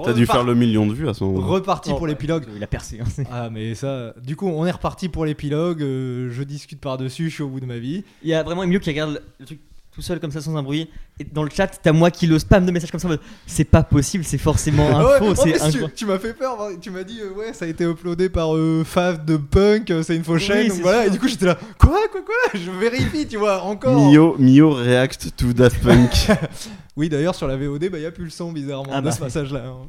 Speaker 2: T'as dû
Speaker 3: repart-
Speaker 2: faire le million de vues à ce moment-là.
Speaker 3: reparti
Speaker 1: Oh,
Speaker 3: pour l'épilogue.
Speaker 1: Il a percé. hein, c'est-
Speaker 3: Ah, mais ça, du coup, on est reparti pour l'épilogue. euh, je discute par-dessus, je suis au bout de ma vie.
Speaker 1: Il y a vraiment Emilio qui regarde le truc tout seul comme ça sans un bruit. Et dans le chat, t'as moi qui le spam de messages comme ça. en mode, C'est pas possible, c'est forcément
Speaker 3: Ah <laughs> ouais,
Speaker 1: un faux.
Speaker 3: en
Speaker 1: C'est
Speaker 3: plus, tu,
Speaker 1: incroyable.
Speaker 3: tu m'as fait peur. hein. Tu m'as dit, euh, ouais, ça a été uploadé par euh, Fav de Punk, euh, c'est une fausse
Speaker 1: Oui,
Speaker 3: chaîne.
Speaker 1: c'est
Speaker 3: donc voilà,
Speaker 1: sûr.
Speaker 3: et du coup, j'étais là, quoi, quoi, quoi Je vérifie, tu vois, encore.
Speaker 2: Mio, Mio react to Daft Punk.
Speaker 3: Oui, d'ailleurs, sur la VOD, il bah, n'y a plus le son, bizarrement,
Speaker 1: Ah
Speaker 3: de
Speaker 1: bah.
Speaker 3: ce passage-là. hein.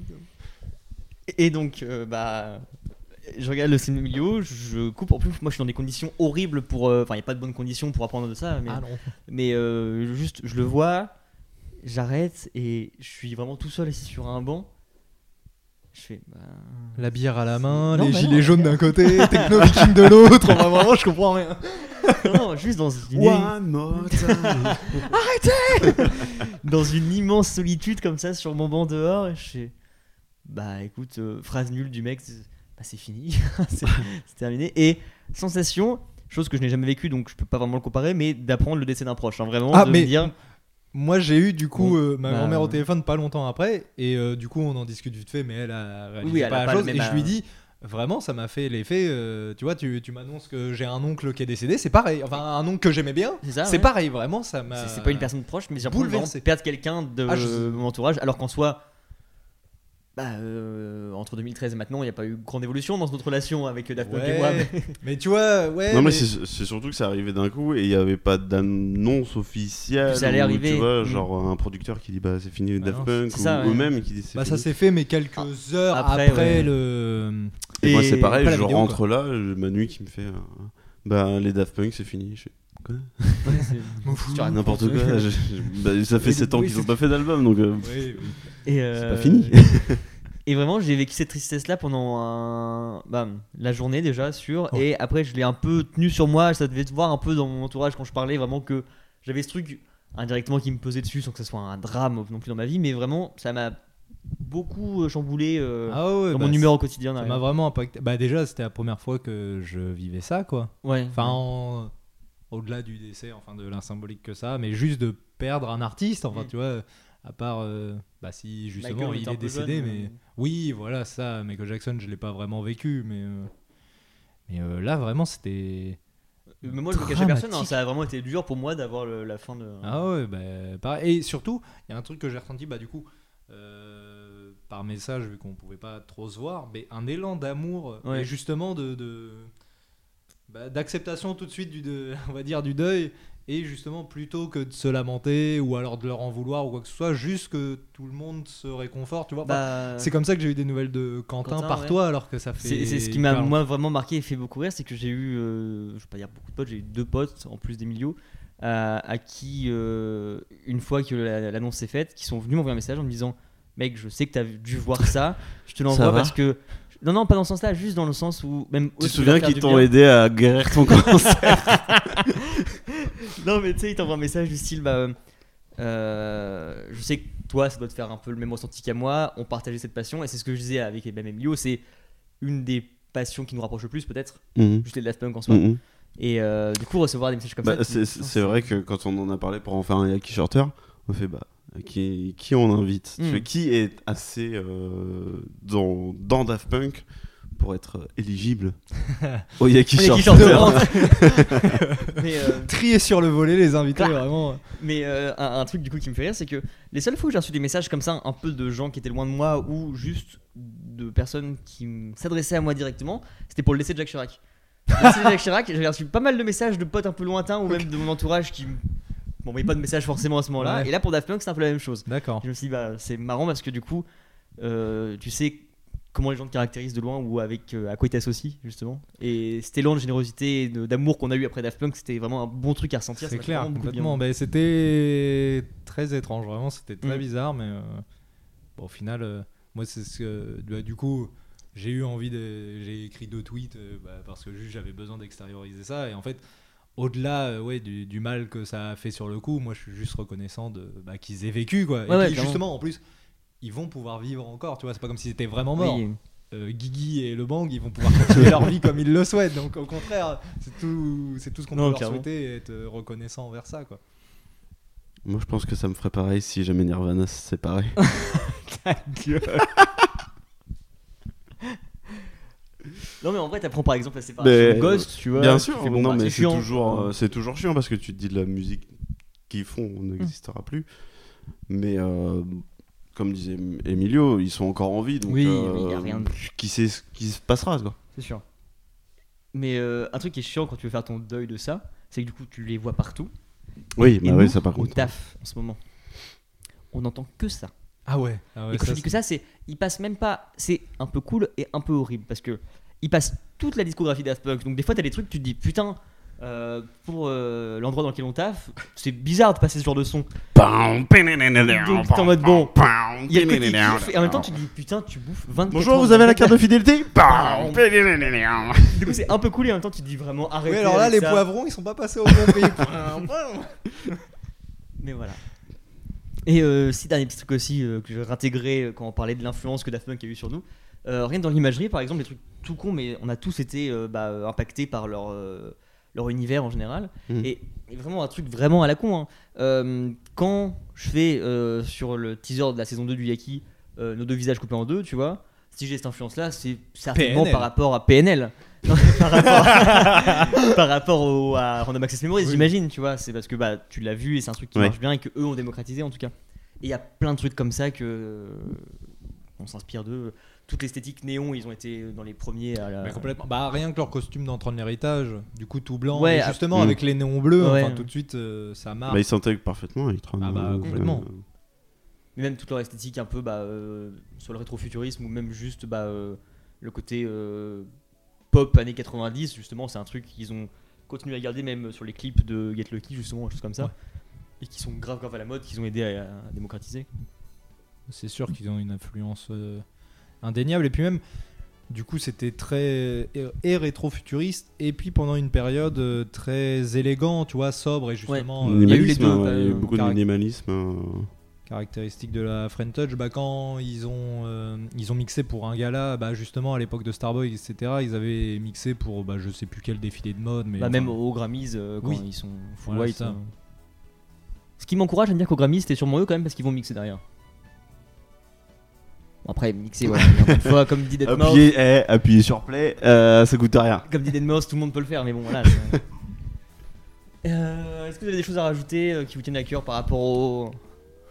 Speaker 1: Et donc, euh, bah, je regarde le cinéma milieu, je coupe. En plus, moi, je suis dans des conditions horribles pour. euh, Enfin, il n'y a pas de bonnes conditions pour apprendre de ça, mais,
Speaker 3: Ah non.
Speaker 1: mais euh, juste, je le vois, j'arrête et je suis vraiment tout seul assis sur un banc. Je fais. Bah, <laughs>
Speaker 3: La bière à la main,
Speaker 1: Non,
Speaker 3: les
Speaker 1: bah non.
Speaker 3: gilets jaunes d'un <laughs> côté, techno viking de l'autre, enfin, vraiment, je comprends rien.
Speaker 1: non, non, juste dans une,
Speaker 2: more time.
Speaker 1: dans une immense solitude comme ça sur mon banc dehors et je fais. Bah, écoute, euh, phrase nulle du mec, c'est- bah, c'est fini, <laughs> c'est c'est terminé. Et sensation. Chose que je n'ai jamais vécue, donc je peux pas vraiment le comparer, mais d'apprendre le décès d'un proche. hein, vraiment,
Speaker 3: Ah,
Speaker 1: de
Speaker 3: mais-
Speaker 1: me dire,
Speaker 3: Moi, j'ai eu du coup
Speaker 1: Bon,
Speaker 3: euh, ma
Speaker 1: bah,
Speaker 3: grand-mère au
Speaker 1: euh,
Speaker 3: téléphone pas longtemps après, et euh, du coup, on en discute vite fait, mais elle a réalisé
Speaker 1: Oui, elle
Speaker 3: pas
Speaker 1: a
Speaker 3: la
Speaker 1: pas le
Speaker 3: chose,
Speaker 1: même,
Speaker 3: et je lui
Speaker 1: euh,
Speaker 3: dis. Vraiment, ça m'a fait l'effet. euh, tu vois, tu, tu m'annonces que j'ai un oncle qui est décédé, c'est pareil. Enfin, un oncle que j'aimais bien,
Speaker 1: C'est ça,
Speaker 3: c'est
Speaker 1: Ah ouais. Bah,
Speaker 3: pareil. Vraiment, ça m'a.
Speaker 1: C'est c'est pas une personne proche, mais j'ai l'impression de
Speaker 3: Bouleversé.
Speaker 1: vraiment perdre quelqu'un de
Speaker 3: Ah, je-
Speaker 1: mon entourage, alors qu'en soi, bah, euh, entre 2013 et maintenant, il n'y a pas eu grande évolution dans notre relation avec euh, Daft Punk et moi.
Speaker 3: Ouais, <laughs> mais tu vois, ouais.
Speaker 2: Non, mais
Speaker 3: mais-
Speaker 2: c'est c'est surtout que ça arrivait d'un coup et il n'y avait pas d'annonce officielle.
Speaker 1: Ça allait
Speaker 2: ou,
Speaker 1: arriver.
Speaker 2: Tu vois,
Speaker 1: Mm.
Speaker 2: genre un producteur qui dit bah c'est fini les
Speaker 3: Ah
Speaker 2: Daft
Speaker 3: non,
Speaker 2: Punk
Speaker 1: c'est
Speaker 2: ou
Speaker 1: ça, ouais.
Speaker 2: eux-mêmes qui disent c'est
Speaker 3: Bah, ça
Speaker 2: fini.
Speaker 3: s'est fait, mais quelques heures
Speaker 1: Ah. après,
Speaker 3: après,
Speaker 1: ouais.
Speaker 3: le.
Speaker 2: Et, moi c'est
Speaker 1: Et
Speaker 2: pareil,
Speaker 3: pas la
Speaker 2: je
Speaker 3: vidéo,
Speaker 2: rentre là, je- ma nuit qui me fait euh, bah les Daft Punk c'est fini. Je fais, Ah,
Speaker 1: Ouais, c'est- Tu racontes.
Speaker 2: N'importe quoi. je- je- bah, ça fait
Speaker 3: Et
Speaker 2: 7 ans
Speaker 3: oui,
Speaker 2: qu'ils
Speaker 3: c'est-
Speaker 2: n'ont pas fait d'album donc. euh,
Speaker 3: Oui, oui.
Speaker 1: Et,
Speaker 2: C'est
Speaker 1: euh,
Speaker 2: pas fini.
Speaker 1: Et vraiment, j'ai vécu cette tristesse-là pendant un- bah, la journée déjà, sûr.
Speaker 3: Ouais.
Speaker 1: Et après, je l'ai un peu tenu sur moi. Ça devait se voir un peu dans mon entourage quand je parlais, vraiment que j'avais ce truc indirectement qui me pesait dessus, sans que ce soit un drame non plus dans ma vie. Mais vraiment, ça m'a beaucoup euh, chamboulé euh,
Speaker 3: Ah ouais,
Speaker 1: dans
Speaker 3: bah,
Speaker 1: mon humeur au quotidien.
Speaker 3: Ça
Speaker 1: ouais.
Speaker 3: m'a vraiment impacté. Bah, déjà, c'était la première fois que je vivais ça, quoi.
Speaker 1: Ouais. Bah,
Speaker 3: Enfin, en- au-delà du décès, enfin de l'insymbolique que ça, mais juste de perdre un artiste, enfin,
Speaker 1: Mm.
Speaker 3: tu vois, à part. euh, bah, si justement
Speaker 1: Michael
Speaker 3: il
Speaker 1: était un
Speaker 3: est
Speaker 1: peu
Speaker 3: décédé,
Speaker 1: jeune,
Speaker 3: mais.
Speaker 1: euh,
Speaker 3: Oui, voilà, ça, Michael Jackson, je l'ai pas vraiment vécu, mais. euh, Mais euh, là, vraiment, c'était.
Speaker 1: Mais moi, je me cachais à personne. hein. Ça a vraiment été dur pour moi d'avoir le- la fin de.
Speaker 3: Ah ouais, bah, pareil. Et surtout, il y a un truc que j'ai ressenti, bah, du coup, euh, par message, vu qu'on pouvait pas trop se voir, mais un élan d'amour, euh,
Speaker 1: Ouais.
Speaker 3: et justement de. de- bah, d'acceptation tout de suite du de- <laughs> on va dire du deuil et justement plutôt que de se lamenter ou alors de leur en vouloir ou quoi que ce soit juste que tout le monde se réconforte tu vois
Speaker 1: Bah,
Speaker 3: c'est comme ça que j'ai eu des nouvelles de Quentin,
Speaker 1: Quentin,
Speaker 3: par
Speaker 1: ouais.
Speaker 3: toi alors que ça fait
Speaker 1: C'est c'est ce qui m'a
Speaker 3: hyper longtemps.
Speaker 1: moi vraiment marqué et fait beaucoup rire, c'est que j'ai eu, euh, je vais pas dire beaucoup de potes, j'ai eu deux potes en plus d'Emilio, à- à qui euh, une fois que la- l'annonce s'est faite, qui sont venus m'envoyer un message en me disant, mec, je sais que t'as dû voir ça, je te
Speaker 2: Ça
Speaker 1: l'envoie
Speaker 2: va
Speaker 1: parce que non non pas dans ce sens-là, juste dans le sens où même eux,
Speaker 2: Tu te
Speaker 1: ça leur
Speaker 2: souviens
Speaker 1: fait
Speaker 2: qu'ils
Speaker 1: du
Speaker 2: t'ont
Speaker 1: bien.
Speaker 2: aidé à guérir ton cancer
Speaker 1: <laughs> Non, mais tu sais, il t'envoie un message du style bah, euh, euh, Je sais que toi, ça doit te faire un peu le même ressenti qu'à moi. On partageait cette passion, et c'est ce que je disais avec les mêmes Emilio c'est une des passions qui nous rapproche le plus, peut-être,
Speaker 2: Mhm.
Speaker 1: juste les Daft Punk en soi.
Speaker 2: Mhm.
Speaker 1: Et euh, du coup, recevoir des messages comme
Speaker 2: Bah,
Speaker 1: ça. tu te
Speaker 2: c'est-
Speaker 1: dis,
Speaker 2: c'est
Speaker 1: Putain,
Speaker 2: c'est vrai que quand on en a parlé pour en faire un Yaki Shorter, on fait bah qui, qui on invite Tu
Speaker 1: Mm.
Speaker 2: fais, Qui est assez euh, dans, dans Daft Punk pour être euh,
Speaker 1: <laughs>
Speaker 2: éligible au Yaki
Speaker 1: On est qui
Speaker 2: Shorter
Speaker 1: sort de
Speaker 2: <laughs>
Speaker 1: rentre. mais euh,
Speaker 3: trier sur le volet les invités
Speaker 1: Clac.
Speaker 3: vraiment
Speaker 1: mais, euh, un, un truc du coup qui me fait rire, c'est que les seules fois où j'ai reçu des messages comme ça, un peu de gens qui étaient loin de moi ou juste de personnes qui m- s'adressaient à moi directement, c'était pour le décès de Jacques Chirac. Le décès de
Speaker 3: <laughs>
Speaker 1: Jacques Chirac, j'avais reçu pas mal de messages de potes un peu lointains ou même de mon entourage qui m- m'envoyaient pas de messages forcément à ce moment-là.
Speaker 3: Ouais.
Speaker 1: Et là pour Daft Punk, c'est un peu la même chose.
Speaker 3: d'accord
Speaker 1: Je me suis dit, bah, c'est marrant parce que du coup, euh, tu sais comment les gens te caractérisent de loin ou avec euh, à quoi ils t'associent, justement. Et cet élan de générosité et de- d'amour qu'on a eu après Daft Punk, c'était vraiment un bon truc à ressentir.
Speaker 3: c'est
Speaker 1: ça m'a fait
Speaker 3: clair
Speaker 1: vraiment beaucoup de bien.
Speaker 3: complètement Ben, c'était très étrange vraiment c'était très
Speaker 1: Mm.
Speaker 3: bizarre mais euh, bon, au final euh, moi c'est ce que bah, du coup j'ai eu envie de j'ai écrit deux tweets euh, bah, parce que juste j'avais besoin d'extérioriser ça et en fait au-delà euh, ouais, du, du mal que ça a fait sur le coup, moi je suis juste reconnaissant de bah, qu'ils aient vécu
Speaker 1: Ouais,
Speaker 3: quoi. et
Speaker 1: ouais,
Speaker 3: puis,
Speaker 1: clairement.
Speaker 3: justement en plus ils vont pouvoir vivre encore, tu vois, c'est pas comme s'ils étaient vraiment morts.
Speaker 1: Oui. <laughs>
Speaker 3: euh, Guigui et Le Bang, ils vont pouvoir continuer leur vie comme ils le souhaitent. Donc au contraire, c'est tout, c'est tout ce qu'on peut
Speaker 1: Non,
Speaker 3: leur
Speaker 1: clairement.
Speaker 3: souhaiter et être euh, reconnaissant envers ça. Quoi.
Speaker 2: Moi je pense que ça me ferait pareil si jamais Nirvana se séparait.
Speaker 1: Non, mais en vrai, t'apprends par exemple la séparation
Speaker 2: Mais-
Speaker 1: de Ghost, tu vois.
Speaker 2: Bien
Speaker 1: tu
Speaker 2: sûr,
Speaker 1: fais, bon,
Speaker 2: non
Speaker 1: bah,
Speaker 2: mais c'est
Speaker 1: chiant.
Speaker 2: toujours euh, c'est toujours chiant parce que tu te dis de la musique qu'ils font n'existera plus. Mais euh, comme disait Emilio, ils sont encore en vie donc
Speaker 1: Oui,
Speaker 2: euh,
Speaker 1: mais y a rien de-
Speaker 2: qui sait ce qui se passera quoi.
Speaker 1: C'est sûr. Mais euh, un truc qui est chiant quand tu veux faire ton deuil de ça, c'est que du coup, tu les vois partout.
Speaker 2: Oui,
Speaker 1: et
Speaker 2: bah oui,
Speaker 1: nous,
Speaker 2: ça par
Speaker 1: on
Speaker 2: contre.
Speaker 1: taffe en ce moment. On n'entend que ça.
Speaker 3: Ah ouais, ah ouais,
Speaker 1: et quand
Speaker 3: ça,
Speaker 1: je dis que ça, c'est. Il passe même pas. C'est un peu cool et un peu horrible parce que il passe toute la discographie Daft Punk. Donc des fois, t'as des trucs, tu te dis putain. euh, pour euh, l'endroit dans lequel on taffe, c'est bizarre de passer ce genre de son. Donc t'es en mode bon, il y a le côté kiff, et en même temps tu te dis putain, tu bouffes 24
Speaker 2: Bonjour,
Speaker 1: heures
Speaker 2: vous avez la
Speaker 1: de-
Speaker 2: <laughs> carte
Speaker 1: <laughs>
Speaker 2: de fidélité
Speaker 1: Ah. Du coup, c'est un peu cool et en même temps tu te dis vraiment
Speaker 3: c'est-
Speaker 1: arrête.
Speaker 3: Oui, alors là, les poivrons, ils sont pas passés au bon prix.
Speaker 1: <laughs> Mais voilà. Et euh, si dernier petit truc aussi euh, que je réintégrais euh, quand on parlait de l'influence que Daft Punk a eu sur nous, euh, rien que dans l'imagerie par exemple, des trucs tout cons, mais on a tous été euh, bah, euh, impactés par leur, euh, leur univers en général.
Speaker 2: Mhm.
Speaker 1: Et, et vraiment un truc vraiment à la con. hein. Euh, quand je fais euh, sur le teaser de la saison 2 du Yaki euh, nos deux visages coupés en deux, tu vois, si j'ai cette influence là, c'est certainement
Speaker 3: PNL.
Speaker 1: par rapport à PNL. <laughs> Non, par rapport, par rapport au, à Random Access Memories,
Speaker 3: Oui.
Speaker 1: j'imagine, tu vois. C'est parce que bah, tu l'as vu et c'est un truc qui
Speaker 2: Ouais.
Speaker 1: marche bien et que eux ont démocratisé en tout cas. Et il y a plein de trucs comme ça que euh, on s'inspire d'eux. Toute l'esthétique néon, ils ont été dans les premiers à la.
Speaker 3: Bah, complètement. Bah, rien que leur costume d'entendre l'héritage, du coup tout blanc,
Speaker 1: Ouais,
Speaker 3: et
Speaker 1: ah,
Speaker 3: justement
Speaker 2: mm.
Speaker 3: avec les néons bleus,
Speaker 1: Ouais.
Speaker 3: enfin, tout de suite euh, ça marche.
Speaker 2: Bah, il s'intègre parfaitement à Ultron.
Speaker 3: Ah bah,
Speaker 2: euh,
Speaker 3: complètement.
Speaker 2: euh,
Speaker 1: Mais même toute leur esthétique un peu bah, euh, sur le rétrofuturisme ou même juste bah, euh, le côté euh, pop années 90 justement c'est un truc qu'ils ont continué à garder même sur les clips de Get Lucky justement choses comme ça
Speaker 3: Ouais.
Speaker 1: et qui sont grave grave à la mode qu'ils ont aidé à, à démocratiser
Speaker 3: C'est sûr qu'ils ont une influence euh, indéniable. Et puis même, du coup, c'était très et- et rétrofuturiste. Et puis pendant une période euh, très élégant, tu vois, sobre et justement euh,
Speaker 1: il y a eu les
Speaker 2: minimalisme,
Speaker 1: deux,
Speaker 2: hein,
Speaker 1: euh,
Speaker 2: ouais, il y a eu beaucoup de
Speaker 3: caract-
Speaker 2: minimalisme. euh,
Speaker 3: caractéristique de la French Touch. Bah, quand ils ont euh, ils ont mixé pour un gala, bah justement à l'époque de Starboy, etc. Ils avaient mixé pour bah je sais plus quel défilé de mode, mais
Speaker 1: bah,
Speaker 3: enfin,
Speaker 1: même aux Grammys euh, quand
Speaker 3: oui.
Speaker 1: ils sont full
Speaker 3: voilà,
Speaker 1: white
Speaker 3: ça.
Speaker 1: hein. ce qui m'encourage à me dire qu'aux Grammys c'était sûrement eux quand même parce qu'ils vont mixer derrière Bon, après mixer
Speaker 3: <laughs>
Speaker 1: voilà encore une fois comme dit Deadmau5
Speaker 2: Appuyez, eh, appuyez sur play, euh, ça coûte rien.
Speaker 1: Comme dit Deadmau5, tout le monde peut le faire, mais bon, voilà. c'est- Euh, Est-ce que vous avez des choses à rajouter euh, qui vous tiennent à cœur par rapport au,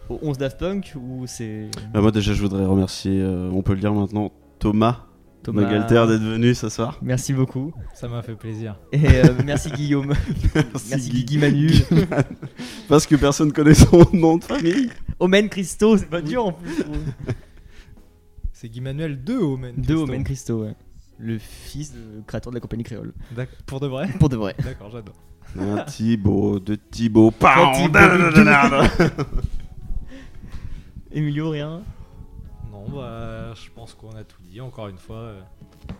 Speaker 1: au 11 Daft Punk ou c'est
Speaker 2: Bah, moi déjà je voudrais remercier, euh, on peut le dire maintenant, Thomas,
Speaker 1: Thomas
Speaker 2: Magalter d'être venu ce soir.
Speaker 1: Merci beaucoup.
Speaker 3: Ça m'a fait plaisir.
Speaker 1: Et <laughs> euh, merci Guillaume. merci Guigui Manu.
Speaker 2: Parce que personne connaît son nom de famille.
Speaker 1: Omen Christo, c'est pas dur en plus.
Speaker 3: C'est Guy Manuel 2 Omen.
Speaker 1: De
Speaker 3: Christo.
Speaker 1: Omen Christo, ouais. Le fils de créateur de la compagnie créole.
Speaker 3: D'ac- Pour de vrai. <laughs>
Speaker 1: Pour de vrai.
Speaker 3: D'accord, j'adore.
Speaker 2: Un Thibaut, deux Thibaut, pound,
Speaker 1: Thibaut.
Speaker 2: dadadadada.
Speaker 1: <laughs> Emilio, rien.
Speaker 3: Non, bah, je pense qu'on a tout dit. Encore une fois, euh,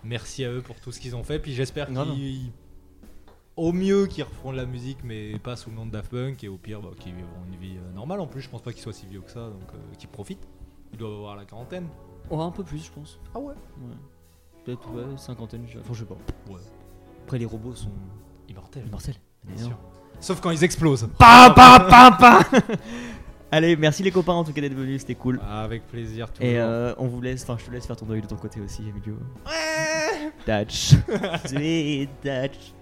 Speaker 3: merci à eux pour tout ce qu'ils ont fait. Puis j'espère
Speaker 1: Grave.
Speaker 3: qu'ils, au mieux, qu'ils referont de la musique, mais pas sous le nom de Daft Punk. Et au pire, bah, qu'ils vivront une vie euh, normale. En plus, je pense pas qu'ils soient si vieux que ça, donc euh, qu'ils profitent. Ils doivent avoir la quarantaine.
Speaker 1: Ouais, un peu plus, je pense.
Speaker 3: Ah ouais
Speaker 1: ouais. Peut-être, ouais, cinquantaine. je- Enfin, je sais pas.
Speaker 3: Ouais.
Speaker 1: Après, les robots sont
Speaker 3: Immortels,
Speaker 1: immortels.
Speaker 3: bien
Speaker 1: évidemment.
Speaker 3: sûr. Sauf quand ils explosent.
Speaker 1: <laughs> Allez, merci les copains en tout cas d'être venus, c'était cool.
Speaker 3: Avec plaisir. Toujours.
Speaker 1: Et euh, on vous laisse, enfin je te laisse faire ton deuil de ton côté aussi, Emilio. Ouais Touch. Sweet touch.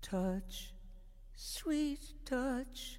Speaker 4: touch, sweet touch.